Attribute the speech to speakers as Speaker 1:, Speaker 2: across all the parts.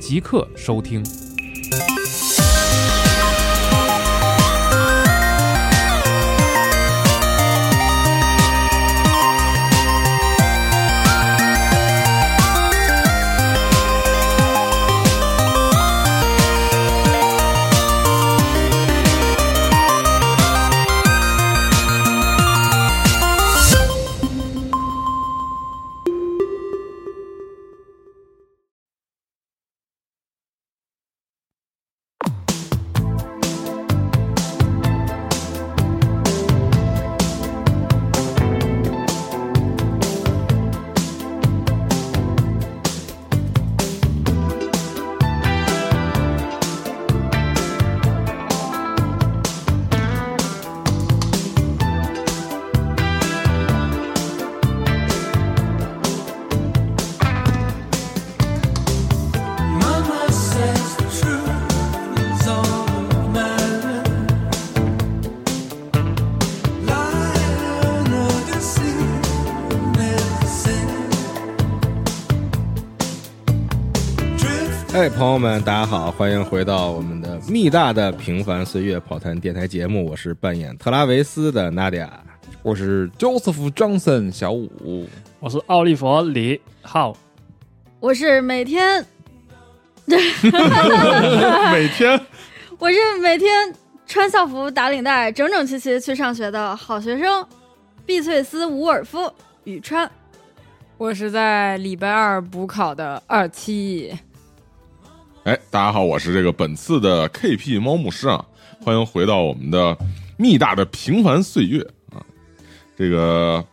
Speaker 1: 即刻收听。
Speaker 2: Mama says the truth is all that matters. Lying or deceiving is a sin. Drift
Speaker 3: 嗨，哎朋友们，大家好，欢迎回到我们的密大的平凡岁月跑团电台节目，我是扮演特拉维斯的娜迪亚。
Speaker 4: 我是 Joseph Johnson 小五，
Speaker 5: 我是奥利佛李浩，
Speaker 6: 我是每天，
Speaker 4: 每天
Speaker 6: 我是每天穿校服打领带，整整齐齐去上学的好学生，碧翠丝·伍尔夫宇川。
Speaker 7: 我是在礼拜二补考的二期，
Speaker 8: 哎，大家好，我是这个本次的 KP 猫牧师啊，欢迎回到我们的密大的平凡岁月啊。这个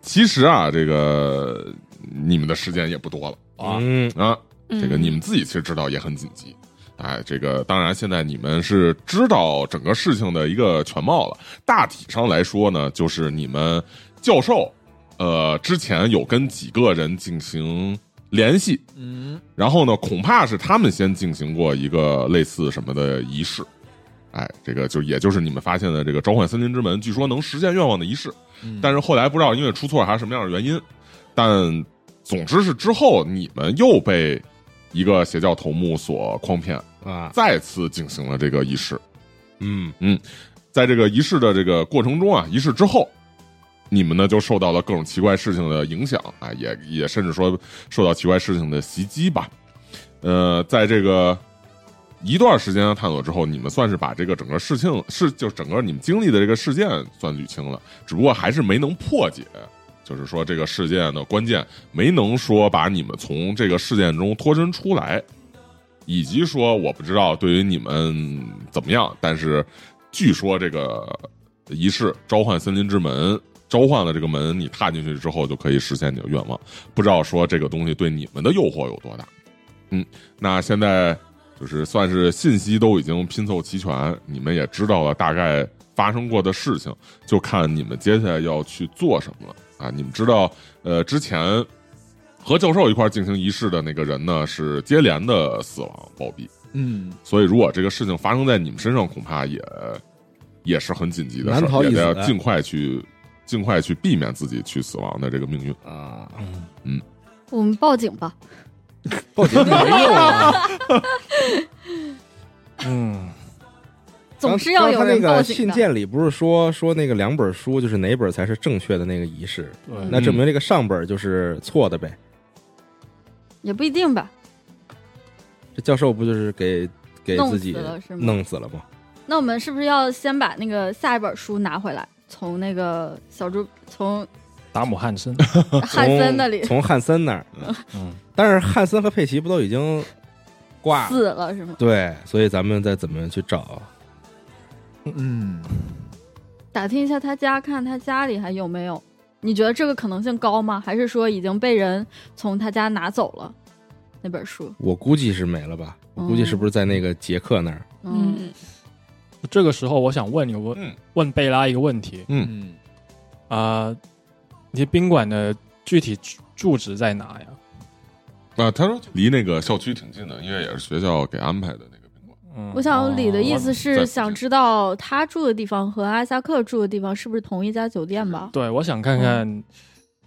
Speaker 8: 其实啊，这个你们的时间也不多了啊
Speaker 3: 嗯，
Speaker 8: 啊，这个
Speaker 7: 嗯
Speaker 8: 你们自己其实知道也很紧急。哎，这个当然，现在你们是知道整个事情的一个全貌了。大体上来说呢，就是你们教授，呃，之前有跟几个人进行联系，嗯，然后呢，恐怕是他们先进行过一个类似什么的仪式。哎，这个就也就是你们发现的这个召唤森林之门，据说能实现愿望的仪式，但是后来不知道因为出错还是什么样的原因，但总之是之后你们又被一个邪教头目所诓骗，
Speaker 3: 啊，
Speaker 8: 再次进行了这个仪式。
Speaker 3: 嗯，
Speaker 8: 在这个仪式的这个过程中啊，仪式之后，你们呢就受到了各种奇怪事情的影响啊，也也甚至说受到奇怪事情的袭击吧。呃，在这个一段时间的探索之后，你们算是把这个整个事情是就整个你们经历的这个事件算捋清了，只不过还是没能破解。就是说，这个事件的关键没能说把你们从这个事件中脱身出来，以及说我不知道对于你们怎么样，但是据说这个仪式召唤森林之门，召唤了这个门，你踏进去之后就可以实现你的愿望。不知道说这个东西对你们的诱惑有多大？嗯，那现在就是算是信息都已经拼凑齐全，你们也知道了大概发生过的事情，就看你们接下来要去做什么了啊！你们知道，呃，之前和教授一块儿进行仪式的那个人呢，是接连的死亡暴毙。
Speaker 4: 嗯，
Speaker 8: 所以如果这个事情发生在你们身上，恐怕也也是很紧急的事
Speaker 3: 难逃
Speaker 8: 儿，也
Speaker 3: 一死啊
Speaker 8: 得要尽快去尽快去避免自己去死亡的这个命运。
Speaker 3: 啊，
Speaker 6: 我们报警吧。
Speaker 3: 报警没用啊，嗯
Speaker 6: 总是要有
Speaker 3: 刚才
Speaker 6: 人
Speaker 3: 那
Speaker 6: 报
Speaker 3: 个
Speaker 6: 警
Speaker 3: 信
Speaker 6: 的。
Speaker 3: 件里不是说说那个两本书，就是哪本才是正确的那个仪式？
Speaker 5: 对
Speaker 3: 那证明这个上本就是错的呗？
Speaker 6: 也不一定吧，
Speaker 3: 这教授不就是给给自己
Speaker 6: 弄死了是吗
Speaker 3: 弄死了吗？
Speaker 6: 那我们是不是要先把那个下一本书拿回来？从那个小猪，从
Speaker 5: 达姆汉森，
Speaker 6: 汉森那里
Speaker 3: 从从汉森那儿，
Speaker 5: 嗯，
Speaker 3: 但是汉森和佩奇不都已经挂了？
Speaker 6: 死了是吗？
Speaker 3: 对，所以咱们再怎么去找？
Speaker 4: 嗯，
Speaker 6: 打听一下他家，看他家里还有没有？你觉得这个可能性高吗？还是说已经被人从他家拿走了？那本书。
Speaker 3: 我估计是没了吧？我估计是不是在那个杰克那儿？
Speaker 7: 嗯，
Speaker 5: 这个时候，我想问一个问、
Speaker 8: 嗯
Speaker 5: 问贝拉一个问题
Speaker 4: 嗯，
Speaker 5: 啊、你宾馆的具体住住址在哪呀？
Speaker 8: 啊，他说离那个校区挺近的，因为也是学校给安排的那个宾馆。
Speaker 5: 嗯
Speaker 6: 我想李的意思
Speaker 8: 在
Speaker 6: 是
Speaker 8: 附近
Speaker 6: 想知道他住的地方和艾萨克住的地方是不是同一家酒店吧？
Speaker 5: 哦对，我想看看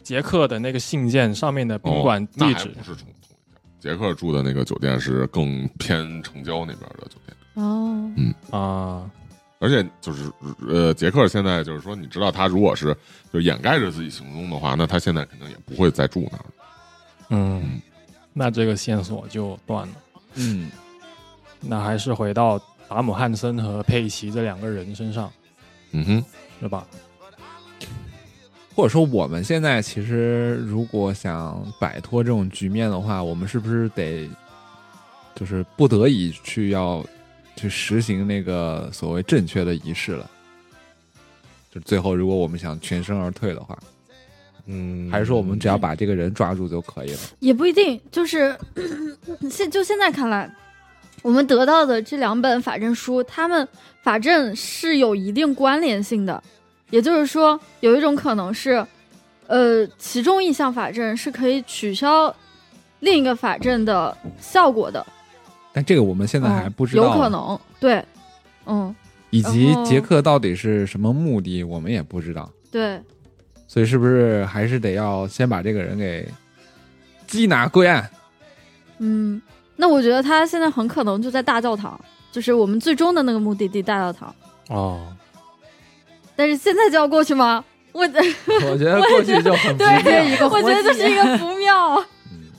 Speaker 5: 杰克的那个信件上面的宾馆
Speaker 8: 哦那
Speaker 5: 地
Speaker 8: 还
Speaker 5: 址。
Speaker 8: 不是同同一家。杰克住的那个酒店是更偏城郊那边的酒店，
Speaker 6: 哦，
Speaker 5: 啊、
Speaker 8: 而且就是呃，杰克现在就是说，你知道他如果是就掩盖着自己行踪的话，那他现在肯定也不会再住那儿了。
Speaker 5: 嗯，那这个线索就断了。
Speaker 4: 嗯，
Speaker 5: 那还是回到达姆汉森和佩奇这两个人身上，
Speaker 8: 嗯哼，
Speaker 5: 对吧？
Speaker 4: 或者说嗯我们现在其实如果想摆脱这种局面的话，我们是不是得就是不得已去要去实行那个所谓正确的仪式了？就是最后，如果我们想全身而退的话，
Speaker 3: 嗯，
Speaker 4: 还是说我们只要把这个人抓住就可以了？
Speaker 6: 也不一定，就是 现就现在看来，我们得到的这两本法证书，他们法证是有一定关联性的，也就是说，有一种可能是，呃，其中一项法证是可以取消另一个法证的效果的，
Speaker 4: 但这个我们现在
Speaker 6: 嗯
Speaker 4: 还不知道，啊
Speaker 6: 有可能，对，嗯，
Speaker 4: 以及
Speaker 6: 然后
Speaker 4: 杰克到底是什么目的，我们也不知道。
Speaker 6: 对，
Speaker 4: 所以是不是还是得要先把这个人给缉拿归案？
Speaker 6: 嗯，那我觉得他现在很可能就在大教堂，就是我们最终的那个目的地大教堂，
Speaker 5: 哦，
Speaker 6: 但是现在就要过去吗？我的。
Speaker 4: 我觉得过去就很不
Speaker 6: 对，
Speaker 7: 一 个
Speaker 6: 我觉得
Speaker 7: 活
Speaker 6: 这
Speaker 7: 计
Speaker 6: 是一个不妙。
Speaker 4: 嗯，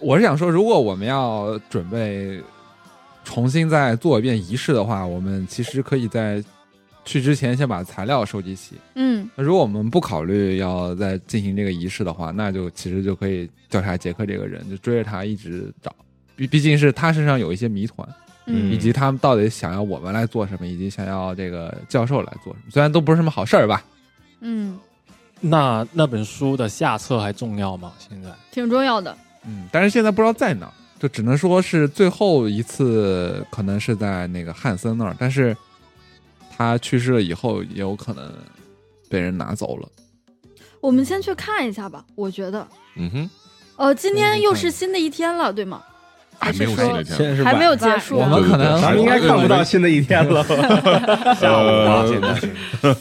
Speaker 4: 我是想说，如果我们要准备重新再做一遍仪式的话，我们其实可以在去之前先把材料收集齐。
Speaker 6: 嗯，
Speaker 4: 那如果我们不考虑要再进行这个仪式的话，那就其实就可以调查杰克这个人，就追着他一直找。毕毕竟是他身上有一些谜团，
Speaker 6: 嗯
Speaker 4: 以及他们到底想要我们来做什么，以及想要这个教授来做什么。虽然都不是什么好事儿吧，
Speaker 6: 嗯，
Speaker 5: 那那本书的下册还重要吗？现在
Speaker 6: 挺重要的。
Speaker 4: 嗯，但是现在不知道在哪儿，就只能说是最后一次可能是在那个汉森那儿，但是他去世了以后，也有可能被人拿走了。
Speaker 6: 我们先去看一下吧，我觉得。
Speaker 8: 嗯哼，
Speaker 6: 呃，今天
Speaker 4: 嗯
Speaker 6: 又是新的一天了，对吗？
Speaker 8: 还没有
Speaker 6: 还是
Speaker 8: 新
Speaker 6: 说
Speaker 8: 的一天，
Speaker 3: 先是
Speaker 6: 还没有
Speaker 3: 把，
Speaker 6: 结束
Speaker 4: 我
Speaker 6: 啊。
Speaker 4: 们可能
Speaker 3: 咱们应该看不到新的一天了。
Speaker 8: 下午
Speaker 3: 啊
Speaker 8: 现在呃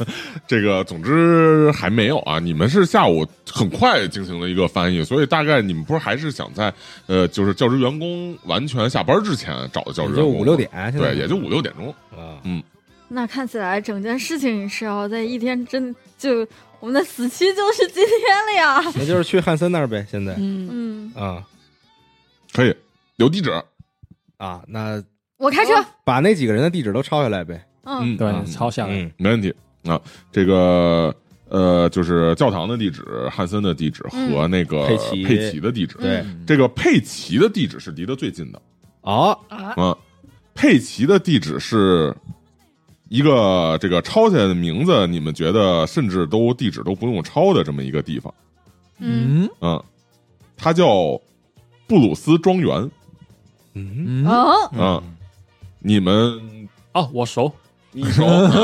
Speaker 8: 这个总之还没有啊。你们是下午很快进行了一个翻译，所以大概你们不是还是想在呃，就是教职员工完全下班之前找的教职员
Speaker 3: 也就
Speaker 8: 工，
Speaker 3: 五六，点，现在
Speaker 8: 对，也就五六点钟。
Speaker 3: 啊，
Speaker 6: 那看起来整件事情是要在一天真就我们的死期就是今天了呀。
Speaker 3: 也就是去汉森那儿呗。现在
Speaker 7: 嗯，
Speaker 6: 嗯，
Speaker 3: 啊
Speaker 8: 可以留地址，
Speaker 3: 啊，那
Speaker 6: 我开车。
Speaker 3: 把那几个人的地址都抄下来呗。
Speaker 6: 嗯，
Speaker 5: 对、
Speaker 3: 嗯
Speaker 5: 抄下来、
Speaker 3: 嗯，
Speaker 8: 没问题啊。这个呃，就是教堂的地址、汉森的地址和
Speaker 6: 嗯
Speaker 8: 那个
Speaker 3: 佩奇
Speaker 8: 佩奇的地址。
Speaker 3: 对
Speaker 4: 嗯
Speaker 8: 这个佩奇的地址是离得最近的
Speaker 3: 哦，
Speaker 8: 啊。佩奇的地址是一个这个抄下来的名字，你们觉得甚至都地址都不用抄的这么一个地方
Speaker 6: 嗯，
Speaker 8: 啊。它叫布鲁斯庄园
Speaker 4: 嗯
Speaker 3: 嗯，
Speaker 6: 哦，
Speaker 8: 啊。你们
Speaker 5: 哦，我熟，
Speaker 8: 你说本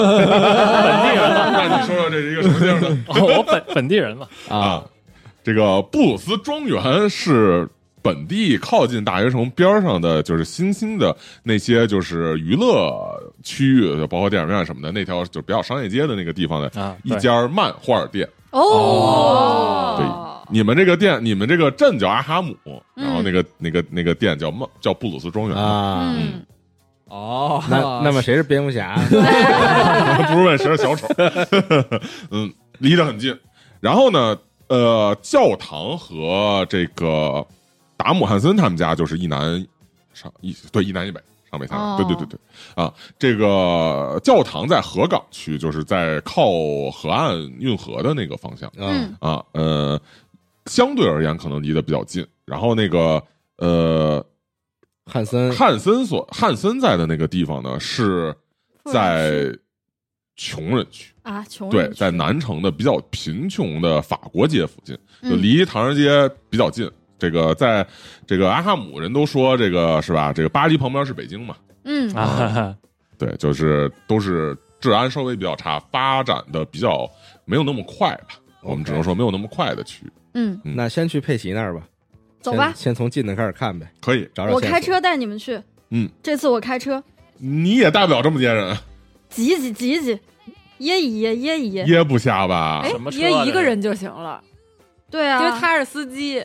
Speaker 8: 地人 吗？那你说说这是一个什么地儿呢？
Speaker 5: 哦、我本本 地人嘛。
Speaker 8: 啊，这个布鲁斯庄园是本地靠近大学城边上的，就是新兴的那些就是娱乐区域，就包括电影院什么的，那条就比较商业街的那个地方的
Speaker 5: 啊
Speaker 8: 一
Speaker 5: 对
Speaker 8: 家漫画店。
Speaker 6: 哦，
Speaker 8: 你们这个店，你们这个镇叫阿哈姆，然后
Speaker 6: 嗯
Speaker 8: 那个、那个那个店叫漫叫布鲁斯庄园。
Speaker 3: 啊，
Speaker 6: 嗯，
Speaker 4: 哦，
Speaker 3: 那那么谁是蝙蝠侠？啊
Speaker 8: 不是问谁是小丑，嗯，离得很近。然后呢，呃，教堂和这个达姆汉森他们家就是一南上一对一南一北上北下南，
Speaker 6: 哦
Speaker 8: 对对对对啊，这个教堂在河港区，就是在靠河岸运河的那个方向
Speaker 6: 嗯
Speaker 3: 啊，
Speaker 8: 啊，呃，相对而言可能离得比较近。然后那个呃，
Speaker 3: 汉森
Speaker 8: 汉森所汉森在的那个地方呢是在穷人区。
Speaker 6: 啊，穷
Speaker 8: 对
Speaker 6: 人，
Speaker 8: 在
Speaker 6: 区
Speaker 8: 南城的比较贫穷的法国街附近，就
Speaker 6: 嗯
Speaker 8: 离唐人街比较近。这个在这个阿哈姆人都说这个是吧？这个巴黎旁边是北京嘛？
Speaker 6: 嗯，
Speaker 5: 啊哈哈，
Speaker 7: 哎
Speaker 8: 对，就是都是治安稍微比较差，发展的比较没有那么快吧。我们只能说没有那么快的区域，
Speaker 6: 嗯，
Speaker 3: 那先去佩奇那儿吧，
Speaker 6: 走
Speaker 3: 先
Speaker 6: 吧，
Speaker 3: 先从近的开始看呗，
Speaker 8: 可以。
Speaker 3: 找找
Speaker 6: 我
Speaker 3: 线
Speaker 6: 开
Speaker 3: 索
Speaker 6: 车带你们去。
Speaker 8: 嗯，
Speaker 6: 这次我开车，
Speaker 8: 你也带不了这么些人，
Speaker 6: 挤挤挤挤，噎一噎噎一噎。
Speaker 8: 噎不下吧
Speaker 7: 哎？
Speaker 5: 什么，车
Speaker 7: 约
Speaker 5: 啊
Speaker 7: 一
Speaker 5: 这
Speaker 7: 个
Speaker 5: 是
Speaker 7: 人就行了，
Speaker 6: 对
Speaker 7: 因为
Speaker 6: 啊，
Speaker 7: 他是司机，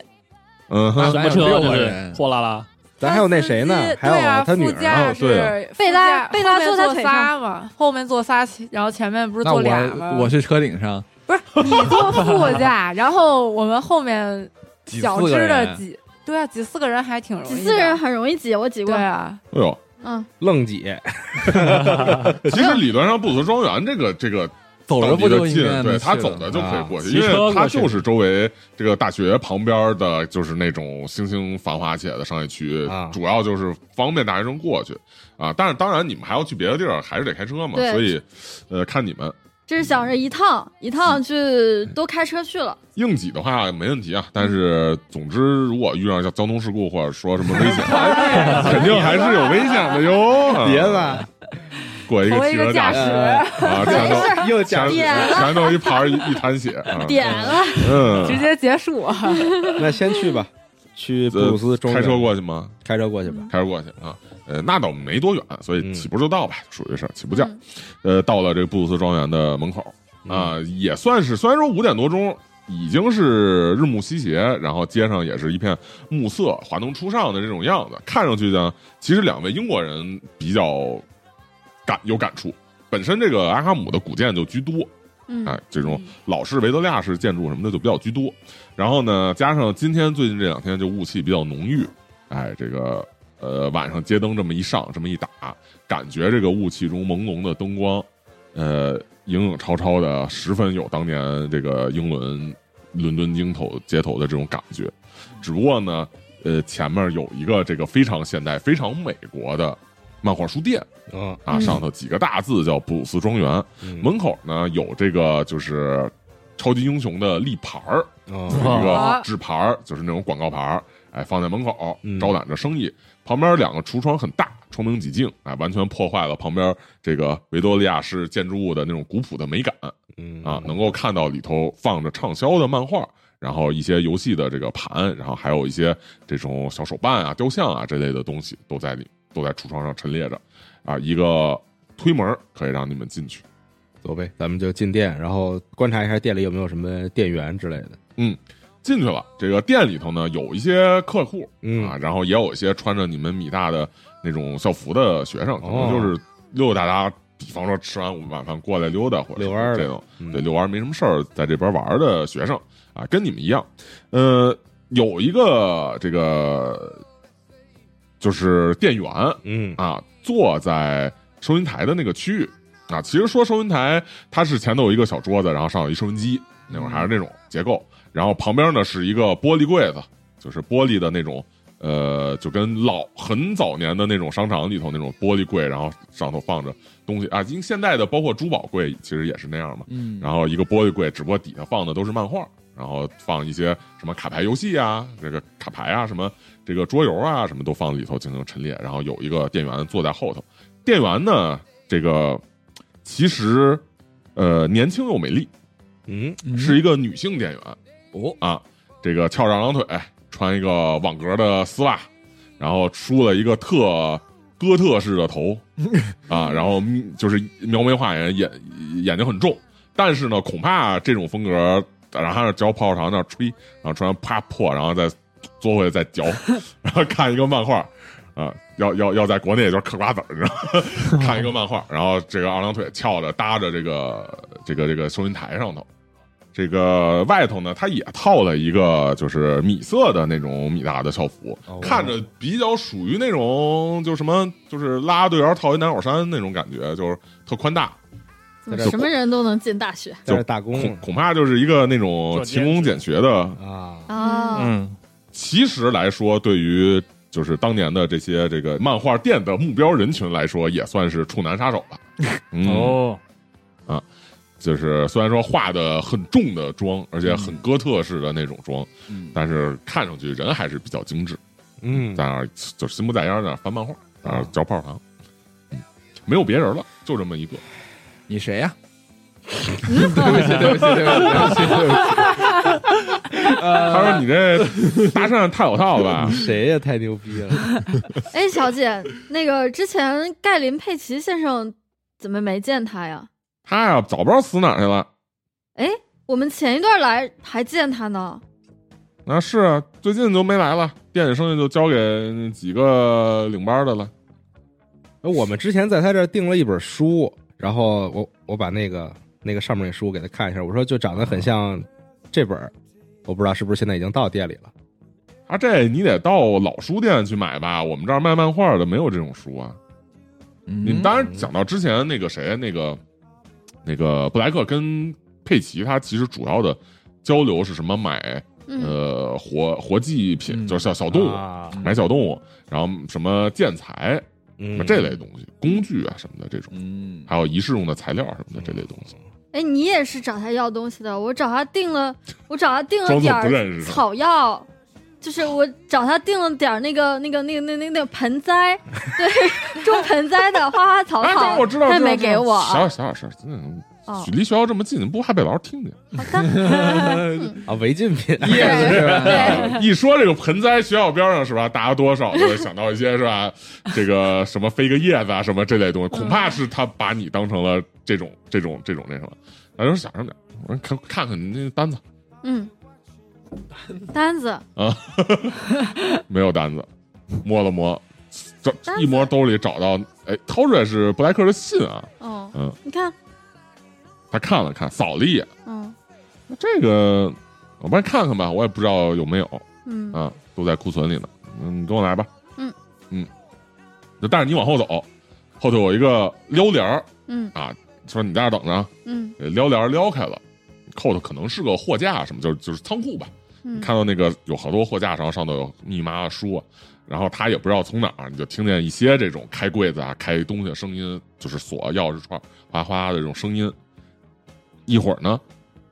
Speaker 8: 嗯哼，
Speaker 5: 什么
Speaker 4: 咱有
Speaker 5: 车
Speaker 4: 六
Speaker 5: 这
Speaker 4: 个
Speaker 5: 是
Speaker 4: 人
Speaker 5: 货拉拉，
Speaker 3: 咱还有那谁呢
Speaker 7: 司机？
Speaker 3: 还有
Speaker 7: 对啊
Speaker 3: 他女
Speaker 7: 副驾
Speaker 8: 哦对啊
Speaker 7: 是
Speaker 6: 贝拉
Speaker 7: 副驾
Speaker 6: 贝拉
Speaker 7: 后面
Speaker 6: 坐
Speaker 7: 坐
Speaker 6: 在腿上
Speaker 7: 仨嘛，后面坐仨，然后前面不是
Speaker 4: 那
Speaker 7: 坐俩吗？
Speaker 4: 我我去车顶上，
Speaker 7: 不是你坐副 驾，然后我们后面
Speaker 4: 挤
Speaker 7: 小
Speaker 4: 四个
Speaker 7: 只的
Speaker 4: 人
Speaker 7: 挤，对啊，挤四个人还挺容易
Speaker 6: 挤
Speaker 7: 的，
Speaker 6: 四人很容易挤，我挤
Speaker 7: 对
Speaker 6: 过。
Speaker 7: 啊，
Speaker 8: 哎呦，
Speaker 6: 嗯，
Speaker 3: 愣姐，
Speaker 8: 其实理论上布鲁斯庄园这个这个
Speaker 4: 走
Speaker 8: 到
Speaker 4: 着
Speaker 8: 底
Speaker 4: 不
Speaker 8: 的
Speaker 4: 就应
Speaker 8: 近
Speaker 4: 该，
Speaker 8: 对他
Speaker 4: 去
Speaker 8: 走
Speaker 4: 了
Speaker 8: 的就可以
Speaker 4: 啊
Speaker 8: 过去，
Speaker 5: 骑
Speaker 8: 因为
Speaker 5: 车
Speaker 8: 他
Speaker 5: 过去
Speaker 8: 就是周围这个大学旁边的，就是那种新兴繁华起来的商业区，
Speaker 3: 啊
Speaker 8: 主要就是方便大学生过去啊。但是当然你们还要去别的地儿，还是得开车嘛，
Speaker 6: 对
Speaker 8: 所以呃看你们
Speaker 6: 这是想着一趟一趟去
Speaker 8: 嗯
Speaker 6: 都开车去了，
Speaker 8: 硬挤的话没问题啊。但是总之如果遇上交交通事故或者说什么危 险，肯定还是有危险的哟。
Speaker 3: 别
Speaker 8: 啊，
Speaker 3: 吧，
Speaker 8: 过一个
Speaker 7: 头一
Speaker 8: 汽
Speaker 7: 个
Speaker 8: 车
Speaker 7: 驾
Speaker 8: 驾驶
Speaker 3: 呃
Speaker 8: 啊，前头
Speaker 3: 又
Speaker 8: 前
Speaker 3: 讲
Speaker 6: 点了
Speaker 8: 前头一盘儿一一滩血 啊，
Speaker 6: 点了。
Speaker 8: 嗯，
Speaker 7: 直接结束。
Speaker 3: 那先去吧，去布鲁斯中
Speaker 8: 开车
Speaker 3: 园
Speaker 8: 过去吗？
Speaker 3: 开车过去吧，
Speaker 8: 开车过去啊，呃，那倒没多远，所以
Speaker 3: 嗯
Speaker 8: 起步就到吧，属于是起步价。
Speaker 6: 嗯
Speaker 8: 呃，到了这个布鲁斯庄园的门口啊、也算是，虽然说五点多钟已经是日暮西斜，然后街上也是一片暮色，华灯初上的这种样子，看上去呢，其实两位英国人比较感有感触。本身这个阿哈姆的古建就居多，
Speaker 6: 嗯
Speaker 8: 哎，这种老式维多利亚式建筑什么的就比较居多。然后呢，加上今天最近这两天就雾气比较浓郁，哎，这个呃晚上街灯这么一上，这么一打，感觉这个雾气中朦胧的灯光，呃，影影绰绰的，十分有当年这个英伦伦敦街头街头的这种感觉。只不过呢，呃，前面有一个这个非常现代、非常美国的漫画书店
Speaker 3: 嗯，
Speaker 8: 啊，
Speaker 6: 嗯
Speaker 8: 上头几个大字叫布鲁斯庄园。
Speaker 3: 嗯
Speaker 8: 门口呢有这个就是超级英雄的立牌儿，
Speaker 3: 嗯
Speaker 8: 一个
Speaker 7: 哇
Speaker 8: 纸牌儿，就是那种广告牌儿，哎，放在门口
Speaker 3: 嗯
Speaker 8: 招揽着生意。旁边两个橱窗很大，窗明几净，哎，完全破坏了旁边这个维多利亚式建筑物的那种古朴的美感
Speaker 3: 嗯
Speaker 8: 啊，能够看到里头放着畅销的漫画。然后一些游戏的这个盘，然后还有一些这种小手办啊、雕像啊这类的东西都在里，都在橱窗上陈列着，啊，一个推门儿可以让你们进去。
Speaker 3: 走呗，咱们就进店，然后观察一下店里有没有什么店员之类的。
Speaker 8: 进去了，这个店里头呢有一些客户
Speaker 3: 嗯
Speaker 8: 啊，然后也有一些穿着你们米大的那种校服的学生，可能就是溜溜达达，比方说吃完午晚饭过来溜达或者
Speaker 3: 遛弯儿的
Speaker 8: 这种，
Speaker 3: 嗯
Speaker 8: 对，遛弯儿没什么事儿，在这边玩儿的学生啊，跟你们一样，呃，有一个这个就是店员
Speaker 3: 嗯
Speaker 8: 啊，坐在收银台的那个区域啊。其实说收银台，它是前头有一个小桌子，然后上有一收银机，那会儿还是那种结构，然后旁边呢是一个玻璃柜子，就是玻璃的那种。呃，就跟老很早年的那种商场里头那种玻璃柜，然后上头放着东西啊，因为现在的包括珠宝柜其实也是那样嘛，
Speaker 4: 嗯，
Speaker 8: 然后一个玻璃柜，只不过底下放的都是漫画，然后放一些什么卡牌游戏啊，这个卡牌啊，什么这个桌游啊，什么都放里头进行陈列。然后有一个店员坐在后头，店员呢，这个其实呃年轻又美丽，
Speaker 3: 嗯，
Speaker 8: 是一个女性店员
Speaker 4: 哦
Speaker 8: 啊，这个翘着二郎腿，穿一个网格的丝袜，然后梳了一个特哥特式的头啊，然后嗯就是描眉画眼，眼眼睛很重，但是呢，恐怕这种风格，然后嚼泡泡糖那儿吹，然后突然啪破，然后再缩回来再嚼，然后看一个漫画。啊，要要要在国内也就是嗑瓜子儿，你知道吗？ 看一个漫画，然后这个二郎腿翘着搭着这个这个这个收银台上头，这个外头呢，它也套了一个就是米色的那种米大的校服，
Speaker 3: 哦
Speaker 8: 看着比较属于那种就什么就是拉拉队员套一南口衫那种感觉，就是特宽大，
Speaker 6: 怎么
Speaker 3: 在这
Speaker 6: 什么人都能进大学
Speaker 3: 在这打工
Speaker 8: 恐恐怕就是一个那种勤工俭学的。
Speaker 3: 啊，
Speaker 6: 啊？
Speaker 5: 嗯，
Speaker 8: 其实来说，对于就是当年的这些这个漫画店的目标人群来说，也算是处男杀手了。嗯，
Speaker 5: 哦，
Speaker 8: 嗯就是虽然说化的很重的妆，而且很哥特式的那种妆，
Speaker 4: 嗯
Speaker 8: 但是看上去人还是比较精致，
Speaker 3: 嗯
Speaker 8: 在那儿就是心不在焉儿在那儿翻漫画，在那儿
Speaker 3: 啊
Speaker 8: 嚼泡糖，嗯没有别人了，就这么一个。
Speaker 4: 你谁呀、
Speaker 6: 嗯
Speaker 4: 对不起，对不起，对不起，对不起。
Speaker 8: 他说：“你这 搭讪太有套 吧
Speaker 3: 谁呀？太牛逼了！
Speaker 6: 哎，小姐，那个之前盖林佩奇先生怎么没见他呀？？”
Speaker 8: 他呀，早不知道死哪儿去了。
Speaker 6: 哎，我们前一段来还见他呢。
Speaker 8: 啊，是啊，最近就没来了，店里生意就交给几个领班的了。
Speaker 3: 我们之前在他这儿订了一本书，然后我我把那个那个上面那书给他看一下，我说就长得很像这本儿，我不知道是不是现在已经到店里了。
Speaker 8: 啊，这你得到老书店去买吧，我们这儿卖漫画的没有这种书啊。你
Speaker 4: 嗯
Speaker 8: 们当然讲到之前那个谁，那个那个布莱克跟佩奇，他其实主要的交流是什么？买
Speaker 6: 嗯，
Speaker 8: 呃活活祭品，
Speaker 4: 嗯
Speaker 8: 就是小小动物，
Speaker 3: 啊
Speaker 8: 买小动物，然后什么建材，什么啊
Speaker 3: 嗯
Speaker 8: 这类东西，工具啊什么的这种，
Speaker 4: 嗯，
Speaker 8: 还有仪式用的材料什么的这类东西。
Speaker 6: 哎，你也是找他要东西的？我找他订了，我找他订了
Speaker 8: 装作
Speaker 6: 嗯点
Speaker 8: 不认识
Speaker 6: 儿
Speaker 8: 是吧
Speaker 6: 草药，就是我找他订了点儿那个那个那个那那那个盆栽，对，种盆栽的花花草
Speaker 8: 哎，这
Speaker 6: 草，
Speaker 8: 我知道，
Speaker 6: 他也
Speaker 8: 知道
Speaker 6: 没
Speaker 8: 知道
Speaker 6: 给我。
Speaker 8: 小点小点事儿，真的
Speaker 6: 哦，
Speaker 8: 离学校这么近，不怕被老师听见？
Speaker 6: 好的，
Speaker 3: 啊，违禁品。
Speaker 6: 对对，
Speaker 8: 一说这个盆栽，学校边上是吧？大家多少都会想到一些 是吧？这个什么飞个叶子啊，什么这类东西，恐怕是他把你当成了 这种这种这种那什么。然后想着点，我说看看看你那单子
Speaker 6: 嗯，单子，
Speaker 8: 没有单子，摸了摸，这
Speaker 6: 单子
Speaker 8: 一摸兜里找到，哎，掏出来是布莱克的信啊。
Speaker 6: 哦，
Speaker 8: 嗯
Speaker 6: 你看，
Speaker 8: 他看了看，扫了一眼，
Speaker 6: 嗯
Speaker 8: 那这个我帮你看看吧，我也不知道有没有。
Speaker 6: 嗯
Speaker 8: 啊，都在库存里呢。嗯，你跟我来吧。
Speaker 6: 嗯
Speaker 8: 嗯，就带着你往后走，后头有一个撩帘儿，
Speaker 6: 嗯
Speaker 8: 说你在这儿等着啊，
Speaker 6: 嗯
Speaker 8: 呃撩帘儿撩开了，扣的可能是个货架什么，就是就是仓库吧。
Speaker 6: 嗯，
Speaker 8: 看到那个有好多货架，然后上头有密麻的书啊，然后他也不知道从哪儿，你就听见一些这种开柜子啊、开东西的声音，就是锁、钥匙串哗哗的这种声音。一会儿呢，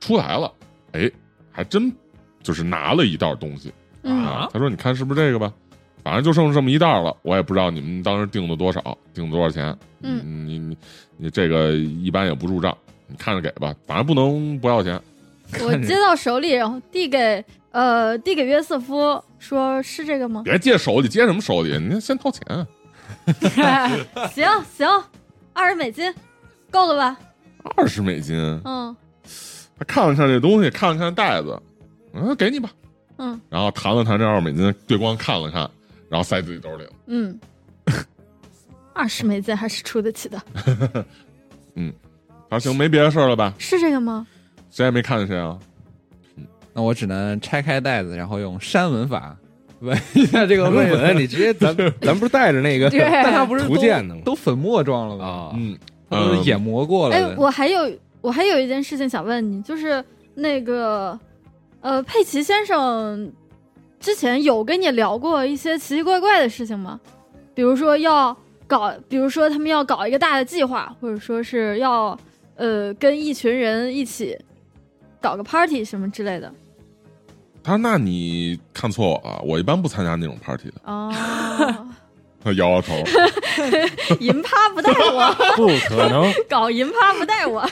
Speaker 8: 出来了，哎，还真就是拿了一袋东西
Speaker 6: 嗯
Speaker 8: 啊。他说：“你看是不是这个吧？反正就剩这么一袋儿了，我也不知道你们当时订的多少，订的多少钱。
Speaker 6: 嗯
Speaker 8: 你你你这个一般也不入账，你看着给吧，反正不能不要钱。
Speaker 6: 我接到手里，然后递给呃递给约瑟夫，说是这个吗？
Speaker 8: 别借手里，借什么手里？你先掏钱啊。”
Speaker 6: 行行，二十美金，够了吧？
Speaker 8: 二十美金，
Speaker 6: 嗯
Speaker 8: 他看了看这东西，看了看袋子，嗯，给你吧。
Speaker 6: 嗯
Speaker 8: 然后弹了弹这二十美金，对光看了看，然后塞自己兜里了。
Speaker 6: 嗯， 二十美金还是出得起的，
Speaker 8: 他说行，没别的事儿了吧？
Speaker 6: 是这个吗？
Speaker 8: 谁也没看见谁啊？
Speaker 4: 那我只能拆开袋子，然后用删文法闻一下这个
Speaker 3: 文
Speaker 4: 味道。
Speaker 3: 本，你直 接咱咱不是带着那个
Speaker 7: 对
Speaker 4: 但它不是
Speaker 3: 图鉴的吗
Speaker 4: 都粉末状了吗？
Speaker 3: 啊？
Speaker 8: 嗯，
Speaker 4: 它都是研磨过
Speaker 6: 哎
Speaker 4: 了，的。
Speaker 6: 我还有我还有一件事情想问你，就是那个呃，佩奇先生之前有跟你聊过一些奇奇怪怪的事情吗？比如说要搞，比如说他们要搞一个大的计划，或者说是要呃跟一群人一起搞个 party 什么之类的
Speaker 8: 他说那你看错我了，我一般不参加那种 party 的。
Speaker 6: 哦，
Speaker 8: 他摇摇头，
Speaker 6: 银趴不带我，
Speaker 5: 不可能，
Speaker 6: 搞银趴不带我。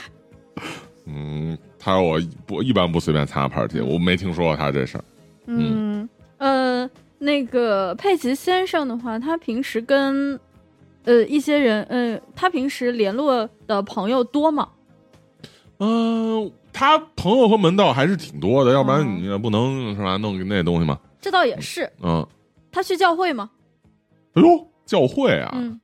Speaker 8: 嗯，他说我不一般不随便参加 party，我没听说过他这事儿。
Speaker 6: 嗯，呃，那个佩奇先生的话，他平时跟呃一些人，呃，他平时联络的朋友多吗？
Speaker 8: 嗯、他朋友和门道还是挺多的，要不然你也不能是吧弄那东西嘛。
Speaker 6: 这倒也是，
Speaker 8: 嗯，
Speaker 6: 他去教会吗？
Speaker 8: 哎呦，教会啊，
Speaker 6: 嗯，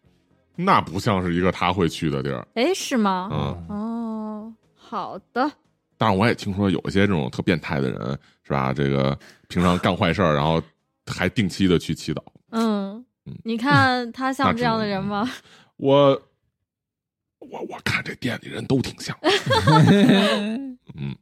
Speaker 8: 那不像是一个他会去的地儿。
Speaker 6: 哎，是吗？
Speaker 8: 嗯，
Speaker 6: 哦，好的，
Speaker 8: 但是我也听说有一些这种特变态的人，是吧？这个平常干坏事儿，然后还定期的去祈祷。
Speaker 6: 嗯
Speaker 8: 嗯，
Speaker 6: 你看他
Speaker 8: 那
Speaker 6: 像
Speaker 8: 只
Speaker 6: 这样的
Speaker 8: 能
Speaker 6: 人吗？
Speaker 8: 我我我看这店里人都挺像的，嗯，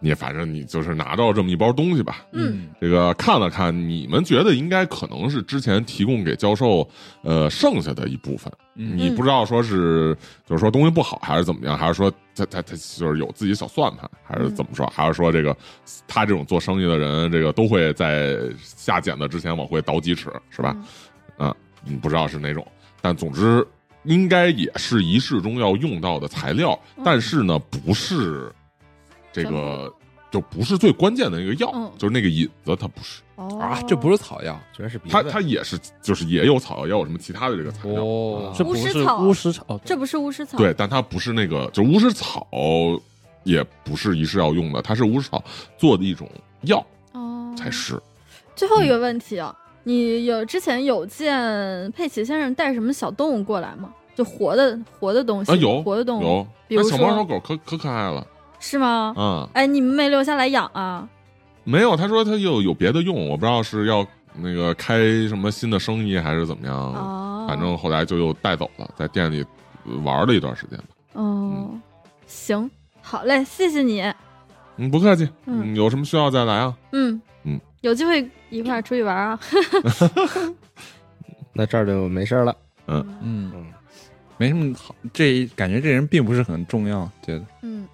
Speaker 8: 你反正你就是拿到这么一包东西吧，
Speaker 6: 嗯，
Speaker 8: 这个看了看，你们觉得应该可能是之前提供给教授呃剩下的一部分，
Speaker 4: 嗯
Speaker 8: 你不知道说是就是说东西不好还是怎么样，还是说他他他就是有自己小算盘，还是怎么说，
Speaker 6: 嗯
Speaker 8: 还是说这个他这种做生意的人，这个都会在下剪子之前往回倒几尺，是吧？啊，
Speaker 6: 嗯
Speaker 8: 你不知道是哪种，但总之应该也是仪式中要用到的材料，
Speaker 6: 嗯
Speaker 8: 但是呢，不是这
Speaker 6: 全
Speaker 8: 个
Speaker 6: 部。
Speaker 8: 就不是最关键的那个药，
Speaker 6: 嗯
Speaker 8: 就是那个引子，它不是，
Speaker 6: 哦
Speaker 4: 啊，这不是草药
Speaker 3: 居然是鼻
Speaker 8: 它
Speaker 3: 子
Speaker 8: 它也是就是也有草药，也有什么其他的这个材料，
Speaker 4: 哦
Speaker 5: 这
Speaker 6: 巫
Speaker 5: 不
Speaker 6: 师
Speaker 5: 是
Speaker 6: 草
Speaker 5: 巫师草，哦
Speaker 6: 这不是巫师草，
Speaker 8: 对，，但它不是那个，就巫师草也不是仪式要用的，它是巫师草做的一种药
Speaker 6: 哦，
Speaker 8: 才是。
Speaker 6: 最后
Speaker 8: 嗯
Speaker 6: 一个问题啊，你有之前有见佩奇先生带什么小动物过来吗？就活的活的东西
Speaker 8: 啊有
Speaker 6: 活的动物
Speaker 8: 有，
Speaker 6: 比
Speaker 8: 那
Speaker 6: 如
Speaker 8: 小猫小
Speaker 6: 说
Speaker 8: 狗可可可爱了
Speaker 6: 是吗？
Speaker 8: 啊、
Speaker 6: 哎，你们没留下来养啊？
Speaker 8: 没有，他说他又有别的用，我不知道是要那个开什么新的生意还是怎么样，
Speaker 6: 哦，
Speaker 8: 嗯反正后来就又带走了，在店里呃玩了一段时间吧。
Speaker 6: 哦，行，好嘞，谢谢你，
Speaker 8: 嗯，不客气，
Speaker 6: 嗯
Speaker 8: 嗯，有什么需要再来啊。
Speaker 6: 嗯
Speaker 8: 嗯，
Speaker 6: 有机会一块儿出去玩啊。
Speaker 3: 那这儿就没事儿了。
Speaker 4: 嗯
Speaker 3: 嗯，
Speaker 4: 没什么好，这感觉这人并不是很重要，觉得
Speaker 6: 嗯，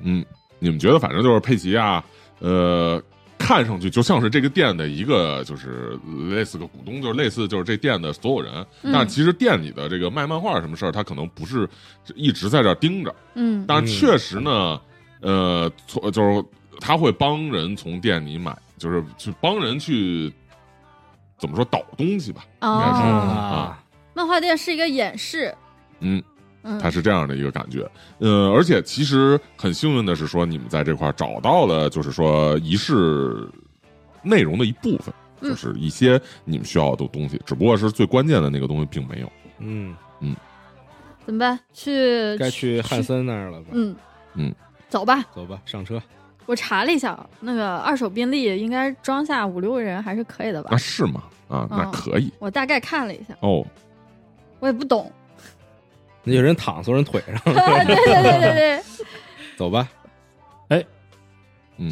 Speaker 8: 嗯，你们觉得反正就是佩奇啊，呃，看上去就像是这个店的一个，就是类似个股东，就是类似就是这店的所有人。
Speaker 6: 嗯
Speaker 8: 但其实店里的这个卖漫画什么事儿，他可能不是一直在这儿盯着，
Speaker 6: 嗯
Speaker 8: 但是确实呢，呃，从就是他会帮人从店里买，就是去帮人去怎么说倒东西吧。应该是
Speaker 6: 哦，
Speaker 8: 啊，
Speaker 6: 漫画店是一个演示，
Speaker 8: 嗯，
Speaker 6: 嗯，
Speaker 8: 它是这样的一个感觉。呃，而且其实很幸运的是说，你们在这块儿找到了，就是说仪式内容的一部分，
Speaker 6: 嗯
Speaker 8: 就是一些你们需要的东西，只不过是最关键的那个东西并没有。
Speaker 3: 嗯，
Speaker 6: 怎么办？去
Speaker 3: 该去汉，森那儿了吧？
Speaker 6: 嗯
Speaker 8: 嗯，
Speaker 6: 走吧。
Speaker 3: 走吧，上车。
Speaker 6: 我查了一下，那个二手宾利应该装下五六个人还是可以的吧
Speaker 8: 那？是吗？啊，那
Speaker 6: 嗯
Speaker 8: 可以
Speaker 6: 我大概看了一下，
Speaker 8: 哦。
Speaker 6: 我也不 懂。
Speaker 3: 那有人躺坐人腿上，
Speaker 6: 对对对对对，
Speaker 3: 走吧。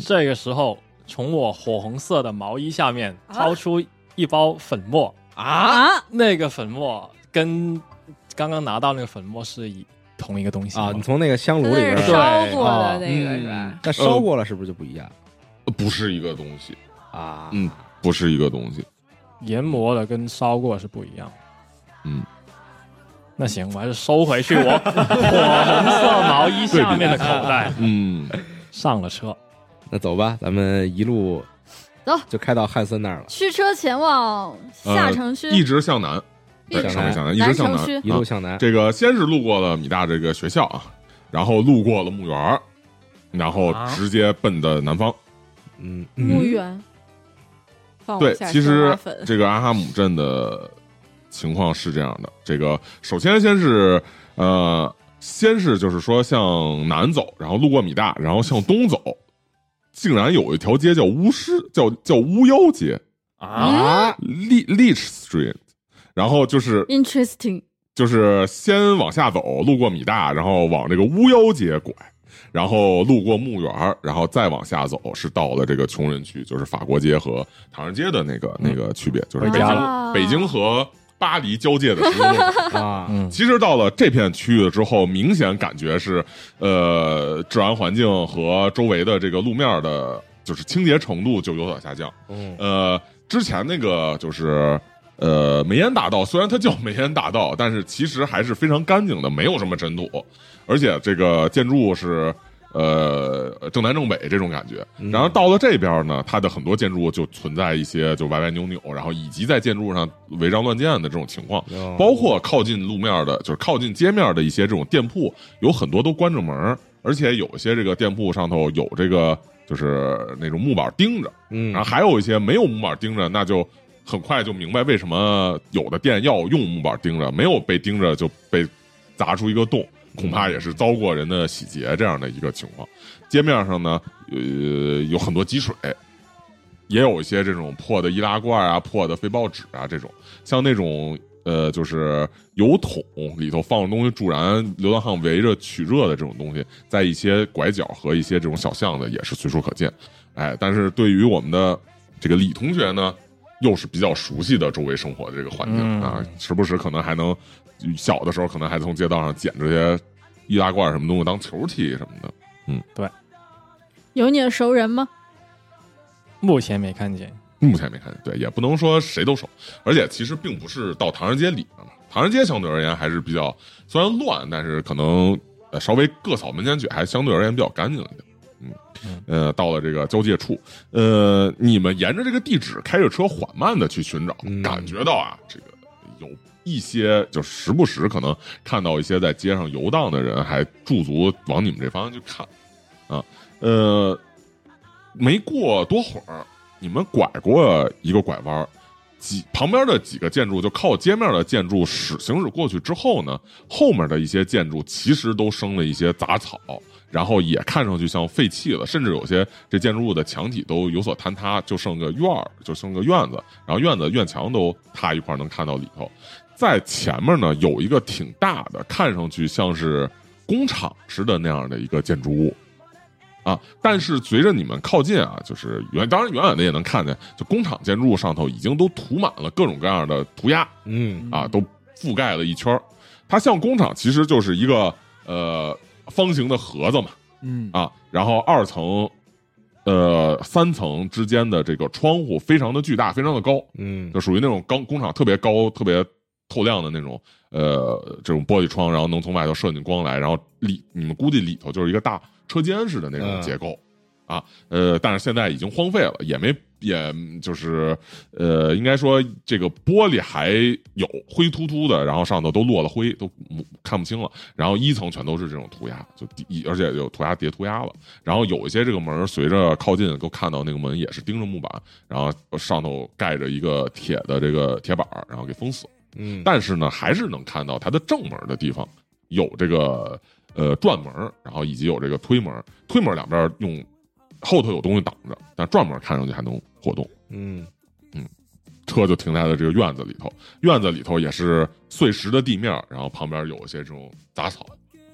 Speaker 5: 这个时候，从我火红色的毛衣下面
Speaker 7: 啊
Speaker 5: 掏出一包粉末，
Speaker 7: 哦
Speaker 6: 啊，
Speaker 5: 那个粉末跟刚刚拿到那个粉末是一同一个东西
Speaker 3: 啊，
Speaker 5: 吗
Speaker 3: 你从那个香
Speaker 7: 真
Speaker 3: 炉里边
Speaker 7: 的
Speaker 3: 儿
Speaker 6: 嗯
Speaker 5: 对
Speaker 7: 是烧过的
Speaker 3: 哦
Speaker 7: 那个是吧？
Speaker 3: 但烧过了是不是就不一样
Speaker 8: 呃不是一个东西，
Speaker 3: 啊？
Speaker 8: 嗯，不是一个东西。
Speaker 5: 研磨的跟烧过是不一样。
Speaker 8: 嗯，
Speaker 5: 那行，我还是收回去 我火红色毛衣下面的口袋。
Speaker 8: 嗯，
Speaker 5: 上了车，
Speaker 3: 那走吧，咱们一路
Speaker 6: 走
Speaker 3: 就开到汉森那儿了，
Speaker 6: 驱车前往下城区，
Speaker 8: 呃一直向南，对，
Speaker 3: 直
Speaker 8: 上面向南，一
Speaker 6: 南
Speaker 8: 直向
Speaker 6: 城
Speaker 8: 南
Speaker 6: 区，
Speaker 3: 一
Speaker 8: 啊
Speaker 3: 路向南。
Speaker 8: 这个先是路过了米大这个学校啊，然后路过了墓园儿，然后
Speaker 5: 啊
Speaker 8: 直接奔的南方。
Speaker 3: 嗯，
Speaker 6: 墓园，
Speaker 7: 放
Speaker 8: 对
Speaker 7: 一，下
Speaker 8: 其
Speaker 7: 芝
Speaker 8: 实
Speaker 7: 麻 粉
Speaker 8: 这个阿哈姆镇的情况是这样的：这个首先先是呃，先是就是说向南走，然后路过米大，然后向东走，竟然有一条街叫巫师，叫叫巫妖街
Speaker 6: 嗯
Speaker 8: 啊，Leech Street。然后就是
Speaker 6: 嗯，interesting，
Speaker 8: 就是先往下走，路过米大，然后往这个巫妖街拐，然后路过墓园儿，然后再往下走是到了这个穷人区，就是法国街和唐人街的那个那个区别，就是
Speaker 5: 回
Speaker 8: 北
Speaker 5: 家
Speaker 8: 京
Speaker 6: 了
Speaker 8: 北京和巴黎交界的十字路 口。
Speaker 3: 啊，
Speaker 5: 嗯，
Speaker 8: 其实到了这片区域之后，明显感觉是，呃，治安环境和周围的这个路面的，就是清洁程度就有所下降。
Speaker 3: 嗯
Speaker 8: 呃，之前那个就是呃梅烟大道，虽然它叫梅烟大道，但是其实还是非常干净的，没有什么尘土，而且这个建筑是呃正南正北这种感觉。
Speaker 3: 嗯
Speaker 8: 然后到了这边呢，它的很多建筑就存在一些就歪歪扭扭，然后以及在建筑上违章乱建的这种情况。
Speaker 3: 哟
Speaker 8: 包括靠近路面的，就是靠近街面的一些这种店铺，有很多都关着门儿，而且有一些这个店铺上头有这个就是那种木板钉着，
Speaker 3: 嗯
Speaker 8: 然后还有一些没有木板钉着，那就很快就明白为什么有的店要用木板钉着，没有被钉着就被砸出一个洞，恐怕也是遭过人的洗劫这样的一个情况。街面上呢，呃，有很多积水，也有一些这种破的易拉罐啊、破的废报纸啊这种，像那种。呃，就是油桶里头放的东西，助燃流浪汉围着取热的这种东西，在一些拐角和一些这种小巷子也是随处可见。哎，但是对于我们的这个李同学呢，又是比较熟悉的周围生活的这个环境、
Speaker 5: 嗯
Speaker 8: 啊，时不时可能还能小的时候可能还从街道上捡这些易拉罐什么东西当球踢什么的。
Speaker 6: 有你的熟人吗？
Speaker 5: 目前没看见。
Speaker 8: 目前没看见，对，也不能说谁都守，而且其实并不是到唐人街里面嘛，唐人街相对而言还是比较虽然乱，但是可能呃稍微各扫门前雪，还相对而言比较干净一点。嗯，呃，到了这个交界处，呃，你们沿着这个地址开着车缓慢的去寻找，
Speaker 3: 嗯
Speaker 8: 感觉到啊，这个有一些就时不时可能看到一些在街上游荡的人，还驻足往你们这方向去看啊，呃，没过多会儿，你们拐过一个拐弯儿，几旁边的几个建筑就靠街面的建筑驶行驶过去之后呢，后面的一些建筑其实都生了一些杂草，然后也看上去像废弃了，甚至有些这建筑物的墙体都有所坍塌，就剩个院儿，就剩个院子，然后院子院墙都塌一块儿，能看到里头。在前面呢有一个挺大的，看上去像是工厂似的那样的一个建筑物。啊，但是随着你们靠近啊，就是远，当然远远的也能看见，就工厂建筑物上头已经都涂满了各种各样的涂鸦，
Speaker 3: 嗯
Speaker 8: 啊，都覆盖了一圈儿它像工厂其实就是一个呃方形的盒子嘛，
Speaker 4: 嗯
Speaker 8: 啊，然后二层、呃三层之间的这个窗户非常的巨大，非常的高，
Speaker 3: 嗯
Speaker 8: 就属于那种钢工厂特别高、特别透亮的那种，呃，这种玻璃窗，然后能从外头射进光来，然后里你们估计里头就是一个大车间似的那种
Speaker 3: 嗯
Speaker 8: 结构、啊，呃，但是现在已经荒废了，也没也就是呃，应该说这个玻璃还有灰秃秃的，然后上头都落了灰，都嗯看不清了，然后一层全都是这种涂鸦，就底一而且有涂鸦叠涂鸦了，然后有一些这个门儿随着靠近都看到那个门也是钉着木板，然后上头盖着一个铁的这个铁板儿，然后给封死。
Speaker 3: 嗯，
Speaker 8: 但是呢，还是能看到它的正门的地方有这个呃转门，然后以及有这个推门，推门两边用后头有东西挡着，但转门看上去还能活动。
Speaker 3: 嗯
Speaker 8: 车就停在了这个院子里头，院子里头也是碎石的地面，然后旁边有一些这种杂草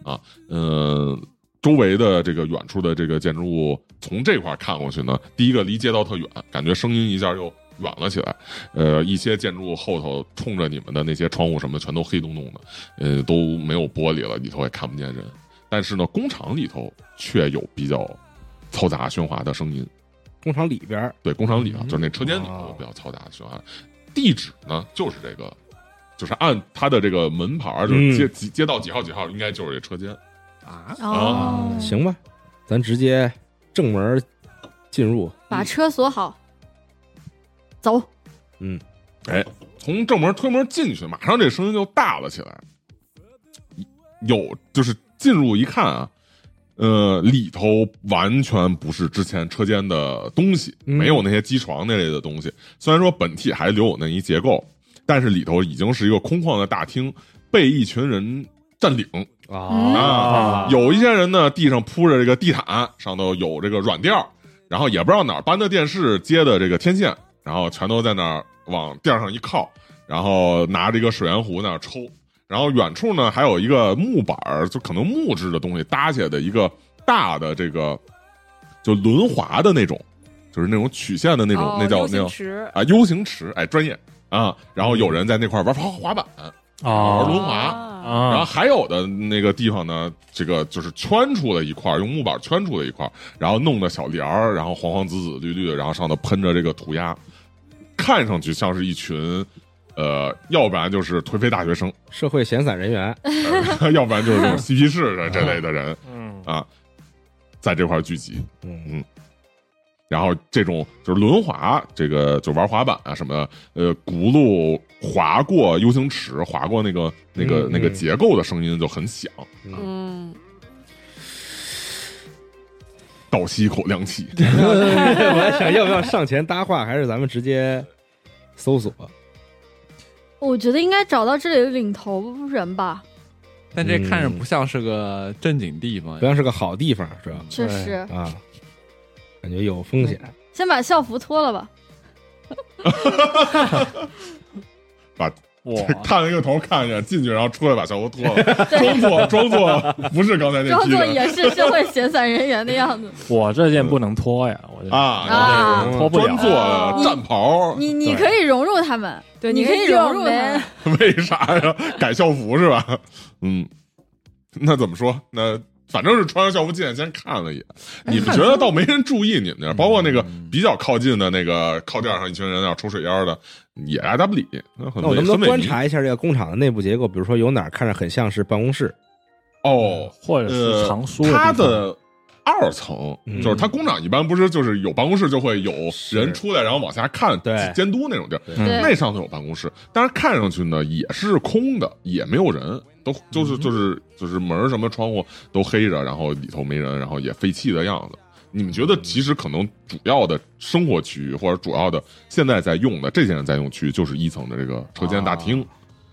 Speaker 8: 啊，嗯，周围的这个远处的这个建筑物，从这块看过去呢，第一个离街道特远，感觉声音一下又远了起来，呃，一些建筑后头冲着你们的那些窗户什么全都黑洞洞的，呃，都没有玻璃了，里头也看不见人，但是呢，工厂里头却有比较嘈杂喧哗的声音。
Speaker 3: 工厂里边儿
Speaker 8: 对，工厂里头、就是那车间里头
Speaker 3: 哦
Speaker 8: 比较嘈杂的循环。地址呢，就是这个，就是按它的这个门牌儿，就是街、几街道几号几号，应该就是这车间。
Speaker 4: 啊，
Speaker 8: 哦
Speaker 3: 行吧，咱直接正门儿进入，
Speaker 6: 把车锁好，走。
Speaker 8: 从正门推门进去，马上这声音就大了起来。有就是进入一看啊，呃，里头完全不是之前车间的东西，
Speaker 3: 嗯
Speaker 8: 没有那些机床那类的东西。虽然说本体还留有那一结构，但是里头已经是一个空旷的大厅，被一群人占领。
Speaker 6: 嗯
Speaker 8: 啊，有一些人呢，地上铺着这个地毯，上头有这个软垫儿，然后也不知道哪儿搬的电视接的这个天线，然后全都在那儿往垫儿上一靠，然后拿着一个水源壶在那儿抽，然后远处呢还有一个木板儿，就可能木质的东西搭起来的一个大的这个就轮滑的那种，就是那种曲线的那种，
Speaker 7: 哦
Speaker 8: 那
Speaker 7: 流
Speaker 8: 叫那
Speaker 7: 行
Speaker 8: 叫
Speaker 7: 池
Speaker 8: 啊 U 型池，哎，专业啊，然后有人在那块儿玩滑滑板，
Speaker 5: 哦
Speaker 8: 玩轮滑。
Speaker 7: 啊，
Speaker 3: 嗯
Speaker 8: 然后
Speaker 5: 啊，
Speaker 8: 还有的那个地方呢，这个就是圈出了一块儿，用木板圈出了一块儿，然后弄的小帘儿，然后黄黄紫紫绿绿的，然后上头喷着这个涂鸦，看上去像是一群，呃，要不然就是颓废大学生，
Speaker 3: 社会闲散人员，
Speaker 8: 呃要不然就是那 种嬉皮士的这类的人
Speaker 5: 嗯，
Speaker 8: 啊，在这块儿聚集。
Speaker 3: 嗯
Speaker 8: 然后这种就是轮滑，这个就玩滑板啊什么的，呃，轱辘划过 U 型池，划过那个那个
Speaker 3: 嗯
Speaker 8: 那个
Speaker 3: 嗯
Speaker 8: 结构的声音就很响，
Speaker 7: 嗯，
Speaker 8: 倒吸一口凉气。
Speaker 3: 我在想要不要上前搭话，还是咱们直接搜索？
Speaker 6: 我觉得应该找到这里的领头人吧，
Speaker 4: 但这看着不像是个正经地方
Speaker 3: 不，像是个好地方，主要
Speaker 6: 确实。
Speaker 3: 啊，感觉有风险。
Speaker 6: 先把校服脱了吧，
Speaker 5: 哇，
Speaker 8: 探了一个头看一眼，进去然后出来把校服脱 了，装作装作不是刚才那
Speaker 6: 装
Speaker 8: 批
Speaker 6: 作
Speaker 8: 人
Speaker 6: 也是社会闲散人员的样子。
Speaker 5: 我这件不能脱呀，我这
Speaker 8: 啊，
Speaker 6: 啊，
Speaker 5: 脱不
Speaker 8: 装
Speaker 5: 了。
Speaker 8: 作
Speaker 6: 你
Speaker 8: 战袍，
Speaker 6: 你你可以融入他们，
Speaker 7: 对
Speaker 6: 你
Speaker 7: 你
Speaker 6: 可
Speaker 7: 可
Speaker 6: 以
Speaker 7: 以
Speaker 6: 融
Speaker 7: 融
Speaker 6: 入
Speaker 7: 入
Speaker 6: 他
Speaker 7: 他
Speaker 6: 们
Speaker 7: 们。
Speaker 8: 为啥呀？改校服是吧？嗯，那怎么说？那反正是穿上校服进来先看了一眼，
Speaker 6: 哎
Speaker 8: 你们觉得倒没人注意你们那儿，包括那个
Speaker 3: 嗯
Speaker 8: 比较靠近的那个靠垫上一群人要抽水烟的，也爱搭不理，很
Speaker 3: 那我
Speaker 8: 没
Speaker 3: 能不
Speaker 8: 很
Speaker 3: 能
Speaker 8: 萎
Speaker 3: 观
Speaker 8: 靡
Speaker 3: 察一下这个工厂的内部结构？比如说有哪儿看着很像是办公室？
Speaker 8: 哦。
Speaker 5: 或者是
Speaker 8: 呃
Speaker 5: 藏书，
Speaker 8: 它的二层
Speaker 3: 嗯
Speaker 8: 就是它工厂一般不是就是有办公室就会有人出来，然后往下看
Speaker 3: 对
Speaker 8: 监督那种地儿。
Speaker 6: 对
Speaker 8: 那上头有办公室，但是看上去呢也是空的，也没有人，都就是就是就是门儿什么窗户都黑着，然后里头没人，然后也废弃的样子。你们觉得，其实可能主要的生活区域或者主要的现在在用的这些人在用区域，就是一层的这个车间大厅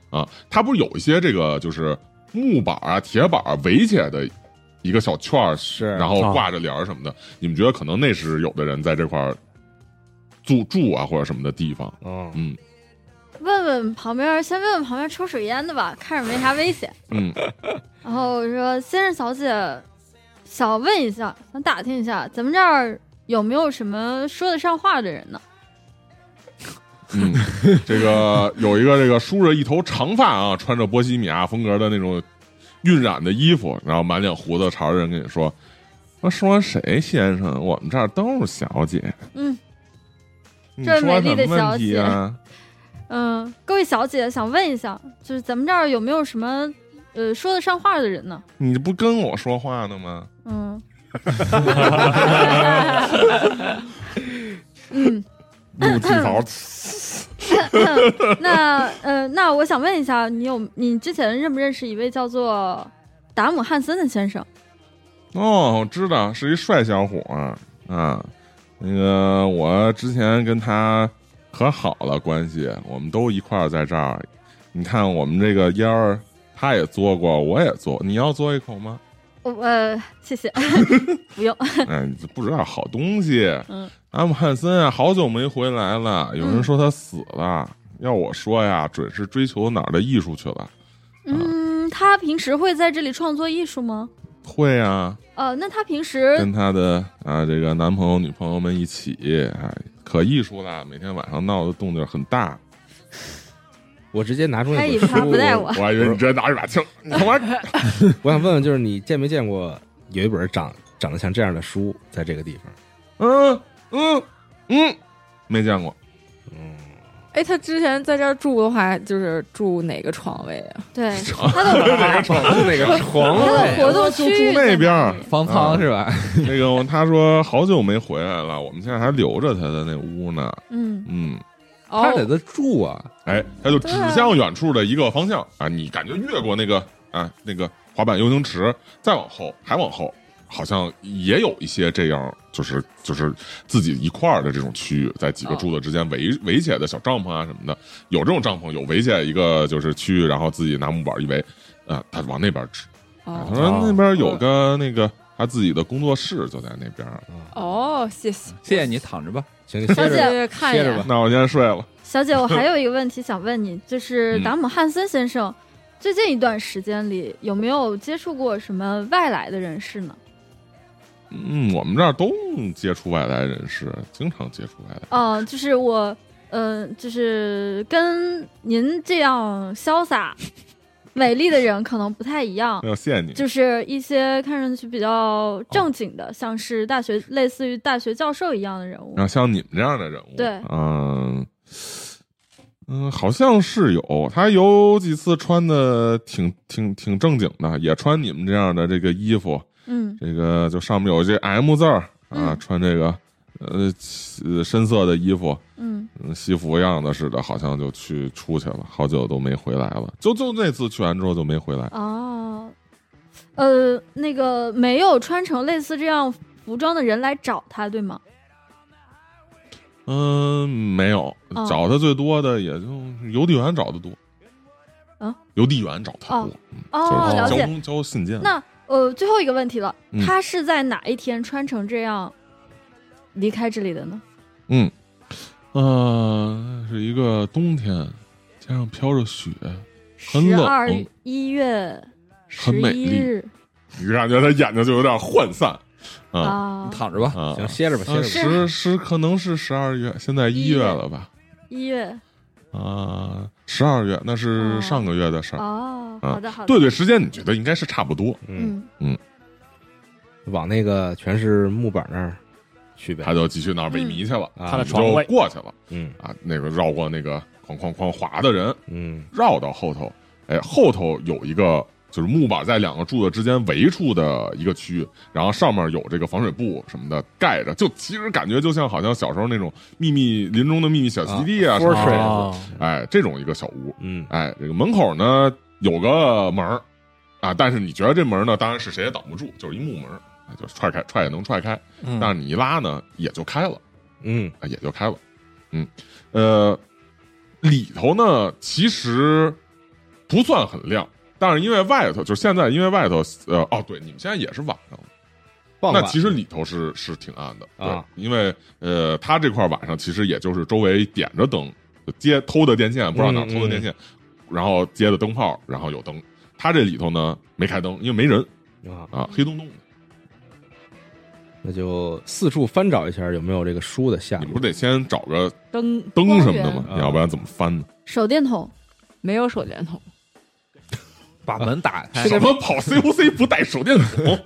Speaker 8: 啊，它不是有一些这个就是木板啊、铁板啊围起来的一个小圈儿，
Speaker 3: 是
Speaker 8: 然后挂着帘儿什么的。你们觉得可能那是有的人在这块儿住住啊或者什么的地方？
Speaker 3: 嗯，
Speaker 8: 嗯
Speaker 6: 问问旁边，先问问旁边抽水烟的吧，看着没啥危险。
Speaker 8: 嗯，
Speaker 6: 然后我说：“先生小姐，想问一下，想打听一下，咱们这儿有没有什么说得上话的人呢
Speaker 8: 嗯，这个有一个这个梳着一头长发啊，穿着波西米亚风格的那种晕染的衣服，然后满脸胡子朝着人跟你说：“说说谁先生？我们这儿都是小姐。？”
Speaker 6: 嗯
Speaker 8: 你
Speaker 6: 这
Speaker 8: 说
Speaker 6: 是美丽的
Speaker 8: 什么问题啊？
Speaker 6: 嗯，各位小姐想问一下，就是咱们这儿有没有什么呃说得上话的人呢？
Speaker 8: 你不跟我说话呢吗？
Speaker 6: 嗯， 嗯，
Speaker 8: 入地槽，
Speaker 6: 那呃，那我想问一下，你有你之前认不认识一位叫做达姆汉森的先生？
Speaker 8: 哦，我知道是一帅小伙儿啊。那个我之前跟他可好了关系，我们都一块儿在这儿。你看我们这个烟儿，他也嘬过，我也嘬。你要嘬一口吗？
Speaker 6: 我、呃，谢 谢，不用。
Speaker 8: 嗯，你不知道好东西。
Speaker 6: 嗯，
Speaker 8: 阿姆汉森啊，好久没回来了。有人说他死了，要我说呀，准是追求哪儿的艺术去了。
Speaker 6: 嗯，他平时会在这里创作艺术吗？
Speaker 8: 会啊，
Speaker 6: 呃，那他平时
Speaker 8: 跟她的啊这个男朋友、女朋友们一起，哎，可艺术了，每天晚上闹的动静很大。
Speaker 3: 我直接拿出
Speaker 6: 他
Speaker 3: 那
Speaker 6: 以
Speaker 3: 本
Speaker 6: 为他
Speaker 3: 书，
Speaker 6: 不带 我，
Speaker 8: 我还以为你直接拿着一把枪，你他妈！
Speaker 3: 我想问问，就是你见没见过有一本长长得像这样的书在这个地方？
Speaker 8: 嗯嗯嗯，没见过。
Speaker 7: 哎，他之前在这儿住的话，就是住哪个床位啊？
Speaker 6: 对他的
Speaker 8: 哪个床？
Speaker 3: 那个
Speaker 6: 他
Speaker 3: 床啊
Speaker 6: 的活动区域
Speaker 8: 哎就住那
Speaker 6: 在
Speaker 8: 边
Speaker 6: 哪
Speaker 8: 儿
Speaker 6: 里
Speaker 4: 方舱是吧？
Speaker 8: 那个他说好久没回来了，我们现在还留着他的那屋呢。
Speaker 6: 嗯，
Speaker 8: 嗯，
Speaker 7: 哦
Speaker 4: 他在这住啊，
Speaker 8: 哎，他就指向远处的一个方向啊，你感觉越过那个啊那个滑板游泳池，再往后还往后，好像也有一些这样，就是就是自己一块儿的这种区域，在几个柱子之间围围起来的小帐篷啊什么的，有这种帐篷，有围起来一个就是区域，然后自己拿木板一围，啊、他往那边指，啊
Speaker 7: 哦
Speaker 8: 他说那边有个那个他自己的工作室就在那边儿，
Speaker 7: 哦，谢谢，
Speaker 4: 谢谢你躺着吧。
Speaker 3: 嗯行，歇
Speaker 6: 小姐
Speaker 3: 着
Speaker 7: 对看一
Speaker 3: 歇着
Speaker 7: 眼
Speaker 3: 吧。
Speaker 8: 那我先睡了，
Speaker 6: 小 姐，我还有一个问题想问你，就是
Speaker 8: 嗯
Speaker 6: 达姆汉森先生，最近一段时间里有没有接触过什么外来的人士呢？
Speaker 8: 嗯，我们这儿都接触外来人士，经常接触外来人士。
Speaker 6: 哦、就是我，呃，就是跟您这样潇洒、美丽的人可能不太一样
Speaker 8: 哎，呦，谢谢你。
Speaker 6: 就是一些看上去比较
Speaker 8: 哦
Speaker 6: 正经的，像是大学类似于大学教授一样的人物
Speaker 8: 然。后像你们这样的人物，
Speaker 6: 对
Speaker 8: 嗯、嗯，好像是有，他有几次穿的挺挺挺正经的，也穿你们这样的这个衣服，
Speaker 6: 嗯
Speaker 8: 这个就上面有这 M 字儿啊，
Speaker 6: 嗯
Speaker 8: 穿这个呃呃深色的衣服，
Speaker 6: 嗯，
Speaker 8: 嗯，西服样子似的，好像就去出去了，好久都没回来了，就就那次去完之后就没回来。
Speaker 6: 哦，呃，那个没有穿成类似这样服装的人来找他，对吗？
Speaker 8: 嗯，没有
Speaker 6: 哦，
Speaker 8: 找他最多的也就邮递员找的多。
Speaker 6: 啊，
Speaker 8: 邮递员找他
Speaker 6: 哦
Speaker 8: 多。
Speaker 6: 哦，了
Speaker 8: 就是交
Speaker 6: 解。
Speaker 8: 通交信件。
Speaker 6: 那呃，最后一个问题了，
Speaker 8: 嗯
Speaker 6: 他是在哪一天穿成这样离开这里的呢？
Speaker 8: 嗯，呃，是一个冬天，前天上飘着雪，很
Speaker 6: 十
Speaker 8: 冷
Speaker 6: 二一月
Speaker 8: 很
Speaker 6: 十
Speaker 8: 美
Speaker 6: 一
Speaker 8: 丽，
Speaker 6: 日
Speaker 8: 你感觉他眼睛就有点涣散啊
Speaker 6: 啊，
Speaker 4: 躺着吧。
Speaker 8: 啊！
Speaker 3: 行，歇着吧，歇
Speaker 8: 啊
Speaker 3: 着吧。
Speaker 8: 十十可能是十二月，现在一
Speaker 6: 一月
Speaker 8: 月了吧？
Speaker 6: 一月
Speaker 8: 啊，十二月那是
Speaker 6: 哦
Speaker 8: 上个月的事儿。
Speaker 6: 哦，
Speaker 8: 啊
Speaker 6: 好的好的，
Speaker 8: 对对，时间你觉得应该是差不多，
Speaker 3: 嗯，
Speaker 6: 嗯，
Speaker 3: 往那个全是木板那儿去呗
Speaker 8: 他。就继续那儿萎
Speaker 6: 嗯
Speaker 8: 靡去了，
Speaker 3: 啊
Speaker 5: 他的
Speaker 8: 你
Speaker 5: 床
Speaker 8: 就
Speaker 5: 位
Speaker 8: 过去了
Speaker 3: 嗯
Speaker 8: 啊。那个绕过那个哐哐哐滑的人，
Speaker 3: 嗯
Speaker 8: 绕到后头，哎，后头有一个就是木板在两个柱子之间围出的一个区域，然后上面有这个防水布什么的盖着，就其实感觉就像好像小时候那种秘密林中的秘密小基地啊，
Speaker 3: 啊
Speaker 8: 什么的
Speaker 5: 哦
Speaker 8: 哎，这种一个小屋，
Speaker 3: 嗯
Speaker 8: 哎，这个门口呢有个门儿啊，但是你觉得这门儿呢，当然是谁也挡不住，就是一木门儿，哎就踹开踹也能踹开，
Speaker 5: 嗯
Speaker 8: 但是你一拉呢也就开了。
Speaker 3: 嗯
Speaker 8: 啊，也就开了。嗯，呃，里头呢其实不算很亮，但是因为外头就是现在因为外头呃哦对，你们现在也是晚上了，
Speaker 3: 傍
Speaker 8: 那
Speaker 3: 晚
Speaker 8: 其实里头是是挺暗的对
Speaker 3: 啊
Speaker 8: 因为呃他这块晚上其实也就是周围点着灯，接偷的电线不知道哪儿偷的电
Speaker 3: 嗯
Speaker 8: 线，然后接的灯泡，然后有灯。他这里头呢没开灯，因为没人
Speaker 3: 啊，
Speaker 8: 啊，黑洞洞的。
Speaker 3: 那就四处翻找一下有没有这个书的下
Speaker 8: 你
Speaker 3: 落
Speaker 8: 不是得先找个
Speaker 7: 灯
Speaker 8: 灯什么的吗
Speaker 7: 光？
Speaker 3: 源
Speaker 8: 你要不然怎么翻呢？
Speaker 6: 手电筒
Speaker 7: 源没有手电筒，
Speaker 4: 把门打开，
Speaker 8: 什么跑 COC 不带手电筒？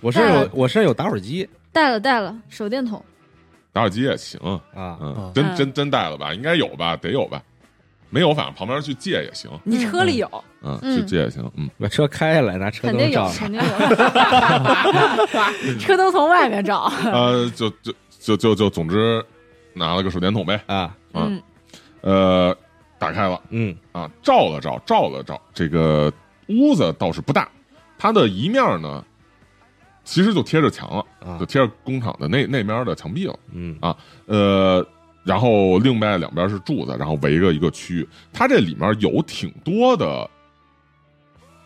Speaker 3: 我身上有我身上有打火机
Speaker 6: 带了带了，手电筒
Speaker 8: 打火机也行，
Speaker 3: 啊，
Speaker 8: 嗯
Speaker 5: 嗯，
Speaker 8: 真
Speaker 7: 嗯
Speaker 8: 真真带了吧？应该有吧？得有吧？没有，反正旁边去借也行，
Speaker 7: 你车里有？
Speaker 8: 嗯，
Speaker 6: 嗯
Speaker 8: 去借也行，嗯，
Speaker 3: 把车开下来拿车
Speaker 6: 肯定
Speaker 3: 灯
Speaker 6: 有
Speaker 3: 照着。
Speaker 6: 肯定有，
Speaker 7: 车灯从外面照。
Speaker 8: 呃，就就就就就，总之拿了个手电筒呗，
Speaker 3: 啊，
Speaker 7: 嗯，
Speaker 8: 呃，打开了
Speaker 3: 嗯
Speaker 8: 啊，照了照，照了照，这个屋子倒是不大，它的一面呢，其实就贴着墙了，
Speaker 3: 啊
Speaker 8: 就，贴着工厂的那那面的墙壁了。
Speaker 3: 嗯
Speaker 8: 呃，然后另外两边是柱子，然后围着一个区域。它这里面有挺多的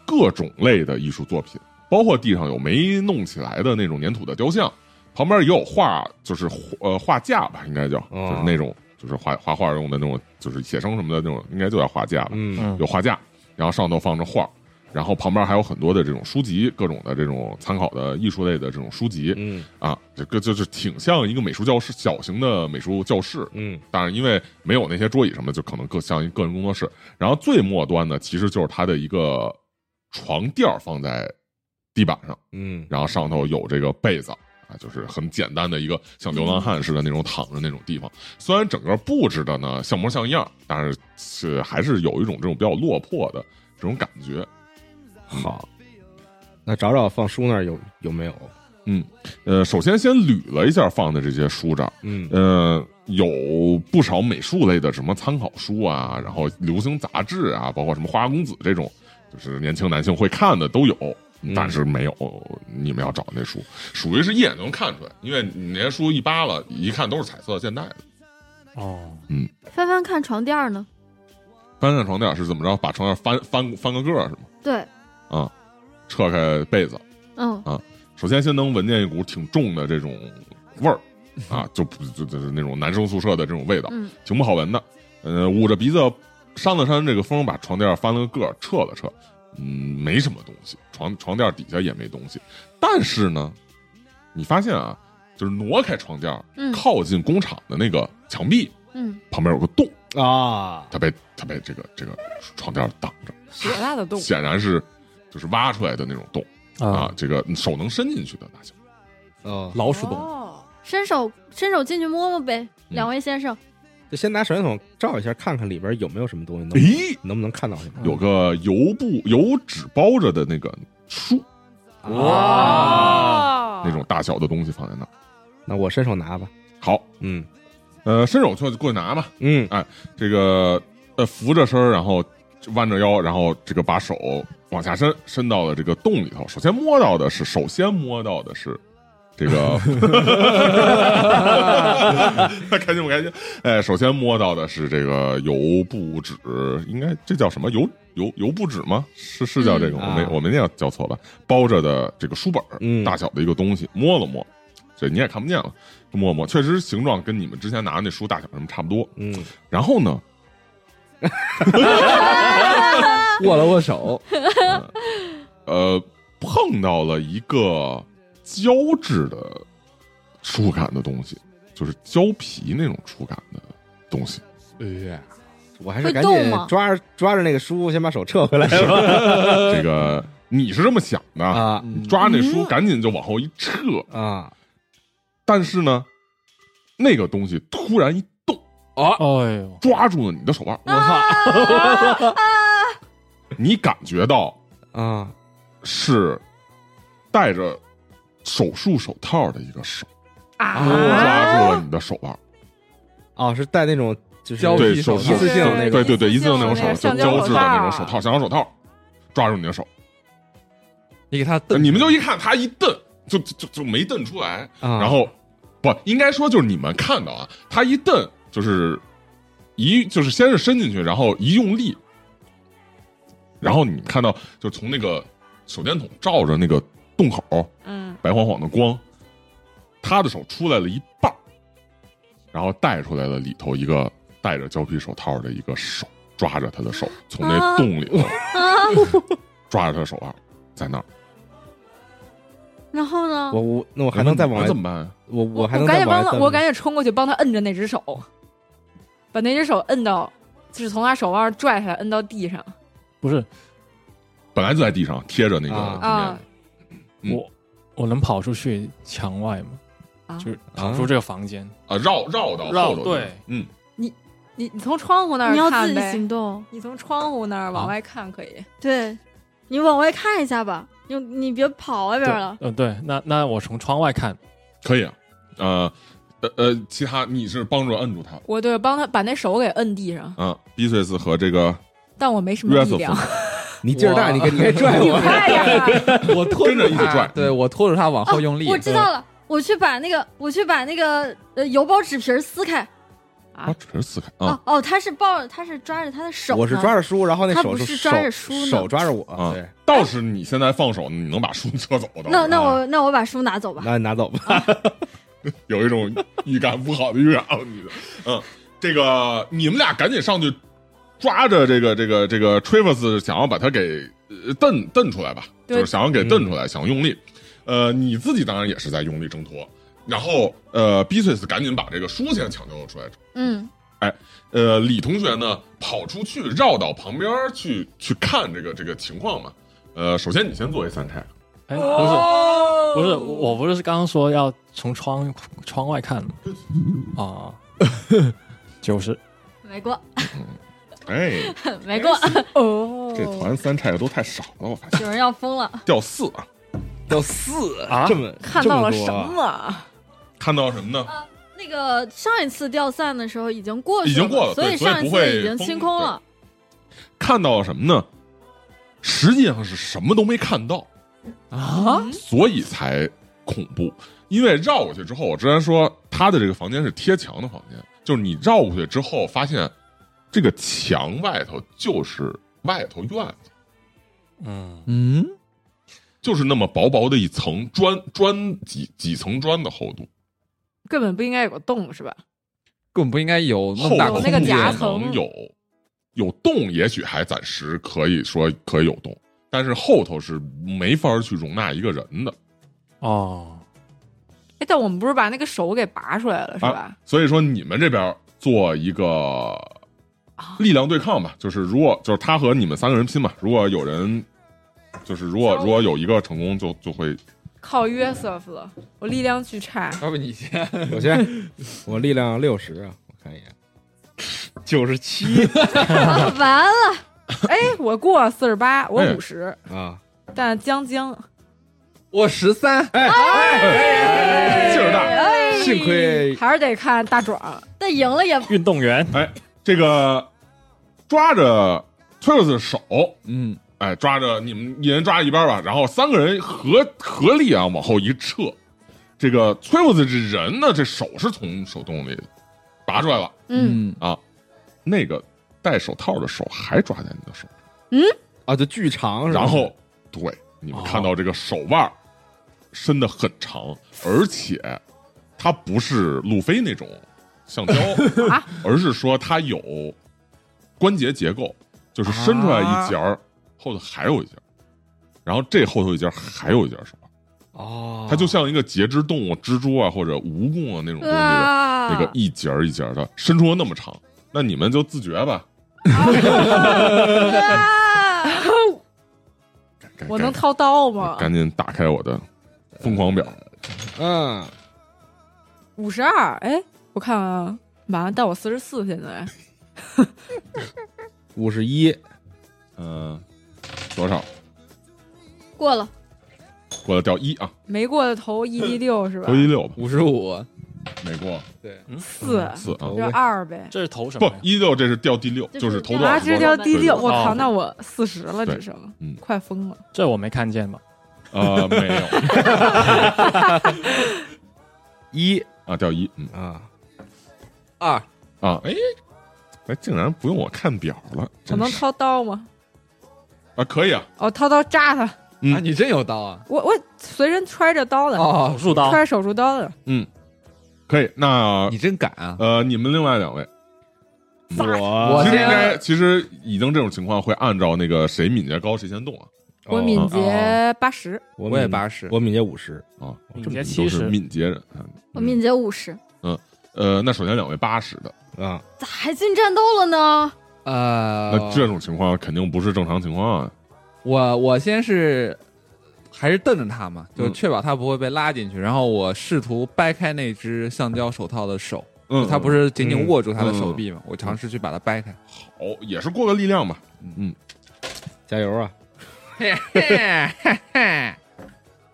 Speaker 8: 各种类的艺术作品，包括地上有没弄起来的那种粘土的雕像，旁边也有画，就是呃画架吧，应该叫，
Speaker 3: 哦
Speaker 8: 就是那种就是画画画用的那种，就是写生什么的那种，应该就叫画架吧。
Speaker 3: 嗯
Speaker 5: 嗯
Speaker 8: 有画架，然后上头放着画，然后旁边还有很多的这种书籍，各种的这种参考的艺术类的这种书籍。
Speaker 3: 嗯
Speaker 8: 啊，这个就是挺像一个美术教室，小型的美术教室。
Speaker 3: 嗯
Speaker 8: 当然，因为没有那些桌椅什么，就可能更像一个人工作室。然后最末端呢，其实就是它的一个床垫儿放在地板上，
Speaker 3: 嗯
Speaker 8: 然后上头有这个被子啊，就是很简单的一个像流浪汉似的那种躺着那种地方。虽然整个布置的呢像模像样，但是是还是有一种这种比较落魄的这种感觉。
Speaker 3: 好，那找找放书那儿有有没有？
Speaker 8: 呃，首先先捋了一下放的这些书这儿。
Speaker 3: 嗯
Speaker 8: 呃，有不少美术类的什么参考书啊，然后流行杂志啊，包括什么《花花公子》这种，就是年轻男性会看的都有，嗯但是没有你们要找的那书，属于是一眼就能看出来，因为你那些书一扒拉，一看都是彩色现代的。
Speaker 5: 哦，
Speaker 6: 翻翻看床垫儿呢，
Speaker 8: 翻上床垫是怎么着？把床垫翻翻翻个个儿是吗？
Speaker 6: 对，
Speaker 8: 撤开被子，
Speaker 6: 嗯
Speaker 8: 首先先能闻见一股挺重的这种味儿啊，就不就就是那种男生宿舍的这种味道。
Speaker 6: 嗯
Speaker 8: 挺不好闻的。呃，捂着鼻子扇了扇这个风，把床垫翻了个个儿，撤了撤。嗯，没什么东西，床床垫底下也没东西。但是呢，你发现啊，就是挪开床垫，
Speaker 6: 嗯
Speaker 8: 靠近工厂的那个墙壁
Speaker 6: 嗯，
Speaker 8: 旁边有个洞，
Speaker 3: 啊，
Speaker 8: 它被它被这个这个床垫挡着，
Speaker 7: 雪大的洞，
Speaker 8: 显然是就是挖出来的那种洞
Speaker 5: 啊
Speaker 8: 啊，这个手能伸进去的大小。
Speaker 3: 哦，
Speaker 4: 老鼠洞，
Speaker 7: 哦，
Speaker 6: 伸手伸手进去摸摸呗，
Speaker 8: 嗯
Speaker 6: 两位先生，
Speaker 3: 就先拿手电筒照一下，看看里边有没有什么东西，能不
Speaker 8: 咦，
Speaker 3: 能不能看到什么？
Speaker 8: 哎有个油布油纸包着的那个书，
Speaker 5: 哇，
Speaker 7: 哦啊
Speaker 8: 那种大小的东西放在那儿。
Speaker 3: 那我伸手拿吧。
Speaker 8: 好，
Speaker 3: 嗯
Speaker 8: 呃，伸手就过去拿嘛，
Speaker 3: 嗯
Speaker 8: 这个呃扶着身儿，然后弯着腰，然后这个把手往下伸，伸到了这个洞里头。首先摸到的是，首先摸到的是这个， 开心不开心？哎，首先摸到的是这个油布纸，应该这叫什么油油油布纸吗？是是叫这个？
Speaker 3: 嗯
Speaker 8: 我没
Speaker 3: 啊
Speaker 8: 我没那样叫错吧？包着的这个书本儿，
Speaker 3: 嗯
Speaker 8: 大小的一个东西，摸了摸。这你也看不见了，摸了摸，确实形状跟你们之前拿的那书大小什么差不多。
Speaker 3: 嗯
Speaker 8: 然后呢，
Speaker 6: 啊
Speaker 4: 握了握手，
Speaker 8: 呃，碰到了一个胶质的触感的东西，就是胶皮那种触感的东西。
Speaker 3: 我还是
Speaker 6: 会
Speaker 3: 赶
Speaker 6: 动
Speaker 3: 紧
Speaker 6: 吗
Speaker 3: 抓着抓着那个书，先把手撤回来
Speaker 8: 这个你是这么想的，
Speaker 3: 啊
Speaker 8: 你抓那书赶紧就往后一撤，
Speaker 3: 啊！
Speaker 8: 但是呢，那个东西突然一动，
Speaker 5: 哎呦，
Speaker 8: 抓住了你的手腕，
Speaker 5: 我
Speaker 3: 啊
Speaker 6: 啊
Speaker 5: 操！
Speaker 8: 你感觉到
Speaker 3: 啊，
Speaker 8: 是戴着手术手套的一个手 抓
Speaker 7: 啊
Speaker 8: 住了你的手腕，
Speaker 3: 哦，是戴那种就是
Speaker 4: 胶
Speaker 8: 对
Speaker 4: 皮
Speaker 8: 手
Speaker 4: 手
Speaker 8: 套
Speaker 3: 一次性那
Speaker 8: 对
Speaker 3: 种
Speaker 8: 对对，一次性那种手
Speaker 7: 那
Speaker 8: 套，
Speaker 7: 个橡
Speaker 8: 就
Speaker 7: 胶
Speaker 8: 胶质的那种手
Speaker 7: 手
Speaker 8: 套，
Speaker 7: 套
Speaker 8: 橡胶手套抓住你的手，呃
Speaker 4: 你给他瞪，
Speaker 8: 你们就一看他一蹬，就就就没蹬出来，
Speaker 3: 啊，
Speaker 8: 然后不应该说就是你们看到啊，他一蹬就是一就是先是伸进去，然后一用力，然后你看到就从那个手电筒照着那个洞口
Speaker 7: 嗯，
Speaker 8: 白晃晃的光，他的手出来了一半儿，然后带出来了里头一个戴着胶皮手套的一个手抓着他的手，从
Speaker 6: 啊
Speaker 8: 那洞里头、抓着他的手腕，在那儿，
Speaker 6: 然后呢
Speaker 3: 我？我那我还能再往
Speaker 8: 那
Speaker 3: 外
Speaker 8: 怎么办啊？
Speaker 3: 我我还
Speaker 7: 我
Speaker 3: 能
Speaker 7: 赶
Speaker 3: 再
Speaker 7: 紧
Speaker 3: 往
Speaker 7: 帮
Speaker 3: 外
Speaker 7: 他，
Speaker 3: 蹬
Speaker 7: 我赶紧冲过去帮他摁着那只手，把那只手摁到，就是从他手腕拽下来，摁到地上。
Speaker 5: 不是
Speaker 8: 本来就在地上贴着那个
Speaker 3: 啊
Speaker 8: 地面
Speaker 7: 啊
Speaker 8: 嗯
Speaker 5: 我，我能跑出去墙外吗？
Speaker 7: 啊
Speaker 5: 就是跑出这个房间，
Speaker 8: 啊，绕绕到
Speaker 5: 绕
Speaker 8: 后头去
Speaker 5: 对，
Speaker 8: 嗯，
Speaker 7: 你你从窗户那
Speaker 6: 你要
Speaker 7: 儿
Speaker 6: 自
Speaker 7: 看
Speaker 6: 己
Speaker 7: 呗，
Speaker 6: 行动，
Speaker 7: 你从窗户那儿往外看可以。
Speaker 6: 对你往外看一下吧，你你别跑外边了
Speaker 5: 嗯、。对，那那我从窗外看，
Speaker 8: 可以啊，呃呃呃，其他你是帮助摁住他，
Speaker 7: 我对帮他把那手给摁地上，
Speaker 8: 啊 b i s s 和这个
Speaker 7: 但我没什么
Speaker 8: r e
Speaker 7: 力
Speaker 8: s
Speaker 7: 量哎
Speaker 8: f。
Speaker 3: 你劲儿大，
Speaker 5: 我
Speaker 3: 你给你 给拽
Speaker 7: 你
Speaker 3: 我，
Speaker 7: 快点！
Speaker 4: 我拖
Speaker 8: 跟着一起
Speaker 4: 他
Speaker 8: 拽
Speaker 4: 对我拖着他往后用力，
Speaker 6: 哦我知道了，我去把那个，我去把那个呃油包纸皮儿撕开。
Speaker 8: 啊，只是撕开啊
Speaker 6: 哦哦，他是抱着，他是抓着他的手呢。
Speaker 3: 嗯我是抓着书，然后那
Speaker 6: 他
Speaker 3: 手
Speaker 6: 不是
Speaker 3: 手
Speaker 6: 抓着书呢
Speaker 3: 手抓着我，
Speaker 8: 啊
Speaker 3: 对，
Speaker 8: 倒是你现在放手，你能把书 撤走的，
Speaker 6: 那那我那我把书拿走吧。
Speaker 3: 嗯那你拿走吧。
Speaker 7: 啊
Speaker 8: 有一种预感不好的预感了，你的，嗯，这个你们俩赶紧上去抓着这个这个这个 Travis，想要把他给呃蹬蹬出来吧，就
Speaker 7: 对
Speaker 8: 是想要给蹬出来，想用力，呃，你自己当然也是在用力挣脱，然后呃 b i s s 赶紧把这个书先抢救出来，
Speaker 6: 嗯，
Speaker 8: 呃，李同学呢跑出去绕到旁边儿去去看这个这个情况嘛。呃，首先你先做一三拆，
Speaker 5: 哎，不是、
Speaker 8: 哦
Speaker 5: 不是，我不是刚刚说要从窗窗外看吗？ 啊，九十，
Speaker 6: 没过，
Speaker 8: 哎，
Speaker 6: 没过，
Speaker 7: 哦，
Speaker 8: 这团三拆的都太少了，我发 现
Speaker 6: 有人要疯了。
Speaker 8: 掉四啊。
Speaker 3: 到四
Speaker 5: 啊
Speaker 3: 这么
Speaker 7: 看到了
Speaker 3: 这么
Speaker 7: 什
Speaker 3: 多
Speaker 7: 么？
Speaker 3: 啊
Speaker 7: 啊
Speaker 8: 看到什么呢？
Speaker 6: 那个上一次掉散的时候已经过去
Speaker 8: 已经过了
Speaker 6: 所
Speaker 8: 对
Speaker 6: 以上一
Speaker 8: 所以不会
Speaker 6: 次已经清空了。
Speaker 8: 看到了什么呢？实际上是什么都没看到啊，所以才恐怖。因为绕过去之后，我之前说他的这个房间是贴墙的房间，就是你绕过去之后，发现这个墙外头就是外头院子。
Speaker 5: 嗯，
Speaker 4: 嗯，
Speaker 8: 就是那么薄薄的一层砖砖几几层砖的厚度，
Speaker 7: 根本不应该有个洞是吧？
Speaker 4: 根本不应该有那
Speaker 8: 厚
Speaker 4: 么大
Speaker 8: 度
Speaker 7: 有
Speaker 4: 空
Speaker 7: 那个
Speaker 4: 间
Speaker 7: 夹
Speaker 8: 可
Speaker 7: 层
Speaker 8: 能有有洞，也许还暂时可以说可以有洞，但是后头是没法去容纳一个人的
Speaker 5: 哦，
Speaker 7: 哎，但我们不是把那个手给拔出来了是
Speaker 8: 啊
Speaker 7: 吧？。
Speaker 8: 所以说你们这边做一个
Speaker 7: 啊
Speaker 8: 力量对抗吧，就是如果就是他和你们三个人拼嘛，如果有人就是如果
Speaker 7: 稍微
Speaker 8: 如果有一个成功就就会
Speaker 7: 靠约瑟夫了，我力量巨差。
Speaker 4: 要不哦你先，
Speaker 3: 我先，我力量六十，啊我看一眼，九十七
Speaker 6: 完了，
Speaker 7: 哎，我过四十八，我
Speaker 8: 哎
Speaker 7: 五十，
Speaker 3: 啊！
Speaker 7: 但将将。
Speaker 4: 我十三，哎，
Speaker 8: 劲儿大。
Speaker 3: 幸亏
Speaker 7: 哎还是得看大壮。
Speaker 6: 但赢了也
Speaker 5: 运动员，
Speaker 8: 这个抓着 Travis 的手，
Speaker 4: 嗯，
Speaker 8: 哎，抓着你们一人抓一边吧，然后三个人合合力啊，往后一撤。这个 Travis 这人呢，这手是从手洞里拔出来了，
Speaker 6: 嗯，
Speaker 8: 啊，那个戴手套的手还抓在你的手，
Speaker 3: 啊，就巨
Speaker 7: 嗯
Speaker 3: 长是吧，
Speaker 8: 然后对你
Speaker 7: 哦
Speaker 8: 们看到这个手腕儿伸的很长，而且它不是路飞那种橡胶
Speaker 7: 啊，
Speaker 8: 而是说它有关节结构，就是伸出来一截
Speaker 7: 啊
Speaker 8: 儿，后头还有一截儿，然后这后头一截儿还有一截儿手，
Speaker 3: 哦
Speaker 8: 它就像一个节肢动物，蜘蛛啊或者蜈蚣啊那种东西，
Speaker 6: 啊，
Speaker 8: 那个一节儿一节儿的伸出了那么长，那你们就自觉吧。
Speaker 6: 啊
Speaker 8: 赶 赶
Speaker 7: 我能掏刀吗
Speaker 8: 赶？赶紧打开我的疯狂表，
Speaker 3: 嗯，
Speaker 7: 五十二，哎，我看看啊，马上到我四十四，现在
Speaker 3: 五十一，
Speaker 8: 嗯、多少
Speaker 6: 过了，
Speaker 8: 过了掉一啊，
Speaker 7: 没过的投一 d 六是吧
Speaker 8: 投？一六吧，
Speaker 4: 五十五，
Speaker 8: 没过
Speaker 7: 四，
Speaker 8: 四啊
Speaker 3: 投，
Speaker 7: 就二呗。
Speaker 5: 这是投什么
Speaker 8: 不
Speaker 5: 呀？
Speaker 8: 一六这是掉第六，
Speaker 6: 这是
Speaker 8: 就是投多
Speaker 7: 啊，
Speaker 8: 少
Speaker 6: 那
Speaker 8: 是
Speaker 7: 这是叫
Speaker 8: 多
Speaker 6: 掉
Speaker 8: 少。
Speaker 7: 第六，我
Speaker 5: 对
Speaker 7: 靠，
Speaker 5: 对
Speaker 7: 那我四十了，
Speaker 8: 对
Speaker 7: 只剩
Speaker 8: 嗯
Speaker 7: 快疯了。
Speaker 5: 这我没看见吧？
Speaker 8: 啊，没有
Speaker 3: 一
Speaker 8: 啊，掉一，嗯
Speaker 3: 啊，
Speaker 4: 二
Speaker 8: 啊，哎，哎，竟然不用我看表了，
Speaker 7: 我
Speaker 8: 真
Speaker 7: 能
Speaker 8: 是
Speaker 7: 掏刀吗？
Speaker 8: 啊，可以啊，
Speaker 7: 哦，掏刀扎他！
Speaker 8: 嗯
Speaker 4: 啊，你真有刀啊！
Speaker 7: 我我随身揣着刀的，
Speaker 4: 哦
Speaker 5: 手，术刀
Speaker 7: 揣着手术刀的，
Speaker 8: 可以。那
Speaker 4: 你真敢啊！
Speaker 8: 呃，你们另外两位，
Speaker 3: 我
Speaker 4: 我
Speaker 8: 其实
Speaker 4: 先
Speaker 8: 应该其实已经这种情况会按照那个谁敏捷高谁先动啊了
Speaker 7: 我敏
Speaker 8: 哦
Speaker 7: 捷八十，
Speaker 3: 我
Speaker 4: 我也
Speaker 3: 敏
Speaker 4: 八十
Speaker 3: 我敏捷五十，
Speaker 8: 啊，
Speaker 5: 敏
Speaker 8: 这么
Speaker 5: 捷
Speaker 8: 你都是
Speaker 5: 70
Speaker 8: 敏捷人。嗯
Speaker 6: 我敏捷五十，
Speaker 8: 呃，那首先两位八十的，
Speaker 3: 啊，
Speaker 6: 咋还进战斗了呢？
Speaker 4: 呃，
Speaker 8: 那这种情况肯定不是正常情况啊。
Speaker 4: 我我先是还是瞪着他嘛，就
Speaker 8: 嗯
Speaker 4: 确保他不会被拉进去，然后我试图掰开那只橡胶手套的手，
Speaker 8: 嗯，
Speaker 4: 他不是紧紧握住他的
Speaker 8: 嗯
Speaker 4: 手臂嘛，我尝试去把它掰开。
Speaker 8: 好，哦也是过个力量吧。
Speaker 3: 加油啊！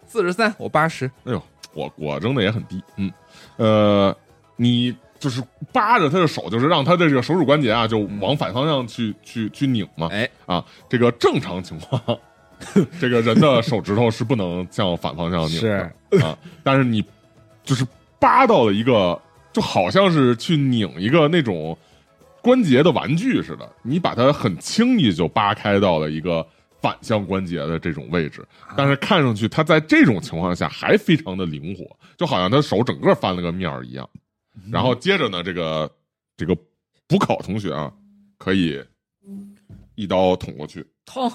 Speaker 4: 四十三，我八十，
Speaker 8: 我我扔的也很低，嗯，呃，你就是扒着他的手，就是让他的这个手指关节啊，就往反方向去、去去拧嘛。
Speaker 4: 哎，
Speaker 8: 啊，这个正常情况， 这个人的手指头是不能向反方向拧的
Speaker 3: 是
Speaker 8: 啊，但是你就是扒到了一个，就好像是去拧一个那种关节的玩具似的，你把它很轻易就扒开到了一个反向关节的这种位置，但是看上去他在这种情况下还非常的灵活，就好像他手整个翻了个面儿一样。然后接着呢，这个这个补考同学啊，可以一刀捅过去。
Speaker 7: 捅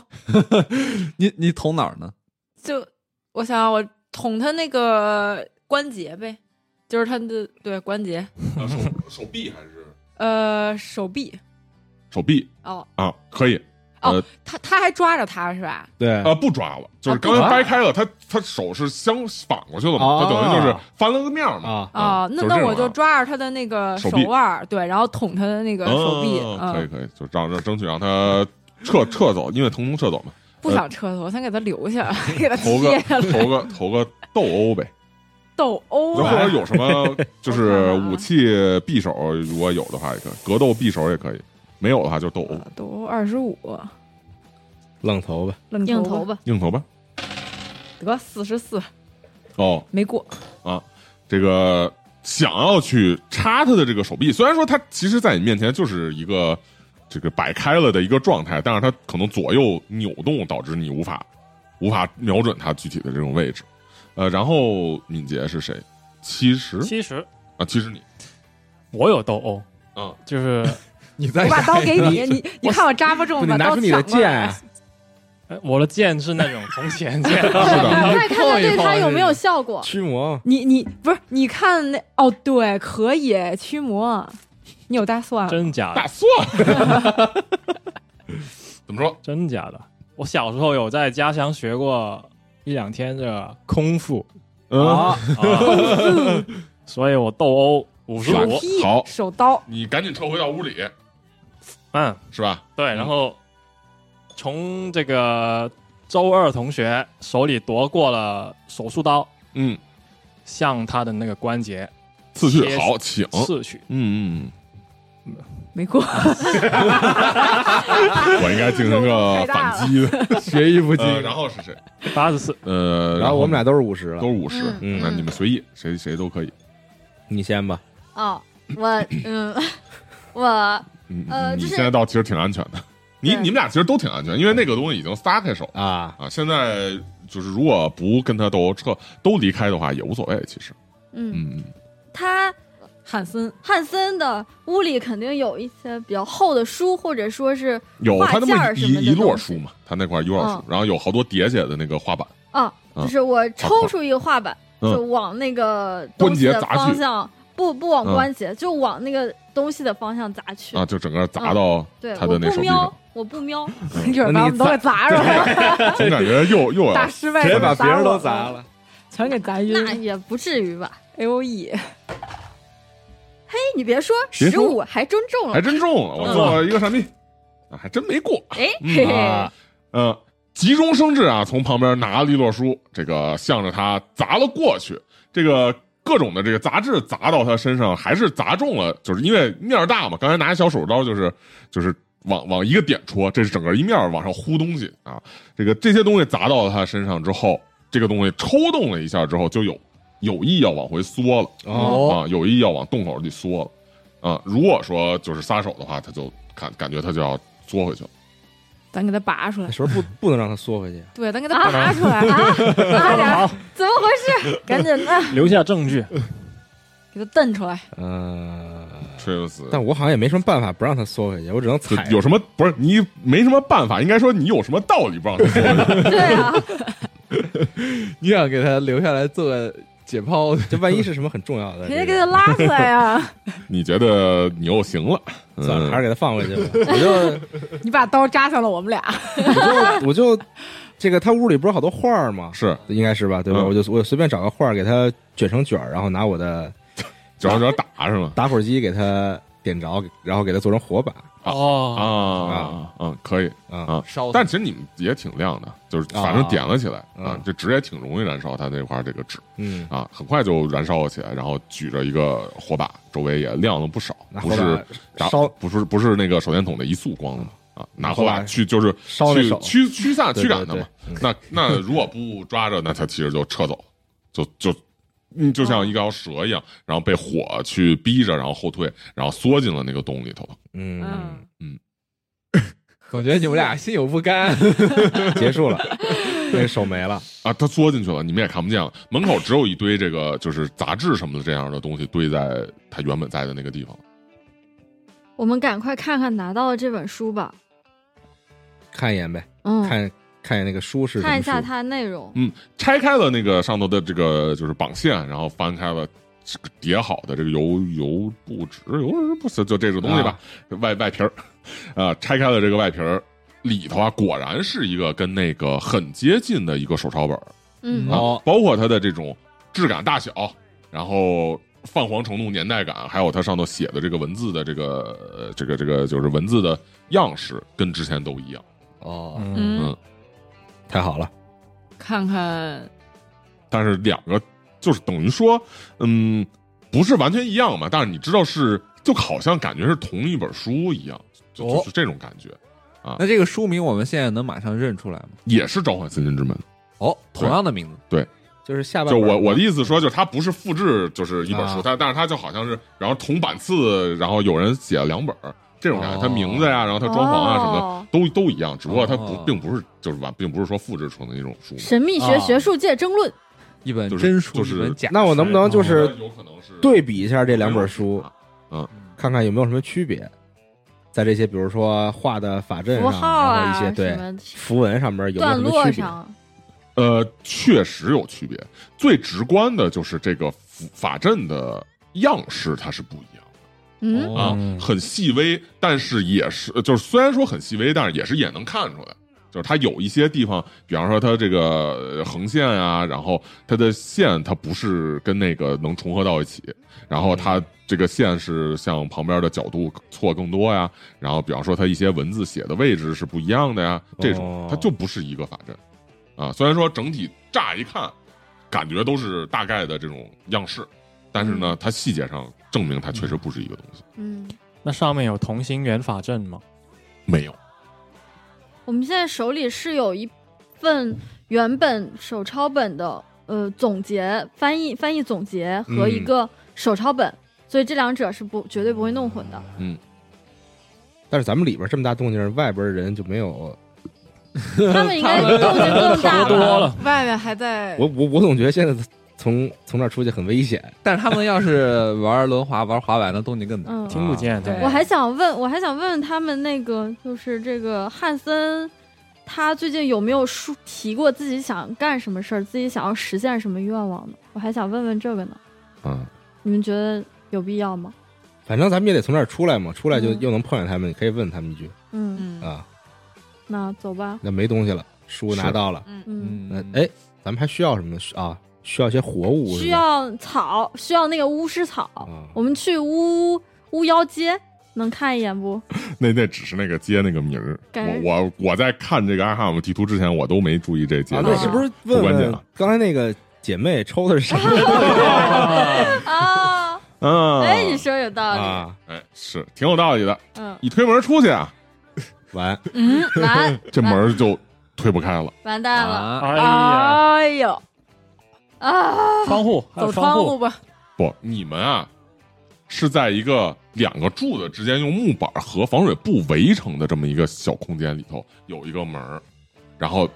Speaker 4: 你你捅哪儿呢？
Speaker 7: 就我想我捅他那个关节呗，就是他的对关节，
Speaker 8: 啊，手手臂还是
Speaker 7: 呃，手臂
Speaker 8: 手臂
Speaker 7: 哦，
Speaker 8: 啊？可以。呃
Speaker 7: 哦他他还抓着他是吧？
Speaker 3: 对
Speaker 8: 啊，不抓了，就是
Speaker 7: 啊不
Speaker 8: 刚
Speaker 7: 抓
Speaker 8: 才掰开了，他他手是相反过去了嘛，
Speaker 3: 哦
Speaker 8: 他等于就是翻了个面儿嘛。
Speaker 3: 啊，
Speaker 7: 哦，那
Speaker 8: 是
Speaker 7: 那
Speaker 8: 这
Speaker 7: 我
Speaker 8: 种
Speaker 7: 就
Speaker 8: 啊
Speaker 7: 抓着他的那个
Speaker 8: 手
Speaker 7: 手
Speaker 8: 臂
Speaker 7: 腕儿，对，然后捅他的那个手臂，
Speaker 8: 啊可以
Speaker 7: 嗯，
Speaker 8: 可以，就让让争取让他撤撤走，因为腾冲撤走嘛，
Speaker 7: 不想撤头，我想给他留下，给他
Speaker 8: 投
Speaker 7: 贴
Speaker 8: 个
Speaker 7: 下来
Speaker 8: 投个投个斗殴呗。
Speaker 7: 斗殴
Speaker 8: 那或者
Speaker 7: 啊，
Speaker 8: 有什么就是
Speaker 7: 我看看啊
Speaker 8: 武器匕首，如果有的话也可以，格斗匕首也可以，没有的话就斗殴，
Speaker 7: 斗殴二十五，
Speaker 3: 愣头吧，
Speaker 8: 嗯
Speaker 7: 愣
Speaker 6: 硬
Speaker 7: 头
Speaker 6: 投
Speaker 7: 吧，
Speaker 6: 吧，
Speaker 8: 硬头吧。
Speaker 7: 得四十四
Speaker 8: 哦，
Speaker 7: 没过，
Speaker 8: 这个想要去插他的这个手臂，虽然说他其实在你面前就是一个这个摆开了的一个状态，但是他可能左右扭动，导致你无法无法瞄准他具体的这种位置。呃，然后敏捷是谁？七十
Speaker 5: 其实
Speaker 8: 啊，七十你
Speaker 5: 我有斗殴，
Speaker 8: 嗯，
Speaker 5: 就是
Speaker 4: 你在
Speaker 3: 哎
Speaker 7: 我把刀给你，你你看我扎不中，
Speaker 3: 不，你
Speaker 7: 把
Speaker 3: 拿
Speaker 7: 刀
Speaker 3: 出你的
Speaker 7: 抢过
Speaker 3: 剑
Speaker 7: 来
Speaker 3: 啊。，
Speaker 5: 呃我的剑是那种铜钱剑，
Speaker 8: 嗯
Speaker 6: 再看看对他有没有效果。
Speaker 3: 驱魔
Speaker 7: 你你不是你看那哦，对，可以驱魔，你有大蒜
Speaker 5: 真假
Speaker 8: 大
Speaker 5: 的，
Speaker 8: 蒜怎么说？
Speaker 5: 真假的。我小时候有在家乡学过一两天的空腹，
Speaker 4: 啊
Speaker 8: 嗯，
Speaker 5: 啊所以我斗殴五十
Speaker 8: 手
Speaker 5: 五
Speaker 7: 手，劈
Speaker 8: 好
Speaker 7: 手刀，
Speaker 8: 你赶紧撤回到屋里，
Speaker 5: 嗯，
Speaker 8: 是吧？
Speaker 5: 对，然后从这个周二同学手里夺过了手术刀，
Speaker 8: 嗯，
Speaker 5: 向他的那个关节
Speaker 8: 次序
Speaker 5: 切
Speaker 8: 好，请。
Speaker 5: 刺去。
Speaker 8: 嗯嗯
Speaker 7: 没过，
Speaker 8: 嗯，我应该进行个反击的。
Speaker 3: 学艺
Speaker 4: 啊
Speaker 3: 不精，
Speaker 8: 呃，然后是谁？
Speaker 5: 八十四，
Speaker 8: 呃，
Speaker 3: 然后我们俩都是五十了
Speaker 8: 都，是五十，
Speaker 6: 嗯
Speaker 8: 那
Speaker 6: 嗯
Speaker 8: 你们随意，谁谁都可以。
Speaker 3: 你先吧，
Speaker 6: 哦，我嗯， 我
Speaker 8: 嗯，
Speaker 6: 呃
Speaker 8: 你
Speaker 6: 就是
Speaker 8: 现在倒其实挺安全的，你
Speaker 6: 对
Speaker 8: 你们俩其实都挺安全，因为那个东西已经撒开手了
Speaker 3: 啊，
Speaker 8: 啊。现在就是如果不跟他斗殴撤，都离开的话也无所谓，其实，
Speaker 6: 嗯，
Speaker 8: 嗯
Speaker 6: 他
Speaker 7: 汉森
Speaker 6: 汉森的屋里肯定有一些比较厚的书，或者说是
Speaker 8: 有
Speaker 6: 画
Speaker 8: 他那
Speaker 6: 架
Speaker 8: 么
Speaker 6: 儿什么的
Speaker 8: 一一摞
Speaker 6: 东西
Speaker 8: 书嘛，他那块一摞书
Speaker 6: 嗯，
Speaker 8: 然后有好多叠起来的那个画板，
Speaker 6: 啊，
Speaker 8: 啊
Speaker 6: 就是我抽出一个画板，
Speaker 8: 嗯
Speaker 6: 就往那个东西的方
Speaker 8: 关节
Speaker 6: 向，不不往
Speaker 8: 嗯
Speaker 6: 关节，就往那个东西的方向砸去。
Speaker 8: 啊，就整个
Speaker 6: 嗯
Speaker 8: 砸到
Speaker 6: 对，
Speaker 8: 他
Speaker 6: 我
Speaker 8: 的那
Speaker 6: 不
Speaker 8: 手臂上
Speaker 6: 瞄，，我不瞄，
Speaker 7: 一会儿把我们都给砸着了，
Speaker 8: 总感觉又又要
Speaker 7: 大失败，
Speaker 4: 直接把别人都砸
Speaker 7: 了，
Speaker 3: 啊
Speaker 4: 了。
Speaker 7: 全给砸晕。
Speaker 6: 那也不至于吧？
Speaker 7: A O E
Speaker 6: 哎，你别说，
Speaker 8: 别
Speaker 6: 十
Speaker 8: 说
Speaker 6: 五还真中
Speaker 8: 还
Speaker 6: 了，
Speaker 8: 真中了，我
Speaker 5: 嗯
Speaker 8: 做了一个闪避，啊，还真没过。
Speaker 6: 哎，
Speaker 8: 嗯
Speaker 6: 嘿嘿
Speaker 3: 哦
Speaker 4: 啊，
Speaker 8: 嗯，急中生智啊，从旁边拿了一摞书，这个向着他砸了过去。这个各种的这个杂志砸到他身上，还是砸中了，就是因为面儿大嘛。刚才拿一小手刀，就是就是往往一个点戳，这是整个一面儿往上呼东西啊。这个这些东西砸到了他身上之后，这个东西抽动了一下之后，就有有意要往回缩了。
Speaker 4: 哦，
Speaker 8: 啊，有意要往洞口里缩了啊。如果说就是撒手的话，他就感感觉他就要缩回去了。
Speaker 7: 咱给它拔出来
Speaker 3: 那，时候不不能让他缩回去，啊
Speaker 7: 对，咱给它拔出来，啊快点，
Speaker 6: 怎么回 事？
Speaker 7: 赶紧
Speaker 8: 啊
Speaker 7: 的，
Speaker 5: 留下证据，
Speaker 7: 给它蹬出来。
Speaker 3: 嗯、
Speaker 8: 吹不死，
Speaker 3: 但我好像也没什么办法不让他缩回去，我只能
Speaker 8: 就
Speaker 3: 踩。
Speaker 8: 有什么不是你没什么办法，应该说你有什么道理不让他缩回去
Speaker 6: 对啊，
Speaker 4: 你想给他留下来做个解剖？
Speaker 3: 这万一是什么很重要 的，
Speaker 7: 直接
Speaker 3: 这
Speaker 7: 给
Speaker 3: 个
Speaker 7: 它拉出来呀！
Speaker 8: 你觉得你又行了，
Speaker 3: 算了，还
Speaker 8: 嗯，
Speaker 3: 是给他放回去吧。 我就
Speaker 7: 你把刀扎向了我们俩，
Speaker 3: 我就我就这个，他屋里不是好多画儿吗？
Speaker 8: 是，
Speaker 3: 应该是吧，对吧？
Speaker 8: 嗯
Speaker 3: 我就我随便找个画儿给他卷成卷儿，然后拿我的
Speaker 8: 只要只要打是吗？
Speaker 3: 打火机给他点着，给然后给他做成火把
Speaker 5: 哦，
Speaker 8: 啊，嗯，可以。
Speaker 3: 啊。
Speaker 4: 烧
Speaker 8: 但其实你们也挺亮的，就是反正
Speaker 3: 啊
Speaker 8: 点了起来啊
Speaker 3: 嗯，
Speaker 8: 这纸也挺容易燃烧，它那块儿这个纸
Speaker 3: 嗯，
Speaker 8: 啊，很快就燃烧了起来，然后举着一个火把，周围也亮了不少，
Speaker 3: 拿
Speaker 8: 不
Speaker 3: 火
Speaker 8: 是
Speaker 3: 把
Speaker 8: 炸
Speaker 3: 烧嗯
Speaker 8: 不是不是那个手电筒的一束光的嘛啊，拿火
Speaker 3: 火
Speaker 8: 把
Speaker 3: 把
Speaker 8: 去就是
Speaker 3: 烧那
Speaker 8: 去
Speaker 3: 手
Speaker 8: 驱驱散
Speaker 3: 对
Speaker 8: 驱赶
Speaker 3: 对
Speaker 8: 他嘛。
Speaker 3: 对
Speaker 8: 那那如果不抓着，那他其实就撤走，就就嗯，就像一条蛇一样，然后被火去逼着，然后后退，然后缩进了那个洞里头。
Speaker 3: 嗯，
Speaker 7: 嗯，
Speaker 4: 总觉得你们俩心有不甘。
Speaker 3: 结束了，那个手没 了，
Speaker 8: 啊，他缩进去了，你们也看不见了。门口只有一堆这个就是杂志什么的这样的东西堆在他原本在的那个地方。
Speaker 6: 我们赶快看看拿到的这本书吧。
Speaker 3: 看一眼呗，
Speaker 6: 嗯，
Speaker 3: 看看一眼那个书是什么
Speaker 6: 看一下
Speaker 3: 书
Speaker 6: 它的内容。
Speaker 8: 嗯，拆开了那个上头的这个就是绑线，然后翻开了这个叠好的这个油油布纸，油纸不是就这个东西吧，外外皮儿， 啊，拆开了这个外皮儿，里头啊果然是一个跟那个很接近的一个手抄本儿
Speaker 6: 嗯
Speaker 8: 啊，
Speaker 4: 哦
Speaker 8: 包括它的这种质感大小，然后。泛黄程度、年代感，还有它上头写的这个文字的这个、呃这个、这个，就是文字的样式，跟之前都一样。
Speaker 3: 哦，
Speaker 5: 嗯，
Speaker 7: 嗯，
Speaker 3: 太好了，
Speaker 7: 看看
Speaker 8: 但是两个就是等于说，嗯，不是完全一样嘛，但是你知道是就好像感觉是同一本书一样，就
Speaker 4: 哦
Speaker 8: 就是这种感觉，
Speaker 4: 那这个书名我们现在能马上认出来吗？
Speaker 8: 也是《召唤森林之门
Speaker 4: 哦，同样的名字，
Speaker 3: 就是下》。半
Speaker 8: 就
Speaker 3: 本
Speaker 8: 我我的意思说，就是它不是复制，就是一本书，
Speaker 3: 啊
Speaker 8: 它但是它就好像是，然后同版次，然后有人写了两本儿这种感觉，
Speaker 4: 哦
Speaker 8: 它名字呀、然后它装潢啊什么的。
Speaker 6: 哦
Speaker 8: 都都一样，只不过它不
Speaker 4: 哦
Speaker 8: 并不是就是完，并不是说复制成的一种书，
Speaker 6: 神秘学
Speaker 4: 啊
Speaker 6: 学术界争论，
Speaker 4: 一本
Speaker 8: 就是
Speaker 4: 真书，
Speaker 8: 就是
Speaker 4: 一本假书。
Speaker 3: 那我能不能就是
Speaker 8: 哎有可能是
Speaker 3: 对比一下这两本书，
Speaker 4: 嗯
Speaker 3: 看看有没有什么区别？在这些比如说画的法阵
Speaker 6: 符
Speaker 3: 上，
Speaker 6: 号
Speaker 3: 然
Speaker 6: 啊，
Speaker 3: 后一些
Speaker 6: 什
Speaker 3: 对
Speaker 6: 么
Speaker 3: 符文上面有没有
Speaker 6: 段
Speaker 3: 什
Speaker 6: 落
Speaker 3: 么区别？哦
Speaker 6: 上，
Speaker 8: 呃，确实有区别。最直观的就是这个法法阵的样式，它是不一样
Speaker 6: 嗯，
Speaker 8: 的啊，
Speaker 4: 哦
Speaker 8: 很细微，但是也是就是虽然说很细微，但是也是也能看出来。就是它有一些地方，比方说它这个呃横线啊，然后它的线它不是跟那个能重合到一起，然后它这个线是向旁边的角度错更多呀，然后比方说它一些文字写的位置是不一样的呀，这种
Speaker 3: 哦
Speaker 8: 它就不是一个法阵啊。虽然说整体乍一看感觉都是大概的这种样式，但是呢，它细节上证明它确实不是一个东西。
Speaker 6: 嗯，
Speaker 5: 那上面有同心圆法阵吗？
Speaker 8: 没有，
Speaker 6: 我们现在手里是有一份原本手抄本的呃总结翻译翻译总结
Speaker 3: 嗯
Speaker 6: 和一个手抄本，所以这两者是不绝对不会弄 混的。
Speaker 3: 但是咱们里边这么大动静，外边人就没有。
Speaker 6: 他们应该动静更
Speaker 5: 差
Speaker 6: 大
Speaker 5: 不多
Speaker 6: 吧？
Speaker 5: 了，
Speaker 7: 外面还在
Speaker 3: 我我我总觉得现在从从这儿出去很危险。
Speaker 4: 但是他们要是玩轮滑、玩滑板，那动静更大。
Speaker 6: 嗯，
Speaker 5: 听不见的
Speaker 6: 我还想问，我还想问问他们那个，就是这个汉森，他最近有没有说提过自己想干什么事儿，自己想要实现什么愿望呢？我还想问问这个呢，
Speaker 8: 啊，
Speaker 6: 你们觉得有必要吗？
Speaker 3: 反正咱们也得从这儿出来嘛，出来就
Speaker 6: 嗯
Speaker 3: 又能碰见他们，你可以问他们一句
Speaker 6: 嗯，
Speaker 7: 嗯
Speaker 3: 啊，
Speaker 6: 那走吧。
Speaker 3: 那没东西了，书拿到了，
Speaker 7: 嗯，
Speaker 6: 嗯，
Speaker 3: 那
Speaker 4: 嗯，
Speaker 3: 哎，咱们还需要什么呢？需啊，需要一些活物，
Speaker 6: 需要草，需要那个巫师草。
Speaker 3: 啊，
Speaker 6: 我们去巫巫妖街，能看一眼不？
Speaker 8: 那那只是那个街那个名儿。
Speaker 6: 感觉
Speaker 8: 我我我在看这个阿哈姆地图之前，我都没注意这街
Speaker 3: 啊，
Speaker 8: 道。
Speaker 3: 对，是不是问
Speaker 8: 不关键
Speaker 3: 问
Speaker 8: 了
Speaker 3: 刚才那个姐妹抽的是什 么
Speaker 6: 啊，
Speaker 8: 啊，
Speaker 6: 哎，你说有道理。
Speaker 3: 啊？
Speaker 8: 哎是挺有道理的。
Speaker 6: 嗯
Speaker 8: 一推门出去啊，
Speaker 3: 完，
Speaker 6: 嗯，完
Speaker 8: 这门儿就推不开了。
Speaker 6: 完蛋了
Speaker 4: 啊，
Speaker 5: 哎呀，
Speaker 7: 哎呦，
Speaker 6: 啊！
Speaker 5: 窗户，还有
Speaker 7: 走
Speaker 5: 窗
Speaker 7: 户吧，
Speaker 8: 不，你们啊是在一个两个柱子之间用木板和防水布围成的这么一个小空间里头，有一个门儿，然后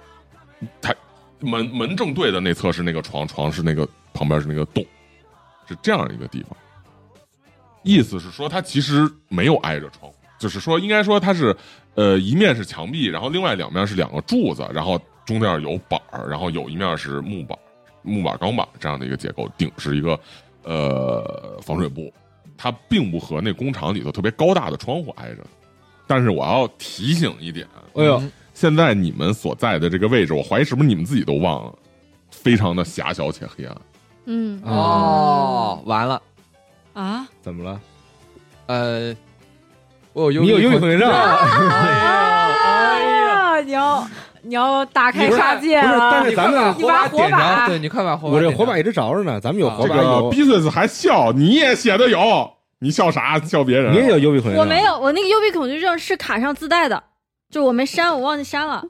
Speaker 8: 它门门正对的那侧是那个床，床是那个旁边是那个洞，是这样一个地方。意思是说，它其实没有挨着窗户，就是说，应该说它是，呃，一面是墙壁，然后另外两面是两个柱子，然后中间有板儿，然后有一面是木板儿、木板儿钢板儿这样的一个结构，顶是一个呃防水布，它并不和那工厂里头特别高大的窗户挨着。但是我要提醒一点，
Speaker 4: 嗯
Speaker 3: 哎呦，
Speaker 6: 嗯
Speaker 8: 现在你们所在的这个位置，我怀疑是不是你们自己都忘了，非常的狭小且黑暗。
Speaker 6: 嗯，
Speaker 4: 哦，完了，
Speaker 7: 啊，
Speaker 3: 怎么了？
Speaker 4: 呃，我有
Speaker 3: 你有忧郁
Speaker 4: 有
Speaker 3: 恐惧症？
Speaker 7: 啊，你要你要打开
Speaker 4: 不是
Speaker 7: 杀戒
Speaker 3: 不是，但
Speaker 7: 了，
Speaker 3: 是咱们
Speaker 7: 啊你把火
Speaker 4: 点着，
Speaker 7: 把
Speaker 4: 对你快把火把，
Speaker 3: 我这火把一直着着呢，咱们
Speaker 6: 啊
Speaker 3: 有火
Speaker 8: 这
Speaker 3: 把
Speaker 8: 个
Speaker 3: 有，
Speaker 8: 逼碎子还笑，你也写的有，你笑啥？笑别人？
Speaker 3: 你也有忧郁恐惧症？
Speaker 6: 我没有，我那个幽闭恐惧症是卡上自带的，就我没删，我忘记删了。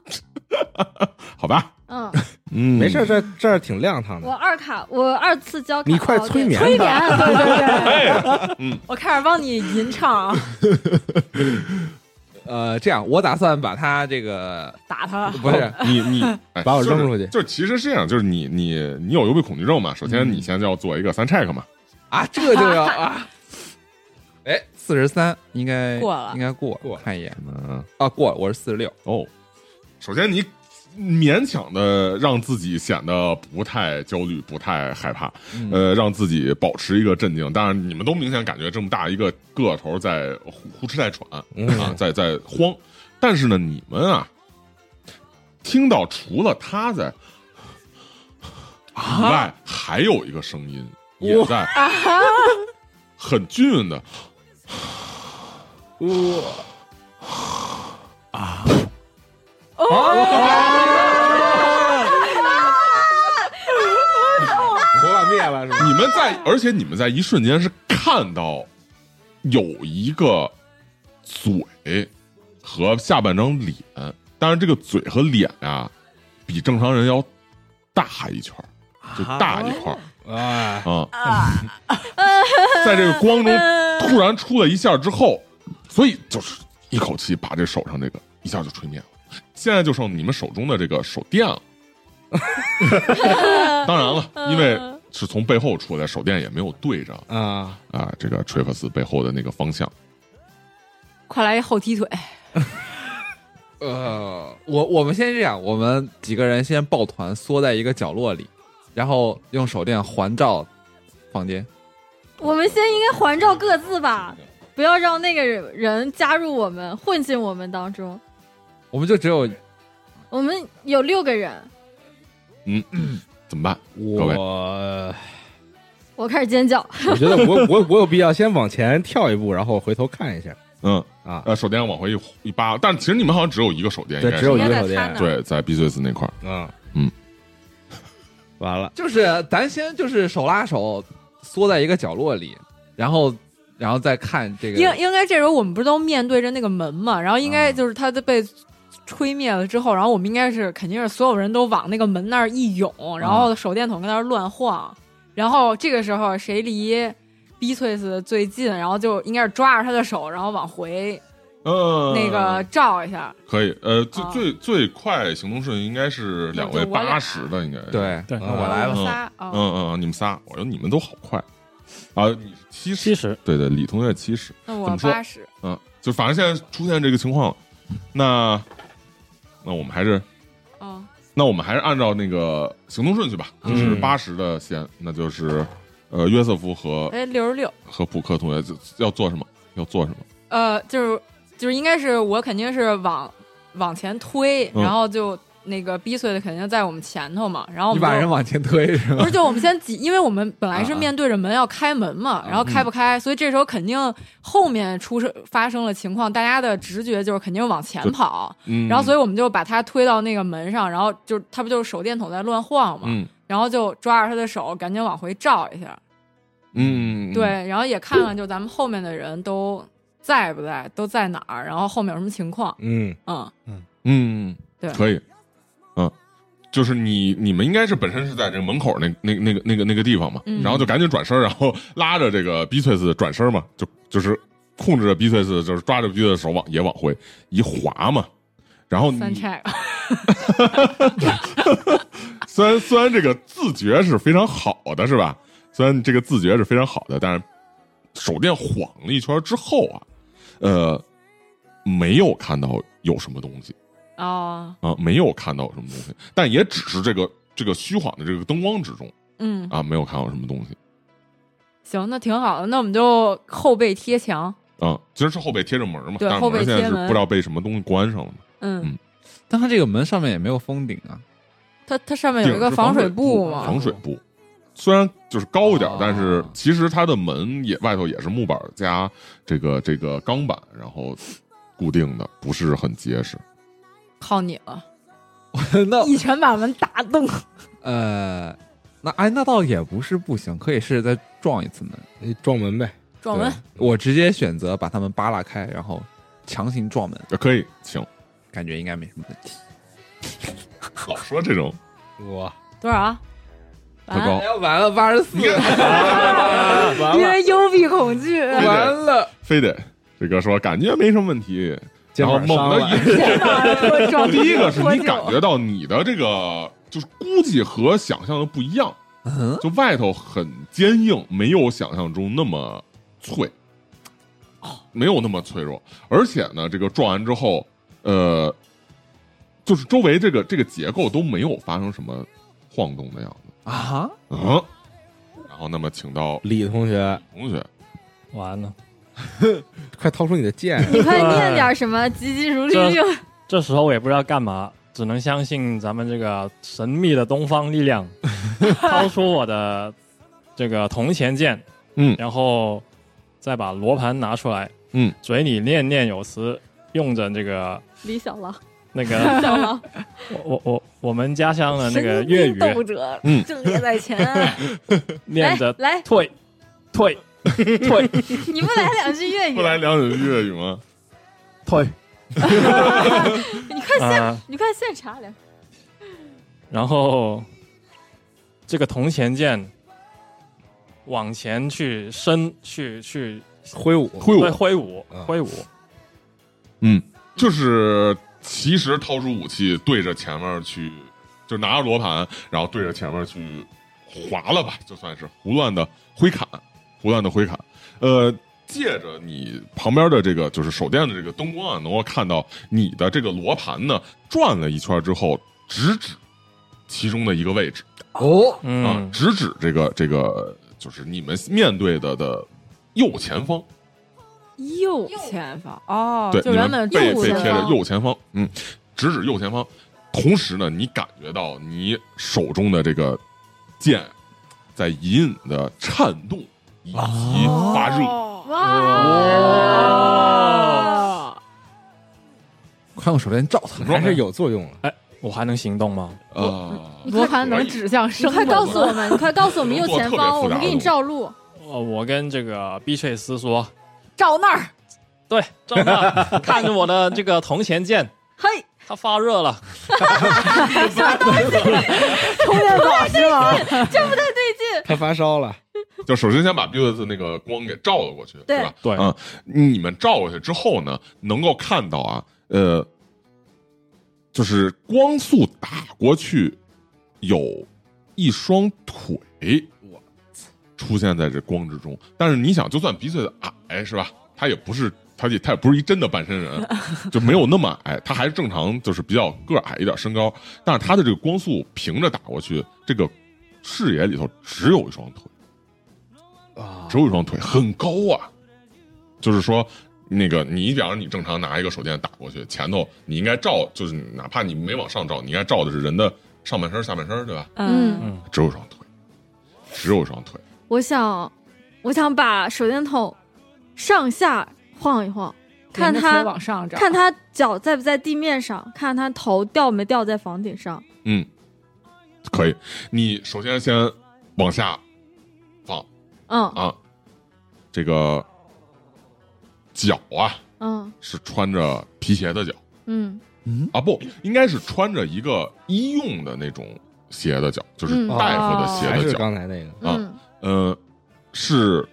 Speaker 8: 好吧？
Speaker 6: 嗯，
Speaker 8: 嗯
Speaker 3: 没事，。这这儿挺亮堂
Speaker 6: 我
Speaker 3: 的。
Speaker 6: 二卡，我二次交卡。
Speaker 3: 你快
Speaker 6: 哦对
Speaker 3: 催眠
Speaker 7: 催
Speaker 3: 他
Speaker 7: 眠，对对对，我开始帮你吟唱，
Speaker 4: 呃，这样，我打算把它这个
Speaker 7: 打他，
Speaker 4: 不是
Speaker 8: 你你、哎
Speaker 3: 把我扔
Speaker 8: 就是
Speaker 3: 出去
Speaker 8: 就是其实是这样，就是你你你有幽闭恐惧症嘛？首
Speaker 3: 嗯
Speaker 8: 先你先要做一个三 check 嘛，
Speaker 4: 啊，这就要 啊，哎，四十三应该
Speaker 7: 过了
Speaker 4: 应该过
Speaker 3: 过了
Speaker 4: 看一眼
Speaker 8: 嗯
Speaker 4: 啊，过了，我是四十六，
Speaker 8: 哦，首先你勉强的让自己显得不太焦虑、不太害怕，呃，让自己保持一个镇静。当然，你们都明显感觉这么大一个个头在呼呼哧带喘啊，在在慌。但是呢，你们啊，听到除了他在以外，还有一个声音也在 很均匀的
Speaker 3: 火把灭了是吧？
Speaker 8: 你们在，而且你们在一瞬间是看到有一个嘴和下半张脸，但是这个嘴和脸啊，比正常人要大一圈儿，就大一块儿
Speaker 3: 啊，
Speaker 8: 啊。在这个光中突然出了一下之后，所以就是一口气把这手上这个一下就吹灭了。现在就剩你们手中的这个手电了。当然了，因为是从背后出来，手电也没有对着
Speaker 3: 啊，
Speaker 8: 啊，这个吹克斯背后的那个方向。
Speaker 7: 快来一后踢腿，
Speaker 4: 呃，我我们先这样，我们几个人先抱团缩在一个角落里，然后用手电环照房间。
Speaker 6: 我们先应该环照各自吧，不要让那个人人加入我们，混进我们当中。
Speaker 4: 我们就只有
Speaker 6: 我们有六个人，
Speaker 8: 嗯，怎么办？各位，
Speaker 3: 我
Speaker 6: 我开始尖叫。
Speaker 3: 我觉得我我我有必要先往前跳一步，然后回头看一下
Speaker 8: 嗯，
Speaker 3: 啊。
Speaker 8: 呃，手电往回一一扒，但其实你们好像只有一个手电，
Speaker 3: 对
Speaker 8: 应，该
Speaker 3: 只有一
Speaker 8: 是
Speaker 3: 个手
Speaker 7: 应该在
Speaker 3: 电
Speaker 7: 他
Speaker 8: 对，在 B 碎斯那块儿。
Speaker 3: 啊，
Speaker 8: 嗯，
Speaker 3: 完了，
Speaker 4: 就是咱先就是手拉手缩在一个角落里，然后然后再看这
Speaker 7: 应
Speaker 4: 个
Speaker 7: 应该这时候我们不是都面对着那个门嘛，然后应该就是它被吹灭了之后，然后我们应该是肯定是所有人都往那个门那儿一涌，
Speaker 8: 啊
Speaker 7: 然后手电筒跟那儿乱晃，然后这个时候谁离逼翠斯最近，然后就应该是抓着他的手，然后往回
Speaker 8: 嗯，
Speaker 7: 那个照一下，
Speaker 8: 可以，呃，最
Speaker 7: 啊
Speaker 8: 最最快行动顺应该是两位
Speaker 7: 那就我俩
Speaker 8: 八十的，应该是，
Speaker 4: 对，
Speaker 5: 对
Speaker 4: 那我来吧。
Speaker 7: 我仨
Speaker 8: 嗯
Speaker 7: 啊，
Speaker 8: 嗯嗯，你们仨，我觉得你们都好快啊，你是七十，
Speaker 5: 七十，
Speaker 8: 对对，李同学七十，
Speaker 7: 那
Speaker 8: 怎
Speaker 7: 我
Speaker 8: 么说
Speaker 7: 八十，
Speaker 8: 嗯，就反正现在出现这个情况，那那我们还是
Speaker 7: 嗯，
Speaker 8: 那我们还是按照那个行动顺序吧，就是
Speaker 4: 嗯
Speaker 8: 八十的先，那就是呃约瑟夫和
Speaker 7: 哎，六十六，
Speaker 8: 和布克同学就要做什么，要做什么，
Speaker 7: 呃，就是就是应该是我肯定是往往前推，
Speaker 8: 嗯
Speaker 7: 然后就那个逼碎的肯定在我们前头嘛，然后我
Speaker 4: 你
Speaker 7: 们
Speaker 4: 把
Speaker 7: 就
Speaker 4: 人往前推是
Speaker 7: 不
Speaker 4: 吧？
Speaker 7: 是，就我们先挤，因为我们本来是
Speaker 4: 啊啊
Speaker 7: 面对着门要开门嘛，然后开不开，所以这时候肯定后面出生发生了情况，大家的直觉就是肯定往前跑，
Speaker 8: 嗯，
Speaker 7: 然后所
Speaker 8: 以
Speaker 7: 以我们就把他推到那个门上，然后就他不就是手电筒在乱晃嘛，
Speaker 8: 嗯
Speaker 7: 然后就抓着他的手，赶紧往回照一下，
Speaker 8: 嗯，嗯，
Speaker 7: 对，然后也看看就咱们后面的人都在不在，都在哪儿，然后后面有什么情况，
Speaker 3: 嗯，
Speaker 7: 嗯，
Speaker 8: 嗯，
Speaker 7: 对
Speaker 8: 可以，嗯，就是你你们应该是本身是在这个门口那那那个那个那个地方嘛，
Speaker 7: 嗯
Speaker 8: 然后就赶紧转身，然后拉着这个 B 翠斯转身嘛，就就是控制着 B 翠斯，就是抓着 B 翠的手往也往回一滑嘛，然后你
Speaker 7: 三 check，
Speaker 8: 虽然虽然这个自觉是非常好的，是吧？虽然这个自觉是非常好的，但是呃手电晃了一圈之后啊，呃，没有看到有什么东西。
Speaker 7: 哦，
Speaker 8: 啊，没有看到有什么东西，但也只是这个这个虚晃的这个灯光之中
Speaker 7: 嗯，
Speaker 8: 啊，没有看到有什么东西
Speaker 7: 行，那挺好的，那我们就后背贴墙，
Speaker 8: 啊。其实是后背贴着门嘛，
Speaker 7: 对
Speaker 8: 但是
Speaker 7: 后背
Speaker 8: 门现在
Speaker 7: 贴
Speaker 8: 是
Speaker 7: 门
Speaker 8: 不知道被什么东西关上了嘛。
Speaker 7: 嗯
Speaker 8: 嗯
Speaker 4: 但它这个门上面也没有封顶啊。
Speaker 7: 它它上面有一
Speaker 8: 顶
Speaker 7: 个
Speaker 8: 是
Speaker 7: 防水
Speaker 8: 布
Speaker 7: 布嘛，
Speaker 8: 防水布虽然就是高一点
Speaker 4: 哦，
Speaker 8: 但是其实它的门也外头也是木板加这个这个钢板，然后固定的，不是很结实。
Speaker 7: 靠你了，
Speaker 4: 那
Speaker 7: 一拳把门打动。
Speaker 4: 呃，那哎，那倒也不是不行，可以试着再撞一次门。
Speaker 3: 你撞门呗，
Speaker 7: 撞门
Speaker 4: 对，我直接选择把他们扒拉开，然后强行撞门，
Speaker 8: 也呃可以， 请
Speaker 4: 感觉应该没什么问题。
Speaker 8: 老说这种，
Speaker 3: 我
Speaker 7: 多少啊？
Speaker 8: 特高
Speaker 7: 完，
Speaker 4: 要哎完了，八十四，
Speaker 7: 因为幽闭恐惧，
Speaker 4: 完了，
Speaker 8: 非得这个说感觉没什么问题，
Speaker 3: 肩
Speaker 8: 然后
Speaker 3: 膀
Speaker 8: 猛
Speaker 3: 伤
Speaker 8: 的
Speaker 3: 了
Speaker 8: 一。
Speaker 7: 撞
Speaker 8: 第一个是你感
Speaker 7: 脱臼
Speaker 8: 觉到你的这个就是估计和想象的不一样，
Speaker 4: 嗯，
Speaker 8: 就外头很坚硬，没有想象中那么脆，没有那么脆弱。而且呢，这个撞完之后，呃，就是周围这个这个结构都没有发生什么晃动的样子。
Speaker 4: 啊，
Speaker 8: 嗯，然后那么请到
Speaker 3: 李同学，
Speaker 8: 同学，
Speaker 5: 完了。
Speaker 3: 快掏出你的剑，
Speaker 6: 你快念点什么，急急如律令。
Speaker 5: 这时候我也不知道干嘛，只能相信咱们这个神秘的东方力 量，掏出我的这个铜钱剑，
Speaker 8: 嗯
Speaker 5: 然后再把罗盘拿出来，
Speaker 8: 嗯，
Speaker 5: 嘴里念念有词，用着这个
Speaker 6: 李小狼，
Speaker 5: 那 个
Speaker 6: 小狼，
Speaker 5: 我我我我们家乡的那个粤语
Speaker 7: 斗者
Speaker 8: 嗯，
Speaker 7: 正业在前。
Speaker 5: 念着
Speaker 6: 来来，
Speaker 5: 退退退
Speaker 6: 你不来两句粤语
Speaker 8: 不，来两句粤语吗？
Speaker 5: 退
Speaker 6: 你快现，
Speaker 5: 啊，
Speaker 6: 你快现查两句。
Speaker 5: 然后这个铜钱剑往前去伸去去
Speaker 3: 挥舞，
Speaker 8: 挥舞
Speaker 5: 对，挥舞
Speaker 3: 啊
Speaker 5: 挥舞。
Speaker 8: 就是其实掏出武器对着前面去，就拿着罗盘，然后对着前面去划了吧，就算是胡乱的挥砍，胡乱的挥砍。呃，借着你旁边的这个就是手电的这个灯光啊，能够看到你的这个罗盘呢转了一圈之后，直指其中的一个位置
Speaker 3: 哦，
Speaker 8: 啊
Speaker 5: 嗯，，
Speaker 8: 直指这个这个就是你们面对的的右前方。
Speaker 7: 右前方哦，
Speaker 8: 对，
Speaker 7: 就
Speaker 8: 你
Speaker 7: 原
Speaker 8: 们
Speaker 7: 本哦
Speaker 8: 背
Speaker 7: 右
Speaker 8: 背贴
Speaker 7: 前
Speaker 8: 着
Speaker 7: 方，
Speaker 8: 右前方，嗯，直指右前方。同时呢，你感觉到你手中的这个剑在隐隐的颤动以及发热，
Speaker 7: 哦哇！
Speaker 4: 快用手电照他
Speaker 8: 你，说
Speaker 3: 还是有作用了。
Speaker 5: 我还能行动吗？
Speaker 8: 呃，
Speaker 7: 罗盘能指向
Speaker 6: 你
Speaker 7: 生
Speaker 6: 快
Speaker 7: 活吗，
Speaker 6: 告诉我们，你快告诉我们右前方，我们给你照路。
Speaker 5: 呃，我跟这个碧翠丝说，
Speaker 7: 照那儿，
Speaker 5: 对，照那看着我的这个铜钱剑，
Speaker 6: 嘿，
Speaker 5: 它发热了，
Speaker 7: 充电宝是吧？
Speaker 6: 这不太对劲。
Speaker 3: 他发烧了，
Speaker 8: 就首先先把 b i l l 那个光给照了过去，
Speaker 6: 对
Speaker 8: 是吧？
Speaker 5: 对
Speaker 8: 啊，你们照过去之后呢，能够看到啊，呃，就是光速打过去，有一双腿，我出现在这光之中。但是你想，就算鼻嘴的矮是吧，他也不是。他也他也不是一真的半身人，就没有那么矮，他还是正常，就是比较个儿矮一点身高。但是他的这个光速平着打过去，这个视野里头只有一双腿，
Speaker 3: 啊，
Speaker 8: 只有一双腿，很高啊。就是说，那个你比方说你正常拿一个手电打过去，前头你应该照，就是哪怕你没往上照，你应该照的是人的上半身、下半身，对吧？
Speaker 7: 嗯，
Speaker 5: 嗯
Speaker 8: 只有一双腿，只有一双腿。
Speaker 6: 我想，我想把手电筒上下晃一晃，看
Speaker 7: 沿着腿
Speaker 6: 他
Speaker 7: 往上找，
Speaker 6: 看
Speaker 8: 啊
Speaker 6: 他脚在不在地面上，看他头掉没掉在房顶上。
Speaker 8: 嗯，可以。你首先先往下放
Speaker 6: 嗯
Speaker 8: 啊，这个脚啊
Speaker 6: 嗯
Speaker 8: 是穿着皮鞋的脚。
Speaker 6: 嗯
Speaker 8: 啊，不应该是穿着一个医用的那种鞋的脚，就是
Speaker 6: 嗯
Speaker 8: 大夫的
Speaker 3: 还
Speaker 8: 鞋的
Speaker 3: 是
Speaker 8: 脚。
Speaker 3: 刚才那个
Speaker 8: 啊
Speaker 6: 嗯
Speaker 8: 呃，是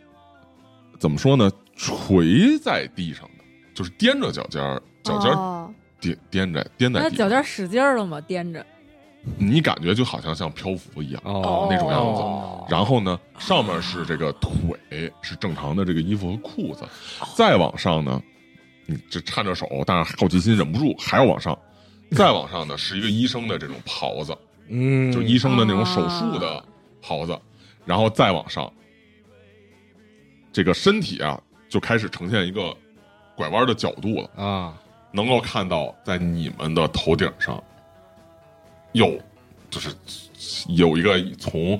Speaker 8: 怎么说呢？垂在地上的，就是踮着脚尖儿，脚尖儿
Speaker 6: 哦
Speaker 8: 踮踮着踮在
Speaker 7: 那
Speaker 8: 地
Speaker 7: 脚
Speaker 8: 上，
Speaker 7: 尖使劲儿了吗？颠着，
Speaker 8: 你感觉就好像像漂浮一样。
Speaker 3: 哦，
Speaker 8: 那种样子
Speaker 7: 哦
Speaker 8: 然后呢，上面是这个腿是正常的这个衣服和裤子，
Speaker 7: 哦
Speaker 8: 再往上呢，你这颤着手，但是好奇心忍不住还要往上，再往上呢是一个医生的这种袍子，
Speaker 3: 嗯，
Speaker 8: 就医生的那种手术的袍子，然后再往上，这个身体啊就开始呈现一个拐弯的角度了，
Speaker 3: 啊，
Speaker 8: 能够看到在你们的头顶上有，就是有一个从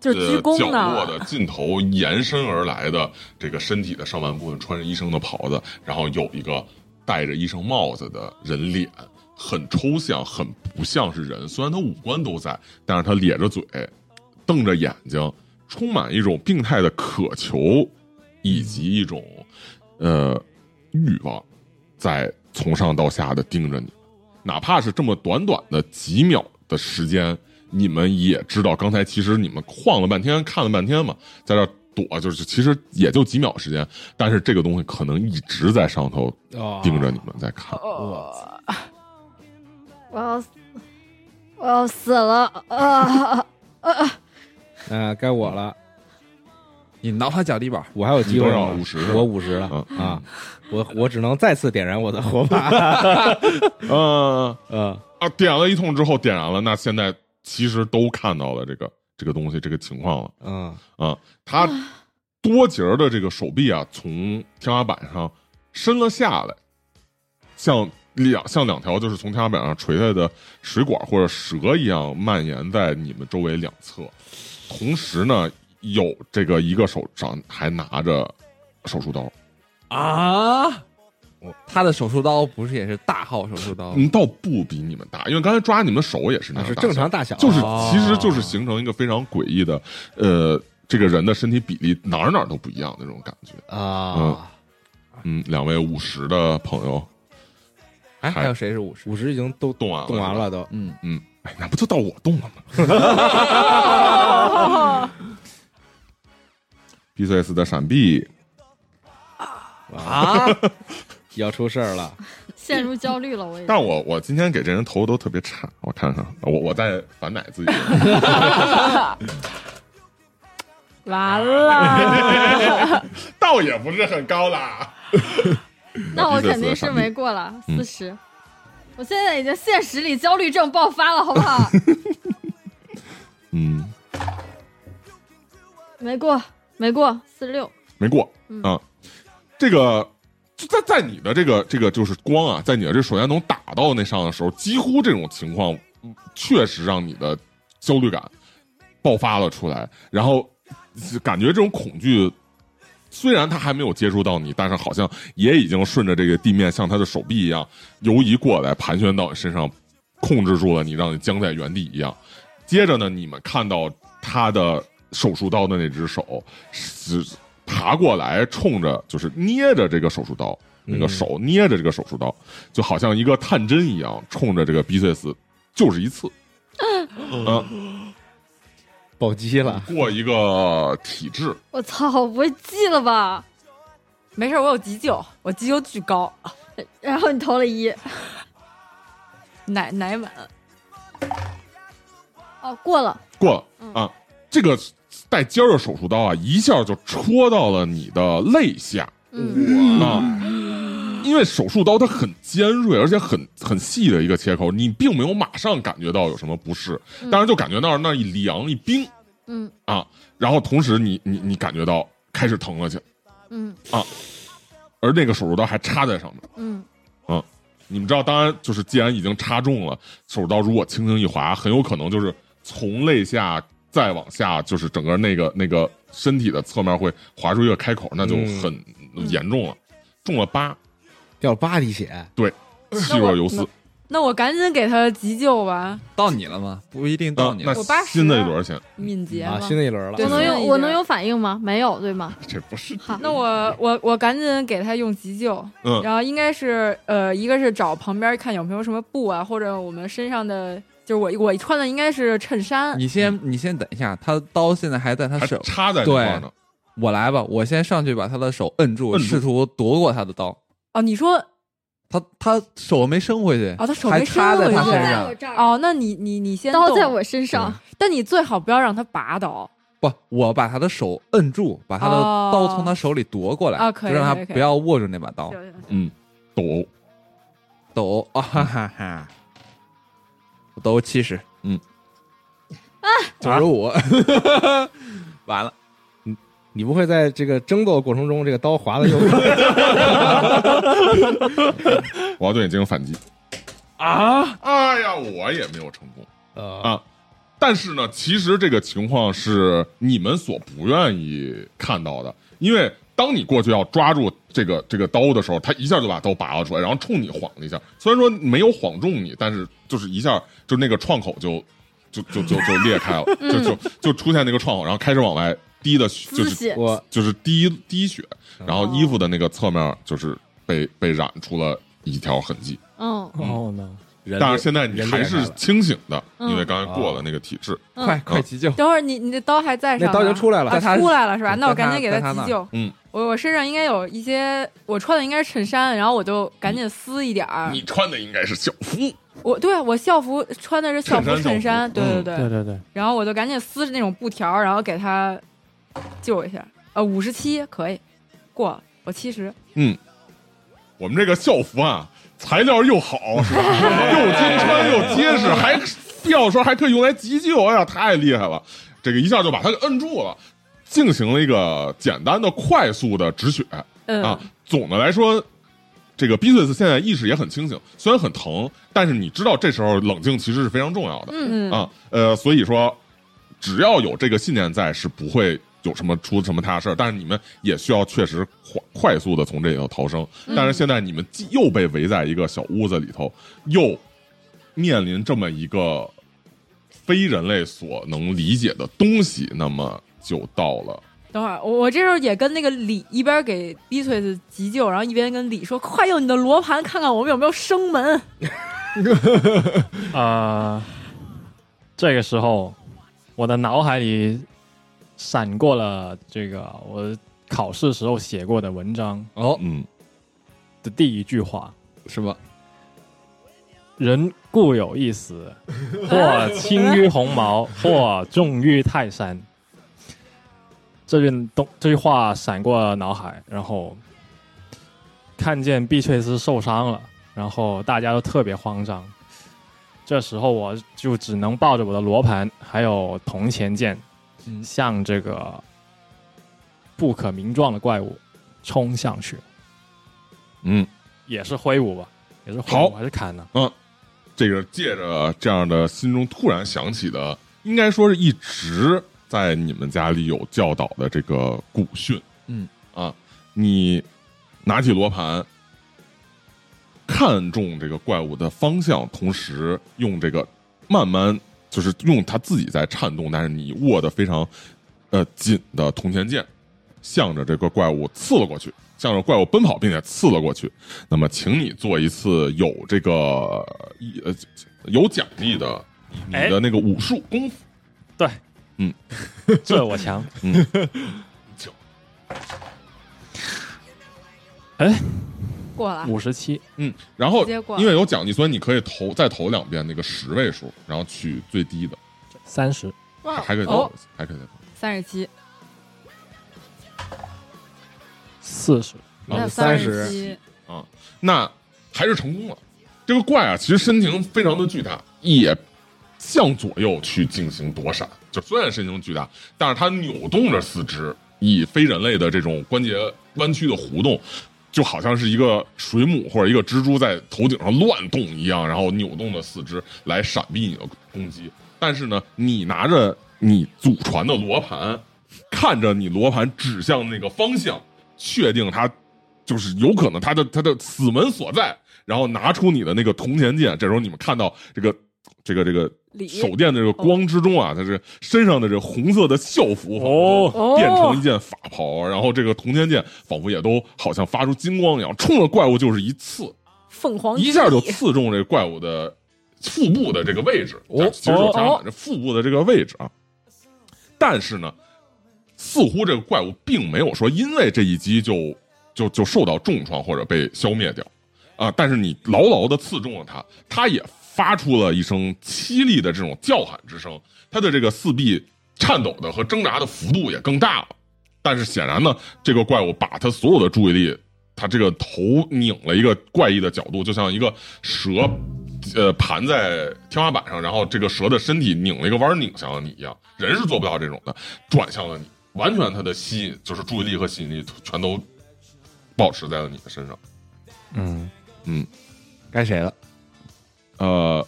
Speaker 7: 就是鞠
Speaker 8: 呃角
Speaker 7: 躬
Speaker 8: 落
Speaker 7: 呢
Speaker 8: 的，尽头延伸而来的这个身体的上半部分穿着医生的袍子，然后有一个戴着医生帽子的人脸，很抽象，很不像是人。虽然他五官都在，但是他咧着嘴，瞪着眼睛，充满一种病态的渴求，以及一种呃欲望，在从上到下的盯着你。哪怕是这么短短的几秒的时间，你们也知道，刚才其实你们晃了半天，看了半天嘛，在这儿躲，就是其实也就几秒时间，但是这个东西可能一直在上头
Speaker 3: 哦
Speaker 8: 盯着你们在看。
Speaker 7: 哦
Speaker 6: 我要死我要死了啊！
Speaker 3: 呃，该我了，
Speaker 4: 你挠他脚底板，
Speaker 3: 我还有机会
Speaker 8: 你多少
Speaker 3: 吗
Speaker 8: 50是吧
Speaker 3: 我五十了
Speaker 8: 嗯
Speaker 3: 啊，我我只能再次点燃我的火把，
Speaker 8: 嗯
Speaker 3: 嗯
Speaker 8: 啊，点了一通之后点燃了，那现在其实都看到了这个这个东西这个情况了。
Speaker 3: 嗯，
Speaker 8: 啊，他多节儿的这个手臂啊，从天花板上伸了下来，像两像两条就是从天花板上垂下来的水管或者蛇一样蔓延在你们周围两侧。同时呢，有这个一个手上还拿着手术刀，嗯
Speaker 4: 啊！他的手术刀不是也是大号手术刀？
Speaker 8: 嗯，倒不比你们大，因为刚才抓你们手也是那
Speaker 3: 啊
Speaker 8: 样
Speaker 3: 是
Speaker 8: 大
Speaker 3: 正
Speaker 8: 小
Speaker 3: 常大小，
Speaker 8: 嗯就是
Speaker 4: 哦
Speaker 8: 其实就是形成一个非常诡异的，呃，这个人的身体比例哪儿哪儿都不一样的那种感觉。
Speaker 3: 啊，
Speaker 8: 嗯，两位五十的朋友
Speaker 4: 哎，还有谁是五十？
Speaker 3: 五十已经都
Speaker 8: 动完了，
Speaker 3: 动完了都，
Speaker 4: 嗯，
Speaker 8: 嗯，哎，那不就到我动了吗 b c s 的闪避，
Speaker 4: 啊，
Speaker 3: 要出事儿了，
Speaker 6: 陷入焦虑了，我也。
Speaker 8: 但我我今天给这人投都特别差，我看看，我我在反奶自己。
Speaker 7: 完了，
Speaker 8: 倒也不是很高啦。
Speaker 6: 那我肯定
Speaker 8: B C S
Speaker 6: 是
Speaker 8: 的闪避
Speaker 6: 没过了，
Speaker 8: 嗯
Speaker 6: 四十。我现在已经现实里焦虑症爆发了，好不好？
Speaker 8: 嗯，
Speaker 6: 没过，没过，四十六。
Speaker 8: 没过
Speaker 6: 嗯
Speaker 8: 啊。这个就在在你的这个这个就是光啊，在你的这手电筒打到那上的时候，几乎这种情况嗯确实让你的啊焦虑感爆发了出来，然后呃感觉这种恐惧。虽然他还没有接触到你，但是好像也已经顺着这个地面，像他的手臂一样游移过来，盘旋到你身上，控制住了你，让你僵在原地一样。接着呢，你们看到他的手术刀的那只手，是爬过来，冲着就是捏着这个手术刀，那个手捏着这个手术刀，就好像一个探针一样，冲着这个 B C 四就是一次，嗯、
Speaker 3: 暴击了，
Speaker 8: 过一个体制，
Speaker 6: 我操，我不会记了吧？
Speaker 7: 没事儿，我有急救，我急救巨高，
Speaker 6: 然后你投了一，
Speaker 7: 奶奶满。
Speaker 6: 哦，过了，
Speaker 8: 过了、
Speaker 6: 嗯
Speaker 8: 啊，这个带尖儿的手术刀啊，一下就戳到了你的肋下
Speaker 6: 嗯，
Speaker 8: 啊。因为手术刀它很尖锐，而且很很细的一个切口，你并没有马上感觉到有什么不适，当然就感觉到那儿一凉一冰，
Speaker 6: 嗯
Speaker 8: 啊，然后同时你你你感觉到开始疼了起来，
Speaker 6: 嗯
Speaker 8: 而那个手术刀还插在上面。
Speaker 6: 嗯，
Speaker 8: 你们知道，当然就是既然已经插中了，手术刀如果轻轻一划，很有可能就是从肋下再往下，就是整个那个那个身体的侧面会划出一个开口，那就
Speaker 3: 嗯
Speaker 8: 很严重了，中了八，
Speaker 3: 掉八滴血，
Speaker 8: 气若游丝
Speaker 7: 那。那我赶紧给他急救吧，
Speaker 4: 到你了吗？不一定到
Speaker 8: 啊
Speaker 4: 你，
Speaker 8: 那
Speaker 4: 了。
Speaker 7: 我八十
Speaker 8: 新的一轮钱，
Speaker 7: 敏捷
Speaker 3: 啊，
Speaker 7: 吗？
Speaker 3: 新的一轮了
Speaker 7: 对
Speaker 6: 我，能
Speaker 7: 所
Speaker 6: 有
Speaker 7: 以
Speaker 6: 我能有反应吗？没有，对吗？
Speaker 8: 这不是
Speaker 6: 好，
Speaker 7: 那我我我赶紧给他用急救，
Speaker 8: 嗯
Speaker 7: 然后应该是呃，一个是找旁边看有没有什么布啊，或者我们身上的，就是我我穿的应该是衬衫，
Speaker 4: 你先，你先等一下，他的刀现在还在他
Speaker 8: 还
Speaker 4: 手，
Speaker 8: 插在那块儿呢，
Speaker 4: 我来吧，我先上去把他的手摁住，
Speaker 8: 摁住
Speaker 4: 试图夺过他的刀。
Speaker 7: 哦，你说
Speaker 4: 他他手没伸回去，
Speaker 7: 哦他手
Speaker 4: 还
Speaker 7: 没伸
Speaker 4: 插在他身
Speaker 7: 回去刀
Speaker 6: 在
Speaker 4: 上
Speaker 6: 我。这儿，
Speaker 7: 哦，那你你你先
Speaker 6: 刀
Speaker 7: 动
Speaker 6: 在我身上，
Speaker 8: 嗯
Speaker 7: 但你最好不要让他拔刀，
Speaker 4: 不，我把他的手摁住，把他的
Speaker 7: 哦
Speaker 4: 刀从他手里夺过来，
Speaker 7: 啊可以
Speaker 4: 就让
Speaker 7: 可
Speaker 4: 他
Speaker 7: 以可以
Speaker 4: 不要握住那把刀。
Speaker 7: 对
Speaker 8: 嗯，斗殴
Speaker 4: 抖啊哈哈哈，我抖七十，嗯，九十五，完了，
Speaker 3: 你不会在这个争斗的过程中，这个刀划的又
Speaker 8: 我要对你进行反击啊！哎呀，我也没有成功。
Speaker 3: 呃
Speaker 8: 啊。但是呢，其实这个情况是你们所不愿意看到的，因为当你过去要抓住这个这个刀的时候，他一下就把刀拔了出来，然后冲你晃了一下。虽然说没有晃中你，但是就是一下就那个创口就就就就就裂开了，就就就出现那个创口，然后开始往外滴的血，就
Speaker 6: 滋
Speaker 8: 是
Speaker 6: 血，
Speaker 3: 我
Speaker 8: 就是滴滴血，然后衣服的那个侧面就是被被染出了一条痕迹。
Speaker 6: 嗯
Speaker 5: 哦呢，
Speaker 4: 人
Speaker 8: 但是现在你
Speaker 4: 人
Speaker 8: 还
Speaker 4: 裂
Speaker 8: 是
Speaker 4: 开了
Speaker 8: 清醒的，
Speaker 6: 嗯
Speaker 8: 因为刚才过了那个体质。
Speaker 4: 快快急救，
Speaker 7: 等会儿你你的刀还在上
Speaker 3: 那
Speaker 7: 吗，
Speaker 3: 刀已经出来了
Speaker 7: 啊
Speaker 4: 在他
Speaker 7: 出来了是吧？那我
Speaker 4: 在他
Speaker 7: 赶紧给
Speaker 4: 在他那
Speaker 7: 急救。
Speaker 8: 嗯，
Speaker 7: 我我身上应该有一些，我穿的应该是衬衫，然后我就赶紧撕一点儿。
Speaker 8: 你穿的应该是校服，
Speaker 7: 我对啊我校服穿的是校服
Speaker 8: 衬衫
Speaker 7: 衬衫，
Speaker 8: 校
Speaker 7: 对
Speaker 8: 服
Speaker 7: 对
Speaker 8: 嗯
Speaker 5: 对
Speaker 7: 对。
Speaker 5: 对对，
Speaker 7: 然后我就赶紧撕那种布条，然后给他救一下。呃，五十七可以过了，我七十。
Speaker 8: 我们这个校服啊，材料又好， 是吧？又经穿又结实，还必要的时候还可以用来急救。哎呀，太厉害了！这个一下就把他给摁住了，进行了一个简单的、快速的止血
Speaker 7: 嗯，
Speaker 8: 啊。总的来说，这个 b 碎斯现在意识也很清醒，虽然很疼，但是你知道这时候冷静其实是非常重要的。
Speaker 7: 嗯嗯
Speaker 8: 啊，呃，所以说，只要有这个信念在，是不会有什么出什么大事儿。但是你们也需要确实快快速的从这里头逃生。但是现在你们既又被围在一个小屋子里头，又面临这么一个非人类所能理解的东西，那么就到了。
Speaker 7: 等会儿我我这时候也跟那个李一边给 B 翠子急救，然后一边跟李说：“快用你的罗盘看看我们有没有生门。
Speaker 5: 呃，这个时候我的脑海里闪过了这个我考试时候写过的文章
Speaker 4: 哦，
Speaker 8: 嗯，
Speaker 5: 的第一句话：
Speaker 4: 是吧？
Speaker 5: 人固有一死，
Speaker 7: 嗯
Speaker 5: 或轻于鸿毛，或重于泰山。这句东这句话闪过脑海，然后看见碧翠丝受伤了，然后大家都特别慌张。这时候我就只能抱着我的罗盘还有铜钱剑，
Speaker 4: 嗯
Speaker 5: 向这个不可名状的怪物冲上去，
Speaker 8: 嗯，
Speaker 5: 也是挥舞吧，也是挥舞
Speaker 8: 好
Speaker 5: 还是砍呢？
Speaker 8: 这个借着这样的心中突然想起的，应该说是一直在你们家里有教导的这个古训，
Speaker 4: 嗯
Speaker 8: 啊，你拿起罗盘，看中这个怪物的方向，同时用这个慢慢就是用它自己在颤动，但是你握的非常呃紧的铜钱剑，向着这个怪物刺了过去，向着怪物奔跑，并且刺了过去。那么，请你做一次有这个呃一呃有奖励的你
Speaker 5: 哎
Speaker 8: 的那个武术功夫。
Speaker 5: 对，这我强。
Speaker 8: 嗯，
Speaker 7: 过了，啊
Speaker 5: 五十七，
Speaker 8: 嗯，然后
Speaker 7: 直接过
Speaker 8: 因为有奖励，所以你可以投再投两遍那个十位数，然后取最低的，
Speaker 5: 三十，
Speaker 7: 哇
Speaker 8: 还可以再
Speaker 7: 哦
Speaker 8: 投，还可以再投。
Speaker 7: 三十七，
Speaker 5: 四十，
Speaker 7: 那
Speaker 3: 啊哦三
Speaker 7: 十
Speaker 3: 十，
Speaker 7: 七，
Speaker 8: 那还是成功了。这个怪啊，其实身形非常的巨大，也向左右去进行躲闪。就虽然身形巨大，但是它扭动着四肢，以非人类的这种关节弯曲的弧动，就好像是一个水母或者一个蜘蛛在头顶上乱动一样，然后扭动的四肢来闪避你的攻击。但是呢，你拿着你祖传的罗盘，看着你罗盘指向那个方向，确定它就是有可能他的他的死门所在，然后拿出你的那个铜钱剑。这时候你们看到这个这个这个
Speaker 7: 礼
Speaker 8: 手电的这个光之中啊，它是身上的这红色的校服仿佛变成一件法袍，然后这个铜钱剑仿佛也都好像发出金光一样，冲着怪物就是一刺，
Speaker 7: 凤凰
Speaker 8: 一下就
Speaker 7: 之翼
Speaker 8: 刺中这个怪物的腹部的这个位置。
Speaker 5: 哦
Speaker 8: 其实手插
Speaker 7: 哦
Speaker 8: 满这腹部的这个位置啊，但是呢，似乎这个怪物并没有说因为这一击就就就受到重创或者被消灭掉啊，但是你牢牢的刺中了它，它也发出了一声凄厉的这种叫喊之声，它的这个四臂颤抖的和挣扎的幅度也更大了。但是显然呢，这个怪物把他所有的注意力，他这个头拧了一个怪异的角度，就像一个蛇，呃，盘在天花板上，然后这个蛇的身体拧了一个弯儿拧向了你一样。人是做不到这种的，转向了你，完全他的吸引就是注意力和吸引力全都保持在了你的身上。
Speaker 4: 嗯
Speaker 8: 嗯，
Speaker 4: 该谁了？
Speaker 8: 呃，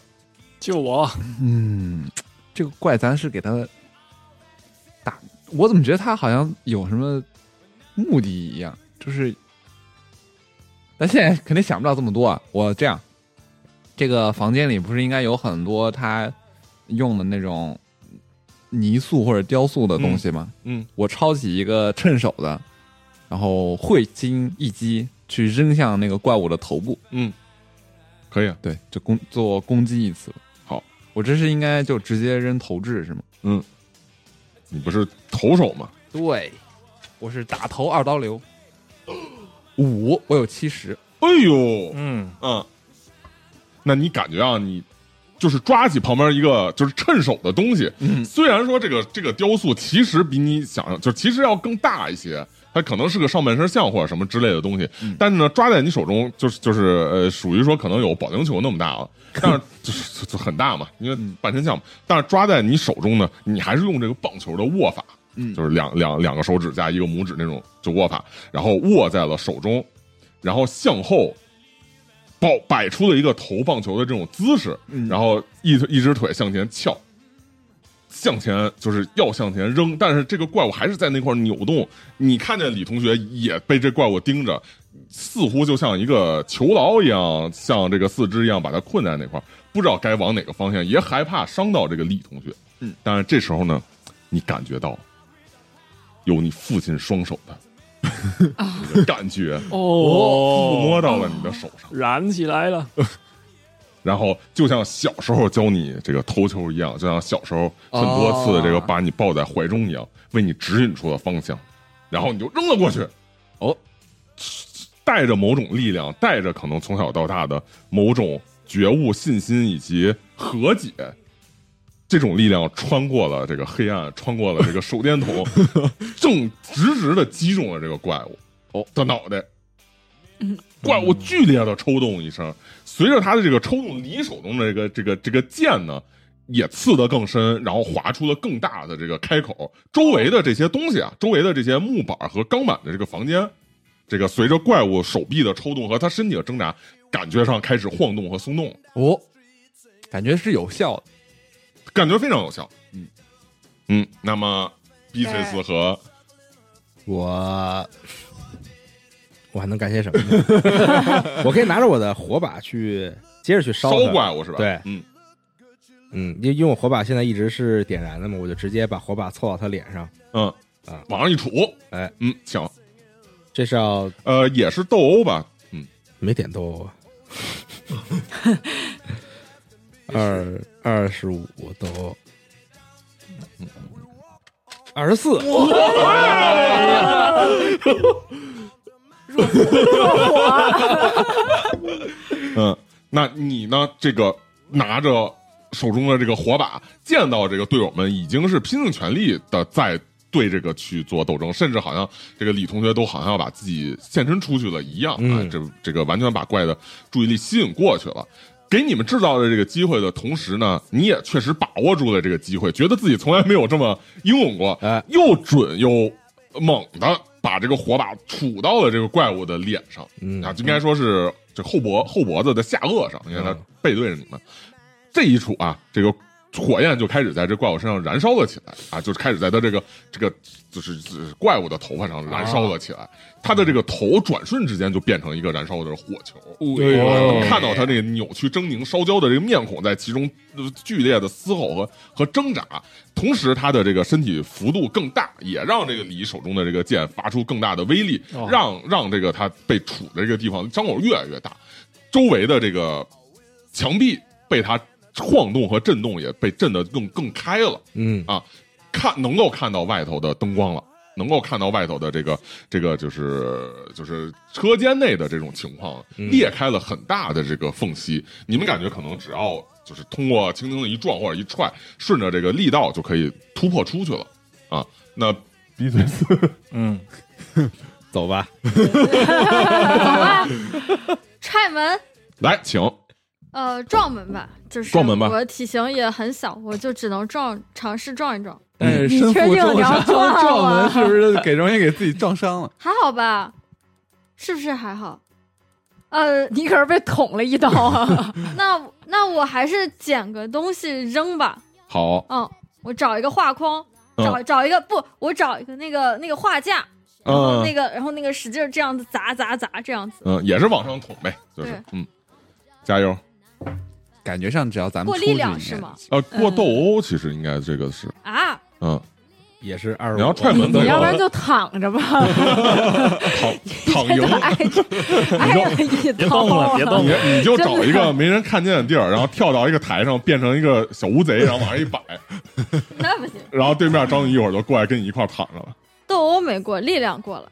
Speaker 5: 就我
Speaker 4: 嗯，这个怪咱是给他打，我怎么觉得他好像有什么目的一样？就是咱现在肯定想不到这么多啊。我这样，这个房间里不是应该有很多他用的那种泥塑或者雕塑的东西吗？
Speaker 8: 嗯嗯
Speaker 4: 我抄起一个趁手的，然后会心一击去扔向那个怪物的头部。
Speaker 8: 可以啊，
Speaker 4: 对，就攻做攻击一次。
Speaker 8: 好，
Speaker 4: 我这是应该就直接扔投掷是吗？
Speaker 8: 你不是投手吗？
Speaker 4: 对，我是打头二刀流，五，我有七十，
Speaker 8: 哎呦，
Speaker 5: 嗯，
Speaker 8: 嗯，那你感觉啊，你就是抓起旁边一个就是趁手的东西，
Speaker 4: 嗯
Speaker 8: 虽然说这个这个雕塑其实比你想象，就其实要更大一些，它可能是个上半身像或者什么之类的东西，
Speaker 4: 嗯
Speaker 8: 但是呢，抓在你手中就是就是呃，属于说可能有保龄球那么大了，啊
Speaker 4: 嗯
Speaker 8: 但是就是就就很大嘛，因为半身像嘛，但是抓在你手中呢，你还是用这个棒球的握法，
Speaker 4: 嗯
Speaker 8: 就是两两两个手指加一个拇指那种就握法，然后握在了手中，然后向后。抱摆出了一个投棒球的这种姿势，
Speaker 4: 嗯
Speaker 8: 然后一一只腿向前翘，向前就是要向前扔，但是这个怪物还是在那块扭动。你看见李同学也被这怪物盯着，似乎就像一个囚牢一样，像这个四肢一样把它困在那块，不知道该往哪个方向，也害怕伤到这个李同学。
Speaker 4: 嗯，
Speaker 8: 但是这时候呢，你感觉到有你父亲双手的那个感觉触摸
Speaker 5: 哦，
Speaker 8: 到了你的手上。
Speaker 5: 燃起来了，
Speaker 8: 然后就像小时候教你这个投球一样，就像小时候很多次的这个
Speaker 4: 哦
Speaker 8: 把你抱在怀中一样，为你指引出了方向，然后你就扔了过去。
Speaker 4: 哦，
Speaker 8: 带着某种力量，带着可能从小到大的某种觉悟、信心以及和解。这种力量穿过了这个黑暗，穿过了这个手电筒，正直直的击中了这个怪物哦的脑袋。怪物剧烈的抽动一声，随着他的这个抽动，离手中的这个这个这个剑呢，也刺得更深，然后划出了更大的这个开口。周围的这些东西啊，周围的这些木板和钢板的这个房间，这个随着怪物手臂的抽动和他身体的挣扎，感觉上开始晃动和松动，
Speaker 4: 哦，感觉是有效的。
Speaker 8: 感觉非常有效。
Speaker 4: 嗯
Speaker 8: 嗯，那么 B 菲斯和
Speaker 3: 我我还能干些什么呢？我可以拿着我的火把去接着去烧
Speaker 8: 烧
Speaker 3: 它
Speaker 8: 怪物是吧？
Speaker 3: 对
Speaker 8: 嗯，
Speaker 3: 嗯，因因为我火把现在一直是点燃的嘛，我就直接把火把凑到他脸上。
Speaker 8: 嗯
Speaker 3: 啊
Speaker 8: 往上一杵，
Speaker 3: 哎，
Speaker 8: 嗯，行，
Speaker 3: 这是要
Speaker 8: 呃，也是斗殴吧，嗯，
Speaker 3: 没点啊斗，二二十五斗，二十四，
Speaker 8: 嗯，那你呢？这个拿着手中的这个火把，见到这个队友们已经是拼尽全力的在对这个去做斗争，甚至好像这个李同学都好像要把自己献身出去了一样、啊
Speaker 3: 嗯！
Speaker 8: 这这个完全把怪的注意力吸引过去了。给你们制造的这个机会的同时呢，你也确实把握住了这个机会，觉得自己从来没有这么英勇过，
Speaker 3: 哎
Speaker 8: 又准又猛的把这个火把杵到了这个怪物的脸上，
Speaker 3: 嗯
Speaker 8: 啊，就应该说是这后脖后脖子的下颚上，因为它
Speaker 3: 嗯
Speaker 8: 背对着你们。这一杵啊，这个火焰就开始在这怪物身上燃烧了起来啊，就是开始在它这个这个就是就是怪物的头发上燃烧了起
Speaker 3: 啊
Speaker 8: 来，它的这个头转瞬之间就变成一个燃烧的火球。啊
Speaker 3: 哎呦
Speaker 8: 能看到他这个扭曲狰狞、烧焦的这个面孔在其中呃剧烈的嘶吼和和挣扎，同时他的这个身体幅度更大，也让这个李手中的这个剑发出更大的威力，让让这个他被杵的这个地方伤口越来越大，周围的这个墙壁被他晃动和震动也被震得更更开了。
Speaker 3: 嗯
Speaker 8: 啊，看能够看到外头的灯光了，能够看到外头的这个这个就是就是车间内的这种情况了，裂开了很大的这个缝隙。你们感觉可能只要就是通过轻轻的一撞或者一踹，顺着这个力道就可以突破出去了啊。那比嘴斯
Speaker 5: 嗯，
Speaker 3: 走吧，
Speaker 6: 踹门，
Speaker 8: 来，请
Speaker 6: 呃，撞门吧，就是
Speaker 8: 撞门吧
Speaker 6: 我体型也很小，我就只能撞，尝试撞一撞，
Speaker 4: 但是
Speaker 7: 你
Speaker 4: 身
Speaker 7: 确
Speaker 4: 负
Speaker 7: 定
Speaker 4: 重
Speaker 7: 你要
Speaker 4: 伤
Speaker 7: 撞啊
Speaker 4: 撞门，是不是给容易给自己撞伤了？
Speaker 6: 还好吧？是不是还好？呃，
Speaker 7: 你可是被捅了一刀啊！
Speaker 6: 那那我还是捡个东西扔吧。
Speaker 8: 好，
Speaker 6: 嗯，我找一个画框，
Speaker 8: 嗯
Speaker 6: 找、找一个不，我找一个那个那个画架，然后那
Speaker 8: 嗯
Speaker 6: 个、然后那个使劲儿这样子砸砸砸这样子。
Speaker 8: 嗯，也是往上捅呗，就是
Speaker 6: 对
Speaker 8: 嗯，加油。
Speaker 4: 感觉上只嗯要咱们
Speaker 6: 过
Speaker 4: 出去
Speaker 6: 力
Speaker 4: 应
Speaker 6: 量
Speaker 4: 该
Speaker 6: 是吗？
Speaker 8: 呃，过斗殴其实应该这个是，
Speaker 6: 啊，
Speaker 8: 嗯，
Speaker 3: 也是二十五。
Speaker 8: 你要踹门
Speaker 7: 你要不
Speaker 8: 对
Speaker 7: 然就躺着吧，
Speaker 8: 躺
Speaker 7: 真
Speaker 8: 赢
Speaker 7: 的挨着挨了哎一
Speaker 5: 别动
Speaker 7: 刀
Speaker 5: 了，
Speaker 7: 啊
Speaker 5: 别！动
Speaker 8: 你
Speaker 5: 了，
Speaker 8: 你就找一个没人看见的地儿，然后跳到一个台上，变成一个小乌贼，然后往上一摆，
Speaker 6: 那不行，
Speaker 8: 然后对面张宇一会儿就过来跟你一块儿躺上了。
Speaker 6: 斗殴没过，力量过了。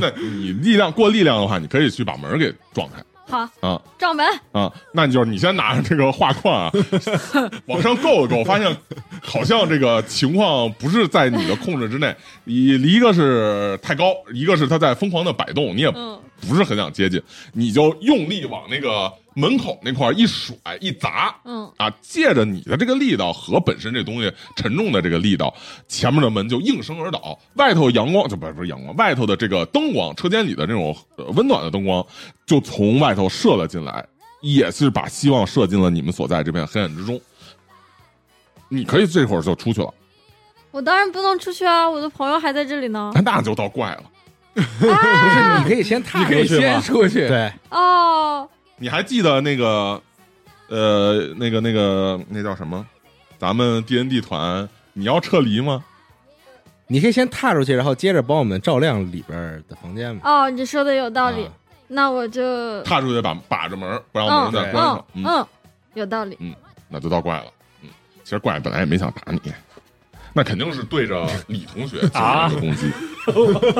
Speaker 8: 那你力量过力量的话，你可以去把门儿给撞开
Speaker 6: 好，
Speaker 8: 啊
Speaker 6: 撞门，
Speaker 8: 啊！那你就是你先拿着这个画框啊， 往上够一够，发现好像这个情况不是在你的控制之内，你一个是太高，一个是它在疯狂的摆动，你也
Speaker 6: 嗯，
Speaker 8: 不是很想接近，你就用力往那个门口那块儿一甩一砸，
Speaker 6: 嗯
Speaker 8: 啊，借着你的这个力道和本身这东西沉重的这个力道，前面的门就应声而倒。外头阳光就不是不是阳光，外头的这个灯光，车间里的这种呃温暖的灯光，就从外头射了进来，也是把希望射进了你们所在这片黑暗之中。你可以这会儿就出去了，
Speaker 6: 我当然不能出去啊，我的朋友还在这里 呢。
Speaker 8: 那就到怪了。
Speaker 3: 不是，你可以先踏
Speaker 4: 你可以
Speaker 3: 出去
Speaker 4: 先
Speaker 3: 吗？
Speaker 4: 出去，
Speaker 3: 对，
Speaker 6: 哦，
Speaker 8: 你还记得那个，呃，那个那个那叫什么？咱们 D N D 团，你要撤离吗？
Speaker 3: 你可以先踏出去，然后接着帮我们照亮里边的房间嘛。
Speaker 6: 哦，你说的有道理，
Speaker 3: 啊
Speaker 6: 那我就
Speaker 8: 踏出去把把着门，不让门
Speaker 6: 嗯
Speaker 8: 再关上
Speaker 6: 嗯。嗯，有道理。
Speaker 8: 那就到怪了。嗯，其实怪本来也没想打你，那肯定是对着李同学进行
Speaker 5: 啊
Speaker 8: 一个攻击，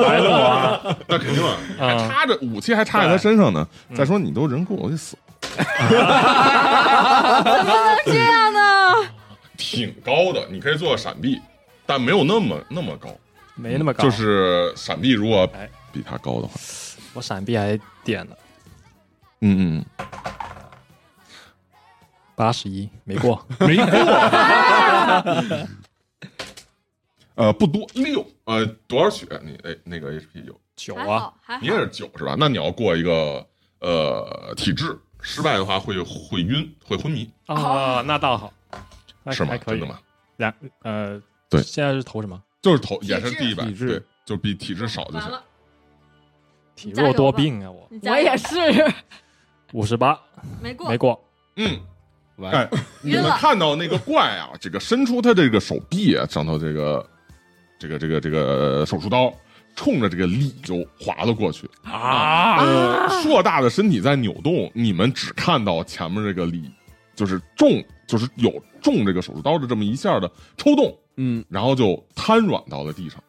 Speaker 5: 来了我啊，
Speaker 8: 那肯定啊，还
Speaker 5: 嗯
Speaker 8: 插着武器还插在他身上呢。再说你都人跟我一死，
Speaker 6: 怎么能这样呢？
Speaker 5: 嗯
Speaker 8: 挺高的，你可以做闪避，但没有那么那么高，
Speaker 5: 没那么高，
Speaker 8: 就是闪避如果
Speaker 5: 哎
Speaker 8: 比他高的话，
Speaker 5: 我闪避还点了
Speaker 8: 嗯
Speaker 5: 八十一，没过，
Speaker 8: 嗯，没过。呃，不多六，呃，多少血？你哎，那个 HP 有，
Speaker 5: 九
Speaker 6: 还
Speaker 5: 啊，
Speaker 6: 好还好
Speaker 8: 你也是九是吧？那你要过一个呃体质失败的话会会晕，会昏迷，
Speaker 5: 啊，那倒好，那
Speaker 8: 是吗？
Speaker 5: 还可
Speaker 8: 真
Speaker 5: 以
Speaker 8: 的吗？？
Speaker 5: 两呃，
Speaker 8: 对
Speaker 5: 现在是投什么？
Speaker 8: 就是头
Speaker 6: 质
Speaker 8: 也是第一百，
Speaker 4: 体质
Speaker 8: 对，就比体质少就
Speaker 6: 完
Speaker 8: 行。
Speaker 6: 了，
Speaker 5: 体
Speaker 6: 加油
Speaker 5: 弱
Speaker 6: 吧
Speaker 5: 多病啊，我
Speaker 6: 你
Speaker 7: 我
Speaker 6: 加油
Speaker 7: 也是，
Speaker 5: 五十八
Speaker 6: 没过
Speaker 5: 没过，
Speaker 8: 嗯，
Speaker 3: 完
Speaker 8: 哎
Speaker 3: 了，，
Speaker 8: 你们看到那个怪啊，这个伸出他这个手臂啊，上头这个这个这个这个手术刀，冲着这个李就划了过去啊！呃硕大的身体在扭动，你们只看到前面这个李，就是重就是有中这个手术刀的这么一下的抽动，
Speaker 3: 嗯，
Speaker 8: 然后就瘫软到了地上。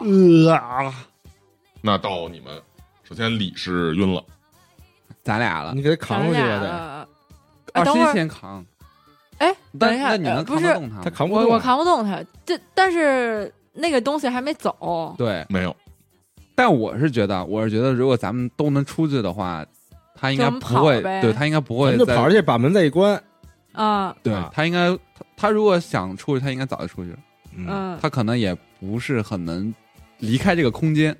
Speaker 5: 呃，
Speaker 8: 那到你们，首先李是晕了，
Speaker 4: 咱俩呃了
Speaker 3: 你，给他
Speaker 7: 咱
Speaker 3: 扛过去
Speaker 7: 俩
Speaker 3: 了得，
Speaker 7: 哎
Speaker 4: 二
Speaker 7: 等会
Speaker 4: 心
Speaker 7: 儿
Speaker 4: 先扛。
Speaker 7: 哎，等
Speaker 4: 但
Speaker 7: 一下，
Speaker 4: 那你
Speaker 7: 呃
Speaker 4: 能
Speaker 7: 不
Speaker 4: 扛
Speaker 7: 是
Speaker 4: 得动他吗？
Speaker 3: 他扛不
Speaker 7: 我
Speaker 3: 住
Speaker 7: 我
Speaker 3: 啊。
Speaker 7: 扛不动他，这但是那个东西还没走，
Speaker 4: 对，
Speaker 8: 没有，
Speaker 4: 但我是觉得，我是觉得，如果咱们都能出去的话，他应
Speaker 7: 就
Speaker 4: 该
Speaker 7: 我们
Speaker 4: 不
Speaker 7: 跑
Speaker 4: 会，
Speaker 7: 呗
Speaker 4: 对他应该不
Speaker 3: 咱
Speaker 4: 会
Speaker 3: 就
Speaker 4: 再
Speaker 3: 跑出去，把门再一关。
Speaker 7: 啊，
Speaker 4: 对
Speaker 3: 啊
Speaker 4: 他应该，他他如果想出去，他应该早就出去了。
Speaker 7: 嗯
Speaker 4: 他可能也不是很能离开这个空间。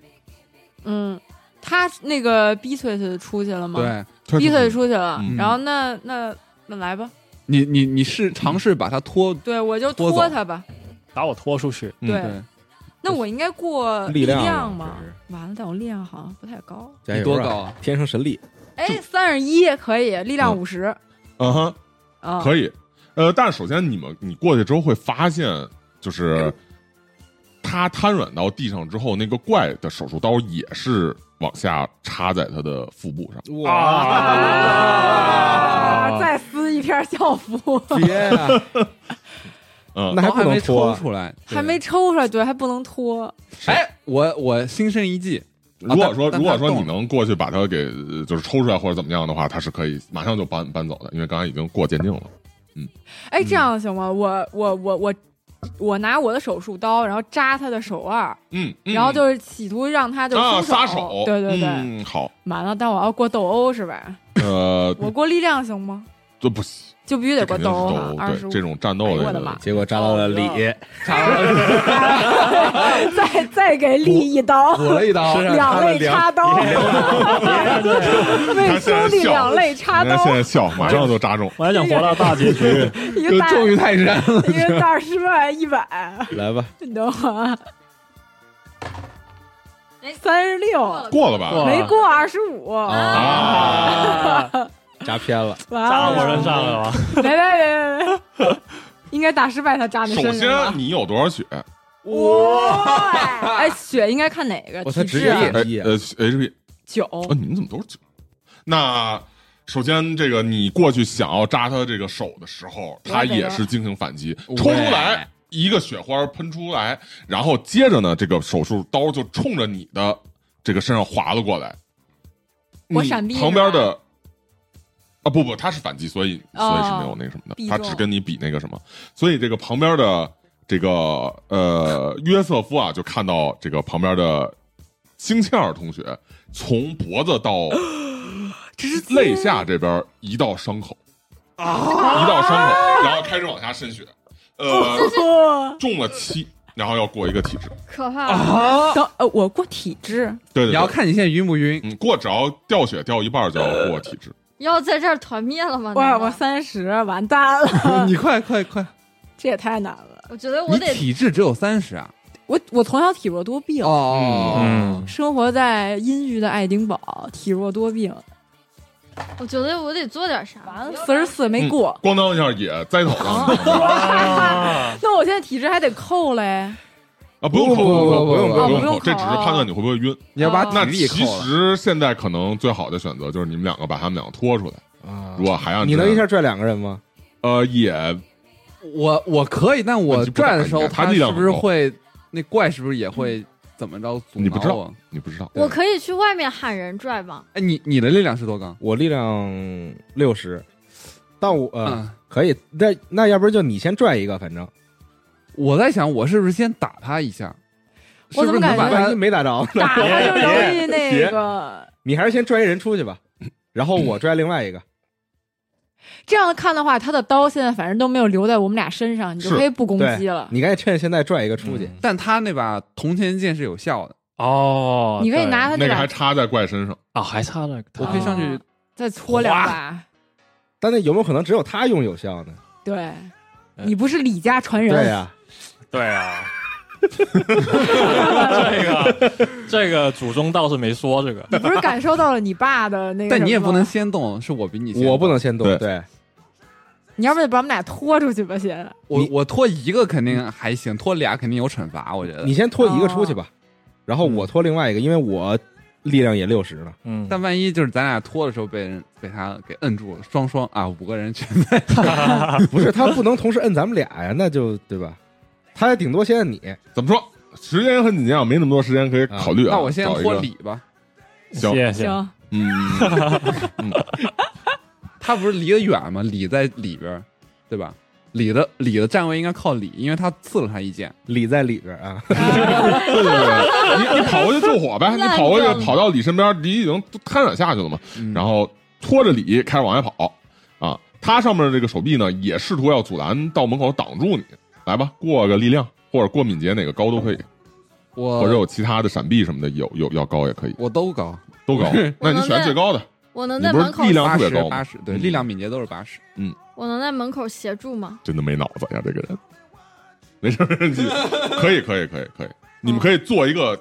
Speaker 7: 嗯，他那个逼翠翠出去了吗？，
Speaker 4: 对
Speaker 7: 逼翠翠出去了，
Speaker 8: 嗯
Speaker 7: 然后那那那来吧，
Speaker 4: 你，你你是尝试把他拖，
Speaker 7: 对我就
Speaker 4: 拖
Speaker 7: 拖
Speaker 4: 走
Speaker 7: 他吧，
Speaker 5: 把我拖出去，
Speaker 8: 嗯
Speaker 7: 对，
Speaker 4: 对，
Speaker 7: 那我应该过
Speaker 3: 力量啊
Speaker 7: 量吗
Speaker 3: 这是？
Speaker 7: 完了，但我力量好像不太高，
Speaker 3: 加
Speaker 4: 你
Speaker 3: 油
Speaker 4: 多
Speaker 3: 啊
Speaker 4: 高啊？
Speaker 3: 天生神力，
Speaker 7: 哎，三十一可以，力量
Speaker 8: 嗯
Speaker 7: 五十
Speaker 8: 嗯哼，
Speaker 7: 啊，
Speaker 8: 可以，呃，但是首先你们你过去之后会发现，就是他瘫软到地上之后，那个怪的手术刀也是往下插在他的腹部上，
Speaker 7: 啊！再撕一片校 服，
Speaker 3: 别啊，
Speaker 8: 嗯，
Speaker 3: 那还
Speaker 4: 刀
Speaker 3: 不能
Speaker 4: 没
Speaker 3: 拖
Speaker 4: 抽
Speaker 3: 啊，
Speaker 4: 出来。
Speaker 7: 还没抽出来，对，还不能脱。
Speaker 4: 哎，我我心生一计，
Speaker 8: 如果说
Speaker 4: 啊但但
Speaker 8: 如果说
Speaker 4: 它动
Speaker 8: 你
Speaker 4: 了
Speaker 8: 能过去把它给呃就是抽出来或者怎么样的话，它是可以马上就搬搬走的，因为刚才已经过鉴定了。嗯
Speaker 7: 哎，这样行吗？我我我我我拿我的手术刀，然后扎他的手腕，
Speaker 8: 嗯，嗯
Speaker 7: 然后就是企图让他就
Speaker 8: 啊，
Speaker 7: 松
Speaker 8: 撒手，
Speaker 7: 对对对，
Speaker 8: 嗯，好，
Speaker 7: 完了，但我要过斗殴是吧？
Speaker 8: 呃，
Speaker 7: 我过力量行吗？
Speaker 8: 这不行，
Speaker 7: 就必须得过
Speaker 8: 这肯定
Speaker 7: 斗
Speaker 8: 是
Speaker 7: 殴
Speaker 8: 斗
Speaker 7: 啊
Speaker 8: 殴，，
Speaker 7: 二十
Speaker 8: 对
Speaker 7: 五
Speaker 8: 这。种战斗
Speaker 7: 哎呦
Speaker 8: 类
Speaker 7: 我的妈
Speaker 8: 的，
Speaker 3: 结果扎到了
Speaker 4: 哦
Speaker 3: 里，
Speaker 7: 再再给立一刀，
Speaker 4: 补了一刀，
Speaker 3: 啊
Speaker 4: 啊
Speaker 7: 两肋插刀， 为
Speaker 8: 现在
Speaker 7: 兄弟
Speaker 8: 笑
Speaker 7: 两肋插
Speaker 8: 你看
Speaker 7: 刀，
Speaker 8: 现在笑，马上就扎中。
Speaker 5: 我还想活到大结 局，
Speaker 7: 一
Speaker 4: 就
Speaker 7: 个大
Speaker 4: 终于泰山了。
Speaker 7: 一个大师万一百，
Speaker 3: 来吧，
Speaker 7: 你懂吗？
Speaker 5: 哎
Speaker 7: 三十
Speaker 5: 哦
Speaker 7: 六
Speaker 8: 过了吧？
Speaker 5: 过了
Speaker 7: 没过二十五，
Speaker 5: 哦
Speaker 7: 完
Speaker 8: 啊，
Speaker 3: 扎偏了，
Speaker 5: 扎我
Speaker 7: 了
Speaker 5: 身，上了 吗？
Speaker 7: 别别别别别， 应该大师拜他扎你
Speaker 8: 首
Speaker 7: 身上
Speaker 8: 先
Speaker 7: 吧。
Speaker 8: 你有多少血？
Speaker 7: 哇，哎，血应该看哪个？
Speaker 3: 我才
Speaker 7: 体
Speaker 3: 直
Speaker 7: 质
Speaker 3: 接
Speaker 7: 啊
Speaker 3: 眼
Speaker 8: 哎
Speaker 3: 一啊
Speaker 8: 呃，HP
Speaker 7: 九，
Speaker 8: 啊，你们怎么都是九？那首先，这个你过去想要扎他这个手的时候，他也是进行反击，抽出来一个雪花喷出来，然后接着呢，这个手术刀就冲着你的这个身上划了过来。
Speaker 7: 我
Speaker 8: 你
Speaker 7: 闪避是吧
Speaker 8: 旁边的啊，不不，他是反击，所以所以是
Speaker 7: 哦
Speaker 8: 没有那个什么的，
Speaker 7: 必
Speaker 8: 他
Speaker 7: 中
Speaker 8: 只跟你比那个什么，所以这个旁边的这个呃约瑟夫啊，就看到这个旁边的星切尔同学从脖子到肋下这边一道伤口，
Speaker 7: 啊
Speaker 8: 一道伤口，然后开始往下渗血，呃，
Speaker 7: 啊
Speaker 8: 中了七，然后要过一个体质，
Speaker 6: 可怕了，
Speaker 7: 等呃，我过体质，
Speaker 8: 对
Speaker 4: 你
Speaker 8: 对
Speaker 4: 要
Speaker 8: 对，
Speaker 4: 看你现在晕不 晕，
Speaker 8: 嗯，过只要掉血掉一半就要过体质。
Speaker 6: 要在这儿团灭了吗？
Speaker 7: 哇，
Speaker 6: 难道
Speaker 7: 我三十，完蛋 了，
Speaker 4: 你快快快！
Speaker 7: 这也太难了。
Speaker 6: 我觉得我
Speaker 4: 你
Speaker 6: 得
Speaker 4: 体质只有三十啊！
Speaker 7: 我我从小体弱多
Speaker 3: 嗯
Speaker 7: 病，
Speaker 4: 哦，
Speaker 5: 嗯，
Speaker 7: 生活在阴郁的爱丁堡，体弱多病，
Speaker 6: 我觉得我得做点啥。完
Speaker 7: 四十四没过。
Speaker 8: 咣当一下也栽头上
Speaker 7: 啊
Speaker 8: 了
Speaker 4: 啊
Speaker 7: 那我现在体质还得扣嘞，
Speaker 8: 啊！不用
Speaker 4: 不
Speaker 8: 扣，
Speaker 4: 不
Speaker 8: 用
Speaker 4: 不不
Speaker 8: 不不
Speaker 7: 不
Speaker 8: 用
Speaker 7: 不用
Speaker 8: 这只
Speaker 7: 扣
Speaker 8: 是
Speaker 7: 啊
Speaker 8: 判断你会不会晕。
Speaker 4: 你要把
Speaker 8: 那
Speaker 4: 体力
Speaker 8: 其
Speaker 4: 啊扣了。
Speaker 8: 实现在可能最好的选择就是你们两个把他们两个拖出来。如果还让
Speaker 3: 啊你能一下拽两个人吗？
Speaker 8: 呃也
Speaker 4: 我我可以，但我
Speaker 8: 你不
Speaker 4: 拽的时候，
Speaker 8: 敢他
Speaker 4: 他
Speaker 8: 力量
Speaker 4: 是不是
Speaker 8: 很高
Speaker 4: 会那怪是不是也会怎么着阻
Speaker 8: 你不知
Speaker 4: 挠
Speaker 8: 道
Speaker 4: 我？
Speaker 8: 你不知道，
Speaker 6: 我可以去外面喊人拽吗？
Speaker 4: 哎，你你的力量是多高？
Speaker 3: 我力量六十，但我呃
Speaker 4: 嗯，
Speaker 3: 可以，那那要不然就你先拽一个，反正
Speaker 4: 我在想，我是不是先打他一下？是
Speaker 7: 我
Speaker 4: 不是
Speaker 7: 怎么
Speaker 4: 能
Speaker 7: 感
Speaker 4: 把
Speaker 7: 觉
Speaker 3: 万
Speaker 4: 他？
Speaker 3: 一没打着，
Speaker 7: 打他就容易那个。
Speaker 3: 你还是先拽一人出去吧，然后我拽另外一个，
Speaker 7: 这样看的话，他的刀现在反正都没有留在我们俩身上，你就是可以不攻
Speaker 3: 对
Speaker 7: 击了。
Speaker 3: 你赶紧趁现在拽一个
Speaker 8: 嗯
Speaker 3: 出去，
Speaker 4: 但他那把铜钱剑是有效的，
Speaker 5: 哦，
Speaker 7: 你可以
Speaker 5: 对
Speaker 7: 拿他
Speaker 8: 那
Speaker 7: 这
Speaker 8: 个还
Speaker 7: 把
Speaker 8: 插在怪身上，
Speaker 5: 啊，还差了，
Speaker 4: 我可以上去
Speaker 7: 啊再搓两把。
Speaker 3: 但那有没有可能只有他用有效呢？
Speaker 7: 对，
Speaker 4: 呃
Speaker 7: 你不是李家传人，
Speaker 3: 对呀，
Speaker 5: 对啊，这个这个祖宗倒是没说这个，
Speaker 7: 你不是感受到了你爸的那个什么吗？
Speaker 4: 但你也不能先动，是我比你先动
Speaker 3: 我不，能先动
Speaker 8: 对，
Speaker 3: 对，
Speaker 7: 你要不得把我们俩拖出去吧，先。
Speaker 4: 我
Speaker 3: 你
Speaker 4: 我拖一个肯定还
Speaker 8: 呃
Speaker 4: 行，拖俩肯定有惩罚，我觉得
Speaker 8: 嗯
Speaker 3: 你。先拖一个出去吧，然后我拖另外一个，因为我力量也六十 呢。
Speaker 5: 嗯，
Speaker 9: 但万一就是咱俩拖的时候被人被他给摁住了，双双啊，五个人全在，
Speaker 3: 不是他不能同时摁咱们俩呀，那就对吧？他也顶多先摁你，
Speaker 8: 怎么说？时间很紧张，没那么多时间可以考虑啊。
Speaker 9: 那我先
Speaker 8: 找一
Speaker 9: 拖
Speaker 8: 个
Speaker 9: 李吧。
Speaker 8: 行
Speaker 5: 谢谢。
Speaker 7: 行，
Speaker 8: 嗯，
Speaker 9: 嗯他不是离得远吗？李在里边儿，对吧？李的李的站位应该靠李，因为他刺了他一剑。
Speaker 3: 理在里边啊。
Speaker 8: 对对对，你你跑过去救火呗，你
Speaker 6: 那
Speaker 8: 跑过
Speaker 6: 你
Speaker 8: 去
Speaker 6: 就
Speaker 8: 跑到李身边，李已经瘫软下去了嘛，嗯
Speaker 4: 嗯
Speaker 8: 然后拖着李开始往外跑啊。他上面这个手臂呢，也试图要阻拦到门口挡住你。来吧，过个力量或者过敏捷，哪个高都可以，
Speaker 4: 哦
Speaker 8: 或者
Speaker 9: 我
Speaker 8: 有其他的闪避什么的，有有要高也可以，
Speaker 9: 我都高，
Speaker 8: 都高。那你选最高的，
Speaker 6: 我能
Speaker 8: 你
Speaker 6: 在
Speaker 8: 不是
Speaker 6: 门口
Speaker 8: 力量
Speaker 9: 八
Speaker 8: 特别
Speaker 9: 十
Speaker 8: 高
Speaker 9: 八
Speaker 8: 吗？
Speaker 9: 十，对，
Speaker 8: 嗯
Speaker 9: 力量敏捷都是八十。
Speaker 6: 我能在门口协助吗？
Speaker 8: 真的没脑子呀，这个人。没事，没事，可以，可以，可以，可以。你们可以做一个，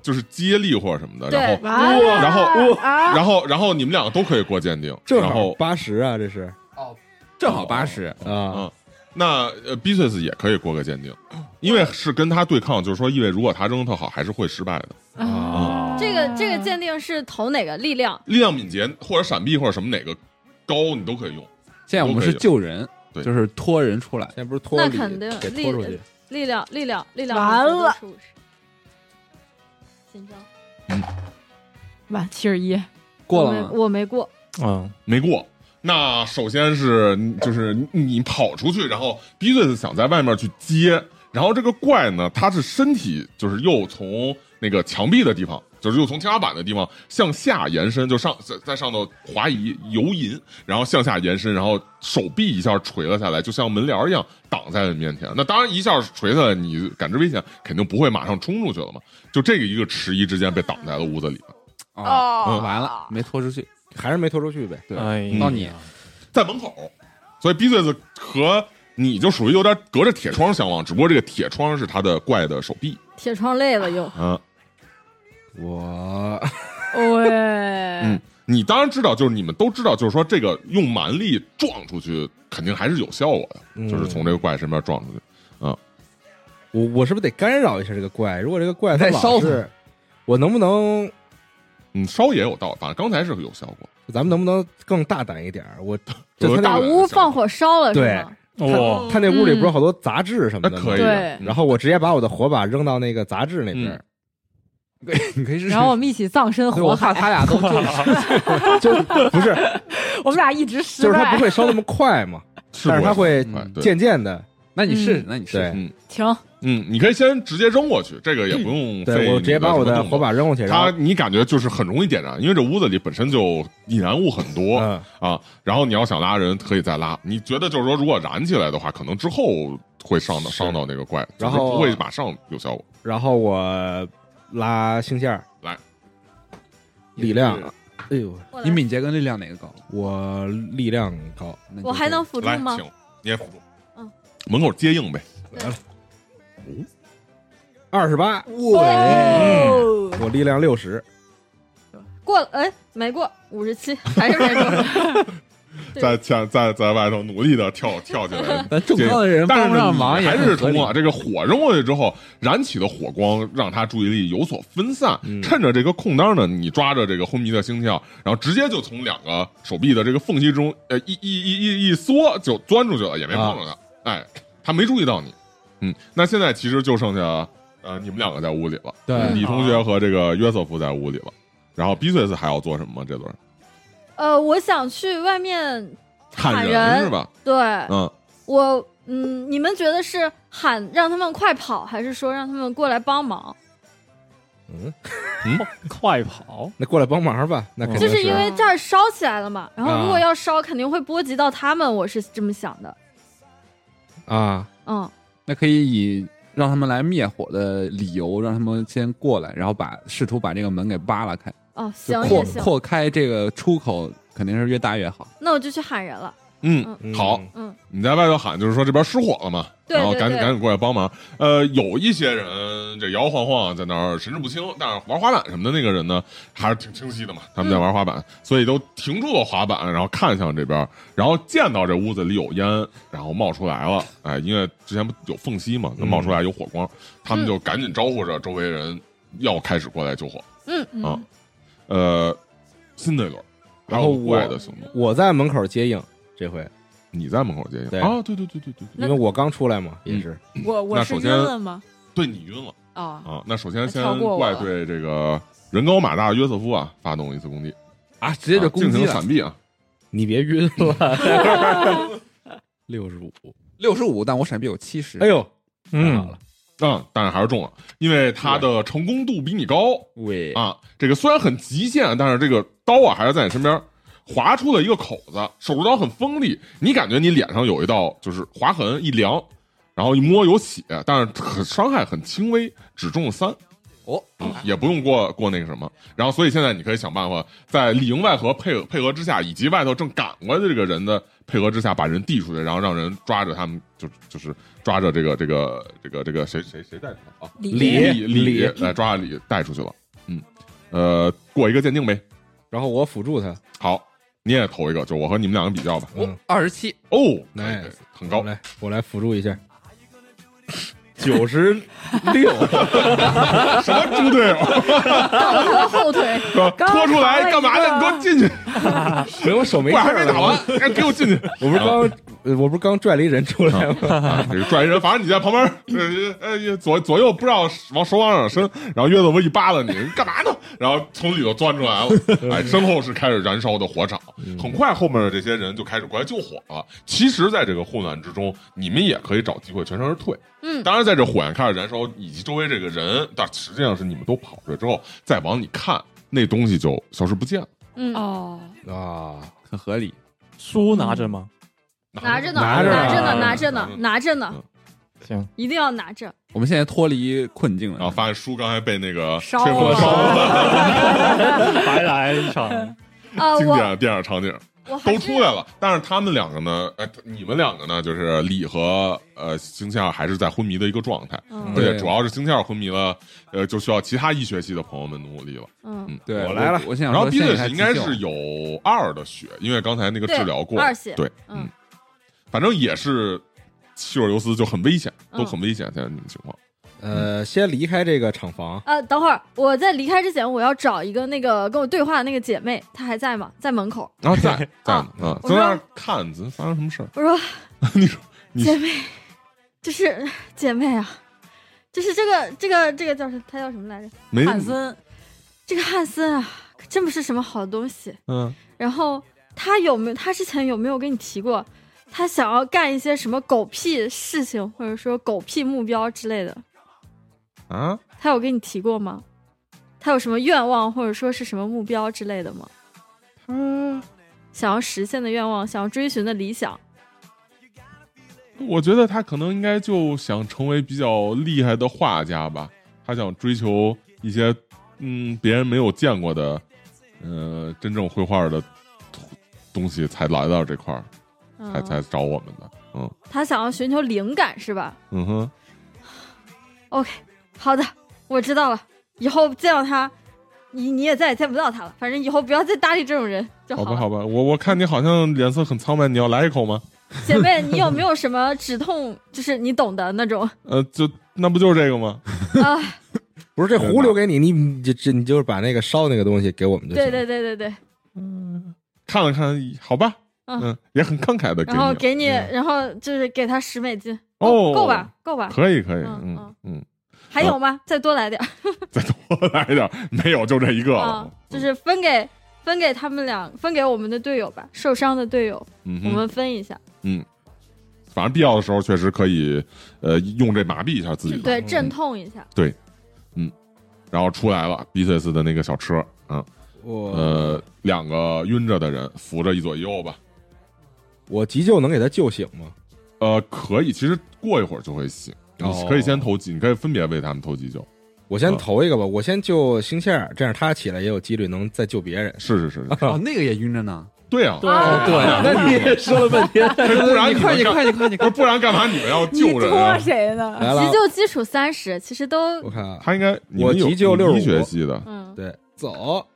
Speaker 8: 就是接力或者什么的，然后
Speaker 6: 对，
Speaker 8: 然后
Speaker 6: 啊，
Speaker 8: 然后，然后你们两个都可以过鉴定，
Speaker 3: 正
Speaker 8: 然
Speaker 3: 好
Speaker 8: 后
Speaker 3: 八十啊，这是
Speaker 9: 正好八十，
Speaker 3: 啊
Speaker 8: 嗯，那呃 b i s 也可以过个鉴定，因为是跟他对抗，就是说，意味如果他扔得特好，还是会失败的。
Speaker 3: 啊
Speaker 6: 这个这个鉴定是投哪个力量？
Speaker 8: 力量敏捷或者闪避或者什么哪个高，你都可以用。
Speaker 9: 现在我们是救人，
Speaker 8: 对
Speaker 9: 就是拖人出来
Speaker 3: 现。在不是拖
Speaker 6: 那
Speaker 3: 李
Speaker 6: 肯定
Speaker 3: 给
Speaker 6: 力
Speaker 3: 拖出去，
Speaker 6: 力量力量力量
Speaker 7: 完了，
Speaker 6: 紧张，
Speaker 8: 嗯
Speaker 7: 哇，七十一，
Speaker 9: 过了
Speaker 6: 我没
Speaker 9: 吗？
Speaker 6: 我没过，
Speaker 5: 嗯，
Speaker 8: 没过。那首先是就是你跑出去，然后 b i s 想在外面去接，然后这个怪呢，他是身体就是又从那个墙壁的地方，就是又从天花板的地方向下延伸，就上在在上头滑移游移，然后向下延伸，然后手臂一下垂了下来，就像门帘一样挡在你面前。那当然一下垂下来，你感知危险，肯定不会马上冲出去了嘛。就这个一个迟疑之间被挡在了屋子里。
Speaker 4: 啊嗯
Speaker 9: 哦，完了，没拖出去。
Speaker 3: 还是没拖出去呗。
Speaker 9: 对，
Speaker 5: 哎呀
Speaker 9: 到你
Speaker 8: 在门口，所以 b 嘴子和你就属于有点隔着铁窗相望，只不过这个铁窗是他的怪的手臂。
Speaker 6: 铁窗累了又，
Speaker 3: 啊
Speaker 8: 嗯
Speaker 3: 我
Speaker 7: 喂，
Speaker 8: 嗯，你当然知道，就是你们都知道，就是说这个用蛮力撞出去，肯定还是有效果的，
Speaker 3: 嗯
Speaker 8: 就是从这个怪身边撞出去。
Speaker 3: 我我是不是得干扰一下这个怪？如果这个怪它
Speaker 9: 再烧
Speaker 3: 老是，我能不能
Speaker 8: 嗯，稍也有道，反正刚才是有效果。
Speaker 3: 咱们能不能更大胆一点儿？我
Speaker 8: 有
Speaker 3: 就他
Speaker 8: 大
Speaker 6: 把
Speaker 8: 胆
Speaker 3: 那个
Speaker 6: 屋放火烧了是
Speaker 3: 对
Speaker 6: 吗？
Speaker 5: 哇，
Speaker 3: 他那屋里不是好多杂志什么的
Speaker 8: 那
Speaker 3: 吗？
Speaker 8: 可以
Speaker 7: 对，
Speaker 3: 然后我直接把我的火把扔到那个杂志那边
Speaker 8: 嗯
Speaker 3: 儿，
Speaker 9: 你可 以试试。
Speaker 7: 然后我们一起葬身
Speaker 9: 对
Speaker 7: 火
Speaker 9: 我怕
Speaker 7: 海，
Speaker 9: 他俩都中。
Speaker 3: 就 不是，
Speaker 7: 我们俩一直失
Speaker 3: 就是它
Speaker 7: 败
Speaker 3: 不。会烧那么快嘛，
Speaker 8: 是
Speaker 3: 但是它
Speaker 8: 不
Speaker 3: 会嗯
Speaker 8: 快对
Speaker 3: 渐渐的，
Speaker 9: 那你试试
Speaker 7: 嗯，
Speaker 9: 那你试试。
Speaker 3: 对
Speaker 7: 停，
Speaker 8: 嗯，你可以先直接扔过去，这个也不用费
Speaker 3: 对，我直接把我的火把扔过去，
Speaker 8: 你的什么动作。
Speaker 3: 然后
Speaker 8: 它你感觉就是很容易点燃，因为这屋子里本身就引燃物很多，
Speaker 3: 嗯，
Speaker 8: 啊，然后你要想拉人可以再拉。你觉得就是说，如果燃起来的话，可能之后会上到
Speaker 3: 是
Speaker 8: 上到那个怪，
Speaker 3: 然后
Speaker 8: 就是不会马上有效果。
Speaker 3: 然后我拉星线儿
Speaker 8: 来，
Speaker 3: 力量，哎呦，
Speaker 6: 我来
Speaker 9: 你敏捷跟力量哪个高？
Speaker 3: 我力量高，
Speaker 9: 那你就。
Speaker 6: 我还能辅助
Speaker 8: 来，
Speaker 6: 吗？
Speaker 8: 请你也辅助。
Speaker 6: 嗯，
Speaker 8: 门口接应呗。
Speaker 3: 二十八，
Speaker 6: 哦，
Speaker 3: 我力量六十，
Speaker 6: 过了，哎，没过，五十七， 还是没过。对
Speaker 8: 在在在在外头努力的跳跳 起来
Speaker 9: 咱重要的人
Speaker 8: 但
Speaker 9: 帮不
Speaker 8: 是
Speaker 9: 上
Speaker 8: 你
Speaker 9: 忙也
Speaker 8: 还
Speaker 9: 很
Speaker 8: 是
Speaker 9: 合
Speaker 8: 成
Speaker 9: 理
Speaker 3: 啊
Speaker 8: 功了。这个火扔过去之后，燃起的火光让他注意力有所分散。趁着这个空当呢，你抓着这个昏迷的心跳，然后直接就从两个手臂的这个缝隙中，呃，一一一一一缩就钻出去了，也没碰着他。哎，他没注意到你。嗯，那现在其实就剩下呃你们两个在屋里了，
Speaker 9: 对
Speaker 3: 嗯
Speaker 8: 李同学和这个约瑟夫在屋里了。然后 b i z s 还要做什么吗？这轮
Speaker 6: 呃，我想去外面
Speaker 8: 喊
Speaker 6: 喊人
Speaker 8: 是吧？
Speaker 6: 对，
Speaker 8: 嗯，
Speaker 6: 我嗯，你们觉得是喊让他们快跑，还是说让他们过来帮忙？
Speaker 5: 快跑！
Speaker 3: 那过来帮忙吧，那肯
Speaker 6: 就
Speaker 3: 定
Speaker 6: 是因为这儿烧起来了嘛，然后如果
Speaker 3: 啊
Speaker 6: 要烧，肯定会波及到他们，我是这么想的。
Speaker 3: 啊，
Speaker 6: 嗯，
Speaker 9: 那可以以让他们来灭火的理由，让他们先过来，然后把试图把这个门给扒拉开，
Speaker 6: 哦，行
Speaker 9: 就
Speaker 6: 也
Speaker 9: 扩
Speaker 6: 行，
Speaker 9: 扩开这个出口，肯定是越大越好。
Speaker 6: 那我就去喊人了。
Speaker 8: 嗯，
Speaker 3: 嗯
Speaker 8: 好，
Speaker 6: 嗯，
Speaker 8: 你在外头喊，就是说这边失火了嘛，
Speaker 6: 对
Speaker 8: 然后
Speaker 6: 对
Speaker 8: 赶紧
Speaker 6: 对
Speaker 8: 赶紧过来帮忙。呃，有一些人这摇摇晃晃在那儿神志不清，但是玩滑板什么的那个人呢，还是挺清晰的嘛，他
Speaker 6: 嗯
Speaker 8: 们在玩滑板，所以都停住了滑板，然后看向这边，然后见到这屋子里有烟，然后冒出来了，哎，因为之前不有缝隙嘛，那
Speaker 6: 嗯
Speaker 3: 嗯
Speaker 8: 冒出来有火光，他们就赶紧招呼着周围人要开始过来救火。
Speaker 7: 嗯
Speaker 8: 啊
Speaker 7: 嗯，
Speaker 8: 呃，新的一轮，然后户外的行动，
Speaker 3: 我在门口接应，这回
Speaker 8: 你在门口接应
Speaker 3: 对
Speaker 8: 啊？对对对对对对，
Speaker 3: 因为我刚出来嘛，
Speaker 9: 嗯
Speaker 3: 也是
Speaker 7: 我我
Speaker 8: 那
Speaker 7: 是
Speaker 8: 首
Speaker 7: 晕
Speaker 8: 先
Speaker 7: 了吗？
Speaker 8: 对你晕了
Speaker 7: 啊，
Speaker 8: 啊！那首先先
Speaker 7: 跳过我
Speaker 8: 怪
Speaker 7: 了
Speaker 8: 对这个人高马大的约瑟夫啊，发动了一次攻击，
Speaker 9: 啊，直接就
Speaker 8: 啊
Speaker 9: 攻
Speaker 8: 尽
Speaker 9: 击
Speaker 8: 情
Speaker 9: 了
Speaker 8: 闪避啊！
Speaker 3: 你别晕了， 六十五，
Speaker 9: 六十五，但我闪避有七十。
Speaker 3: 哎，呦，太好
Speaker 1: 嗯
Speaker 3: 了，
Speaker 8: 啊，但是还是中了，因为他的成功度比你高
Speaker 3: 嗯
Speaker 9: 喂，
Speaker 8: 啊。这个虽然很极限，但是这个刀啊还是在你身边划出了一个口子，手术刀很锋利，你感觉你脸上有一道就是划痕，一凉，然后一摸有血，但是很伤害很轻微，只中了三。
Speaker 9: 哦，
Speaker 8: 嗯也不用过过那个什么，然后所以现在你可以想办法在里应外合配合配合之下，以及外头正赶过来的这个人的配合之下，把人递出去，然后让人抓着他们，就就是抓着这个这个这个这个谁谁谁带出去啊？
Speaker 3: 李
Speaker 8: 李李
Speaker 9: 哎
Speaker 8: 呃，抓着李带出去了。嗯，呃，过一个鉴定呗。
Speaker 3: 然后我辅助他，
Speaker 8: 好，你也投一个，就我和你们两个比较吧。
Speaker 3: 嗯，
Speaker 9: 二十七，
Speaker 8: 哦，可以
Speaker 3: nice
Speaker 8: 可以很
Speaker 3: 我
Speaker 8: 高。
Speaker 3: 来我来辅助一下，九十六，
Speaker 8: 什么猪队友？
Speaker 6: 到了他的后腿，
Speaker 8: 拖出来干嘛呢？你给我进去！
Speaker 3: 没有我手没
Speaker 8: 我
Speaker 3: 劲
Speaker 8: 还
Speaker 3: 儿
Speaker 8: 没打
Speaker 3: 了，
Speaker 8: 完，哎给我进去！
Speaker 3: 我不是刚呃我不是刚拽了一人出来吗？
Speaker 8: 啊，这个拽一人，反正你在旁边，呃呃左左右不知道往手往哪伸，然后约瑟夫一扒拉你，干嘛呢？然后从里头钻出来了，哎，身后是开始燃烧的火场，很快后面的这些人就开始过来救火了。其实，在这个混乱之中，你们也可以找机会全身而退。
Speaker 7: 嗯
Speaker 8: 当然，在这火焰开始燃烧以及周围这个人，但实际上是你们都跑出来之后，再往里看，那东西就消失不见了。
Speaker 6: 嗯，
Speaker 7: 哦，
Speaker 3: 啊，
Speaker 9: 很合理。
Speaker 5: 书拿着吗？
Speaker 6: 拿着呢，
Speaker 3: 拿
Speaker 6: 拿
Speaker 3: 着呢
Speaker 6: 着呢，拿着呢
Speaker 8: 嗯，
Speaker 6: 拿着呢，
Speaker 5: 行，
Speaker 6: 一定要拿 着。
Speaker 9: 我们现在脱离困境
Speaker 8: 然后
Speaker 9: 了，
Speaker 8: 发现书刚才被那个吹
Speaker 7: 烧
Speaker 8: 风
Speaker 7: 了
Speaker 8: 烧了，
Speaker 5: 白来一场。
Speaker 6: 啊，
Speaker 8: 经典
Speaker 6: 我
Speaker 8: 的电影场景。
Speaker 6: 我还
Speaker 8: 都
Speaker 6: 是
Speaker 8: 出来了，但是他们两个呢，呃，你们两个呢，就是李和呃星期二还是在昏迷的一个状态，
Speaker 6: 嗯
Speaker 8: 而
Speaker 9: 对
Speaker 8: 且主要是星期二昏迷了，呃，就需要其他医学系的朋友们努力了。
Speaker 6: 嗯，
Speaker 8: 嗯，
Speaker 9: 对
Speaker 3: 我来了
Speaker 9: 我现在
Speaker 8: 然后 B
Speaker 9: 队
Speaker 8: 队是应该是有二的血，因为刚才那个
Speaker 6: 对
Speaker 8: 治疗过，
Speaker 6: 二血
Speaker 8: 对，
Speaker 6: 嗯，
Speaker 8: 反正也是希尔尤斯就很危险，
Speaker 6: 嗯
Speaker 8: 都很危险，现在你们情况。
Speaker 3: 呃，先离开这个厂房，
Speaker 6: 呃，等会儿我在离开之前，我要找一个那个跟我对话的那个姐妹，她还在吗？在门口。
Speaker 8: 然后在在呢啊，
Speaker 6: 哦我
Speaker 8: 在
Speaker 6: 说
Speaker 8: 那儿看咱发生什么事儿？
Speaker 6: 我说
Speaker 8: 你说你
Speaker 6: 姐妹，就是 姐妹啊，就是这个这个这个叫什？她叫什么来着？
Speaker 8: 没
Speaker 7: 汉森
Speaker 6: 这个汉森啊，可真不是什么好东西。
Speaker 8: 嗯，
Speaker 6: 然后他有没有？他之前有没有跟你提过，他想要干一些什么狗屁事情，或者说狗屁目标之类的？
Speaker 8: 啊？
Speaker 6: 他有跟你提过吗？他有什么愿望，或者说是什么目标之类的吗？想要实现的愿望，想要追寻的理想。
Speaker 8: 我觉得他可能应该就想成为比较厉害的画家吧，他想追求一些嗯别人没有见过的，呃，真正绘画的东西才来到这块儿，
Speaker 6: 嗯
Speaker 8: 才才找我们的。嗯
Speaker 6: 他想要寻求灵感是吧？
Speaker 8: 嗯哼，
Speaker 6: OK，好的，我知道了。以后见到他，你你也再也见不到他了。反正以后不要再搭理这种人就
Speaker 8: 好
Speaker 6: 了。
Speaker 8: 吧好吧，我我看你好像脸色很苍白，你要来一口吗？
Speaker 6: 姐妹，你有没有什么止痛， 就是你懂的那 种
Speaker 8: 呃，就那不就是这个吗？
Speaker 6: 啊？
Speaker 3: 不是这壶留给你，你你就这你就是把那个烧那个东西给我们就行。
Speaker 6: 对对对对对。
Speaker 8: 看了看，好吧，
Speaker 6: 嗯
Speaker 8: 嗯，也很慷慨的给
Speaker 6: 然后
Speaker 8: 你，啊
Speaker 6: 给你，然后就是给他十美金，
Speaker 8: 哦
Speaker 6: 够吧，够吧。
Speaker 8: 可以可以，
Speaker 6: 嗯
Speaker 8: 嗯
Speaker 6: 嗯
Speaker 8: 嗯，
Speaker 6: 还有吗？再多来点儿
Speaker 8: 再多来一点，没有就这一个
Speaker 6: 啊
Speaker 8: 了，，嗯
Speaker 6: 就是分给分给他们俩，分给我们的队友吧，受伤的队友，
Speaker 8: 嗯
Speaker 6: 我
Speaker 8: 哼。
Speaker 6: 们分一下。
Speaker 8: 嗯反正必要的时候确实可以，呃，用这麻痹一下自己。
Speaker 6: 对，阵痛一下。
Speaker 8: 然后出来了，比塞斯的那个小车，啊，
Speaker 3: 我
Speaker 8: 呃，两个晕着的人扶着一左一右吧。
Speaker 3: 我急救能给他救醒吗？
Speaker 8: 呃，可以，其实过一会儿就会醒。你
Speaker 3: 哦
Speaker 8: 可以先投急，你可以分别为他们投急救。
Speaker 3: 我先
Speaker 8: 啊
Speaker 3: 投一个吧，我先救星期二，这样他起来也有几率能再救别人。
Speaker 8: 是是是，
Speaker 9: 哦，那个也晕着呢。
Speaker 8: 对啊，
Speaker 5: 啊
Speaker 9: 对，那你也说了半天，
Speaker 8: 不然
Speaker 9: 你快，
Speaker 8: 你
Speaker 9: 你
Speaker 8: 们干
Speaker 9: 快，你快，你
Speaker 8: 不
Speaker 9: 快
Speaker 8: 是，不然干嘛你们要救人啊
Speaker 7: 拖？谁呢？
Speaker 3: 来了
Speaker 6: 急，救基础三十，其实都
Speaker 3: 我看啊，
Speaker 8: 他应该，你们
Speaker 3: 我
Speaker 8: 有
Speaker 3: 急救65
Speaker 8: 医学系的，
Speaker 6: 嗯，
Speaker 3: 对，走，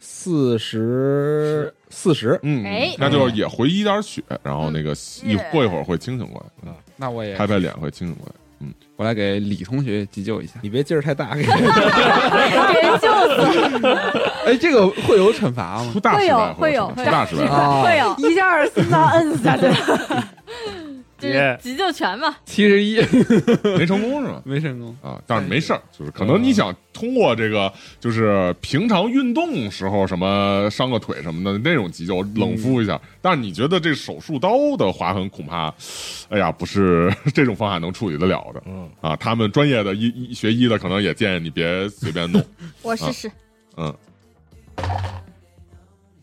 Speaker 3: 四十四十，
Speaker 8: 嗯
Speaker 6: 哎，
Speaker 8: 那就是也回一点血，然后那个一
Speaker 6: 嗯
Speaker 3: 嗯
Speaker 8: 过一会儿会清醒过来，
Speaker 3: 啊
Speaker 9: 那我也
Speaker 8: 拍拍脸会清醒过来。嗯，
Speaker 9: 我来给李同学急救一下。
Speaker 3: 你别劲儿太大，给
Speaker 6: 给人救死，
Speaker 9: 哎，这个会有惩罚吗？
Speaker 8: 出大
Speaker 6: 会
Speaker 8: 事
Speaker 6: 有
Speaker 8: 来，
Speaker 6: 会有
Speaker 8: 出大事来 了。
Speaker 9: 啊
Speaker 6: 会有，
Speaker 7: 一下心脏摁死下 去，
Speaker 6: 就
Speaker 5: Yeah
Speaker 6: 是急救拳嘛。
Speaker 9: 七十一
Speaker 8: 没成功是吗？
Speaker 9: 没成功，
Speaker 8: 啊，但是没事儿，就是可能你想通过这个，就是平常运动时候什么伤个腿什么的那种急救冷敷一下，但是你觉得这手术刀的划痕恐怕，哎呀，不是 这种方法能处理得了的。
Speaker 3: 嗯
Speaker 8: 啊，他们专业的医医学医的可能也建议你别随便弄。
Speaker 6: 我试试，
Speaker 8: 嗯，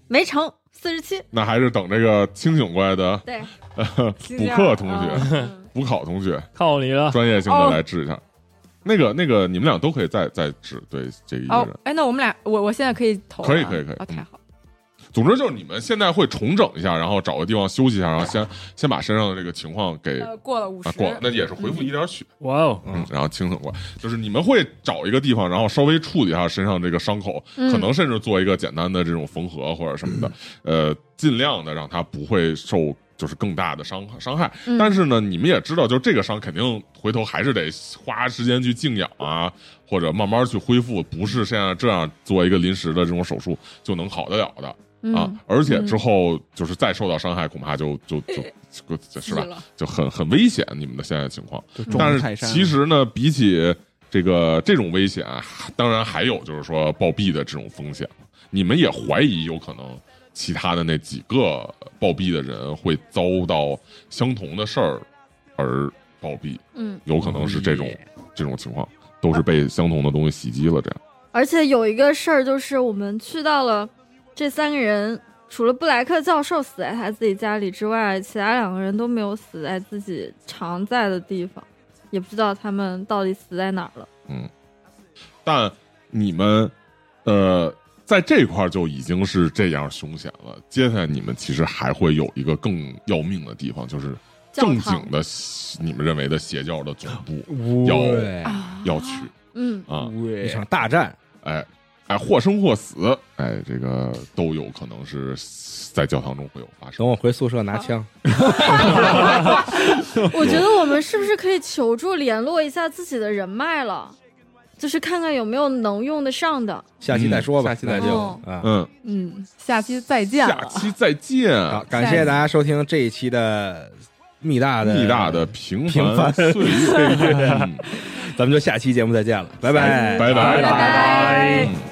Speaker 6: 没成，四十七。
Speaker 8: 那还是等这个清醒过来的
Speaker 6: 对，
Speaker 8: 补
Speaker 7: 啊
Speaker 8: 课同学、
Speaker 7: 学，
Speaker 8: 补考同学
Speaker 5: 靠你了，
Speaker 8: 专业性的
Speaker 7: 哦
Speaker 8: 来治一下。那个那个，你们俩都可以再再治对这个一个人
Speaker 7: 哦。，哎，那我们俩，我我现在可以投了，
Speaker 8: 可以可以可以嗯
Speaker 7: 哦，太好了，
Speaker 8: 总之就是你们现在会重整一下，然后找个地方休息一下，然后先先把身上的这个情况给
Speaker 7: 呃，过了五十嗯
Speaker 8: 啊，过，那也是回复一点血，
Speaker 5: 哇哦，
Speaker 8: 嗯，然后清醒过来。就是你们会找一个地方，然后稍微处理一下身上这个伤口，
Speaker 6: 嗯
Speaker 8: 可能甚至做一个简单的这种缝合或者什么的，
Speaker 6: 嗯
Speaker 8: 呃，尽量的让它不会受。就是更大的伤伤害，
Speaker 6: 嗯
Speaker 8: 但是呢，你们也知道，就这个伤肯定回头还是得花时间去静养啊，或者慢慢去恢复，不是现在这样做一个临时的这种手术就能好得了的。啊
Speaker 6: 嗯，，呃
Speaker 8: 而且之后就是再受到伤害，恐怕就就就就就是吧，
Speaker 7: 了，
Speaker 8: 就很很危险。你们的现在情况，
Speaker 4: 嗯
Speaker 9: 就
Speaker 8: 但
Speaker 9: 中泰
Speaker 8: 是
Speaker 9: 山。
Speaker 8: 其实呢，比起这个这种危险，啊当然还有就是说暴毙的这种风险。你们也怀疑有可能其他的那几个暴毙的人会遭到相同的事儿而暴毙，
Speaker 6: 嗯，
Speaker 8: 有可能是这种
Speaker 9: 嗯
Speaker 8: 这种情况，都是被相同的东西袭击了。这样，
Speaker 6: 而且有一个事儿，就是我们去到了这三个人，除了布莱克教授死在他自己家里之外，其他两个人都没有死在自己常在的地方，也不知道他们到底死在哪儿了。
Speaker 8: 但你们，呃，在这块儿就已经是这样凶险了。接下来你们其实还会有一个更要命的地方，就是
Speaker 6: 教
Speaker 8: 正
Speaker 6: 堂
Speaker 8: 经的你们认为的邪教的总部要哎要去
Speaker 6: 啊嗯，
Speaker 8: 啊，
Speaker 3: 一场大战，
Speaker 8: 哎哎，或生或死，哎，这个都有可能是在教堂中会有发生
Speaker 3: 等。我回宿舍拿枪。
Speaker 6: 我觉得我们是不是可以求助联络一下自己的人脉了，就是看看有没有能用得上的。
Speaker 3: 下期再说
Speaker 9: 嗯
Speaker 3: 吧，
Speaker 9: 下期再
Speaker 6: 说哦
Speaker 3: 啊。
Speaker 8: 嗯，
Speaker 7: 嗯，下期再见
Speaker 8: 下
Speaker 7: 了，啊
Speaker 8: 期再见，
Speaker 3: 好，感谢大家收听这一期的密大的
Speaker 8: 密大的，平
Speaker 3: 平
Speaker 8: 凡
Speaker 3: 凡
Speaker 8: 岁月，嗯
Speaker 3: 咱们就下期节目再见了，拜拜，
Speaker 8: 拜
Speaker 6: 拜
Speaker 8: 拜
Speaker 6: 拜
Speaker 8: 嗯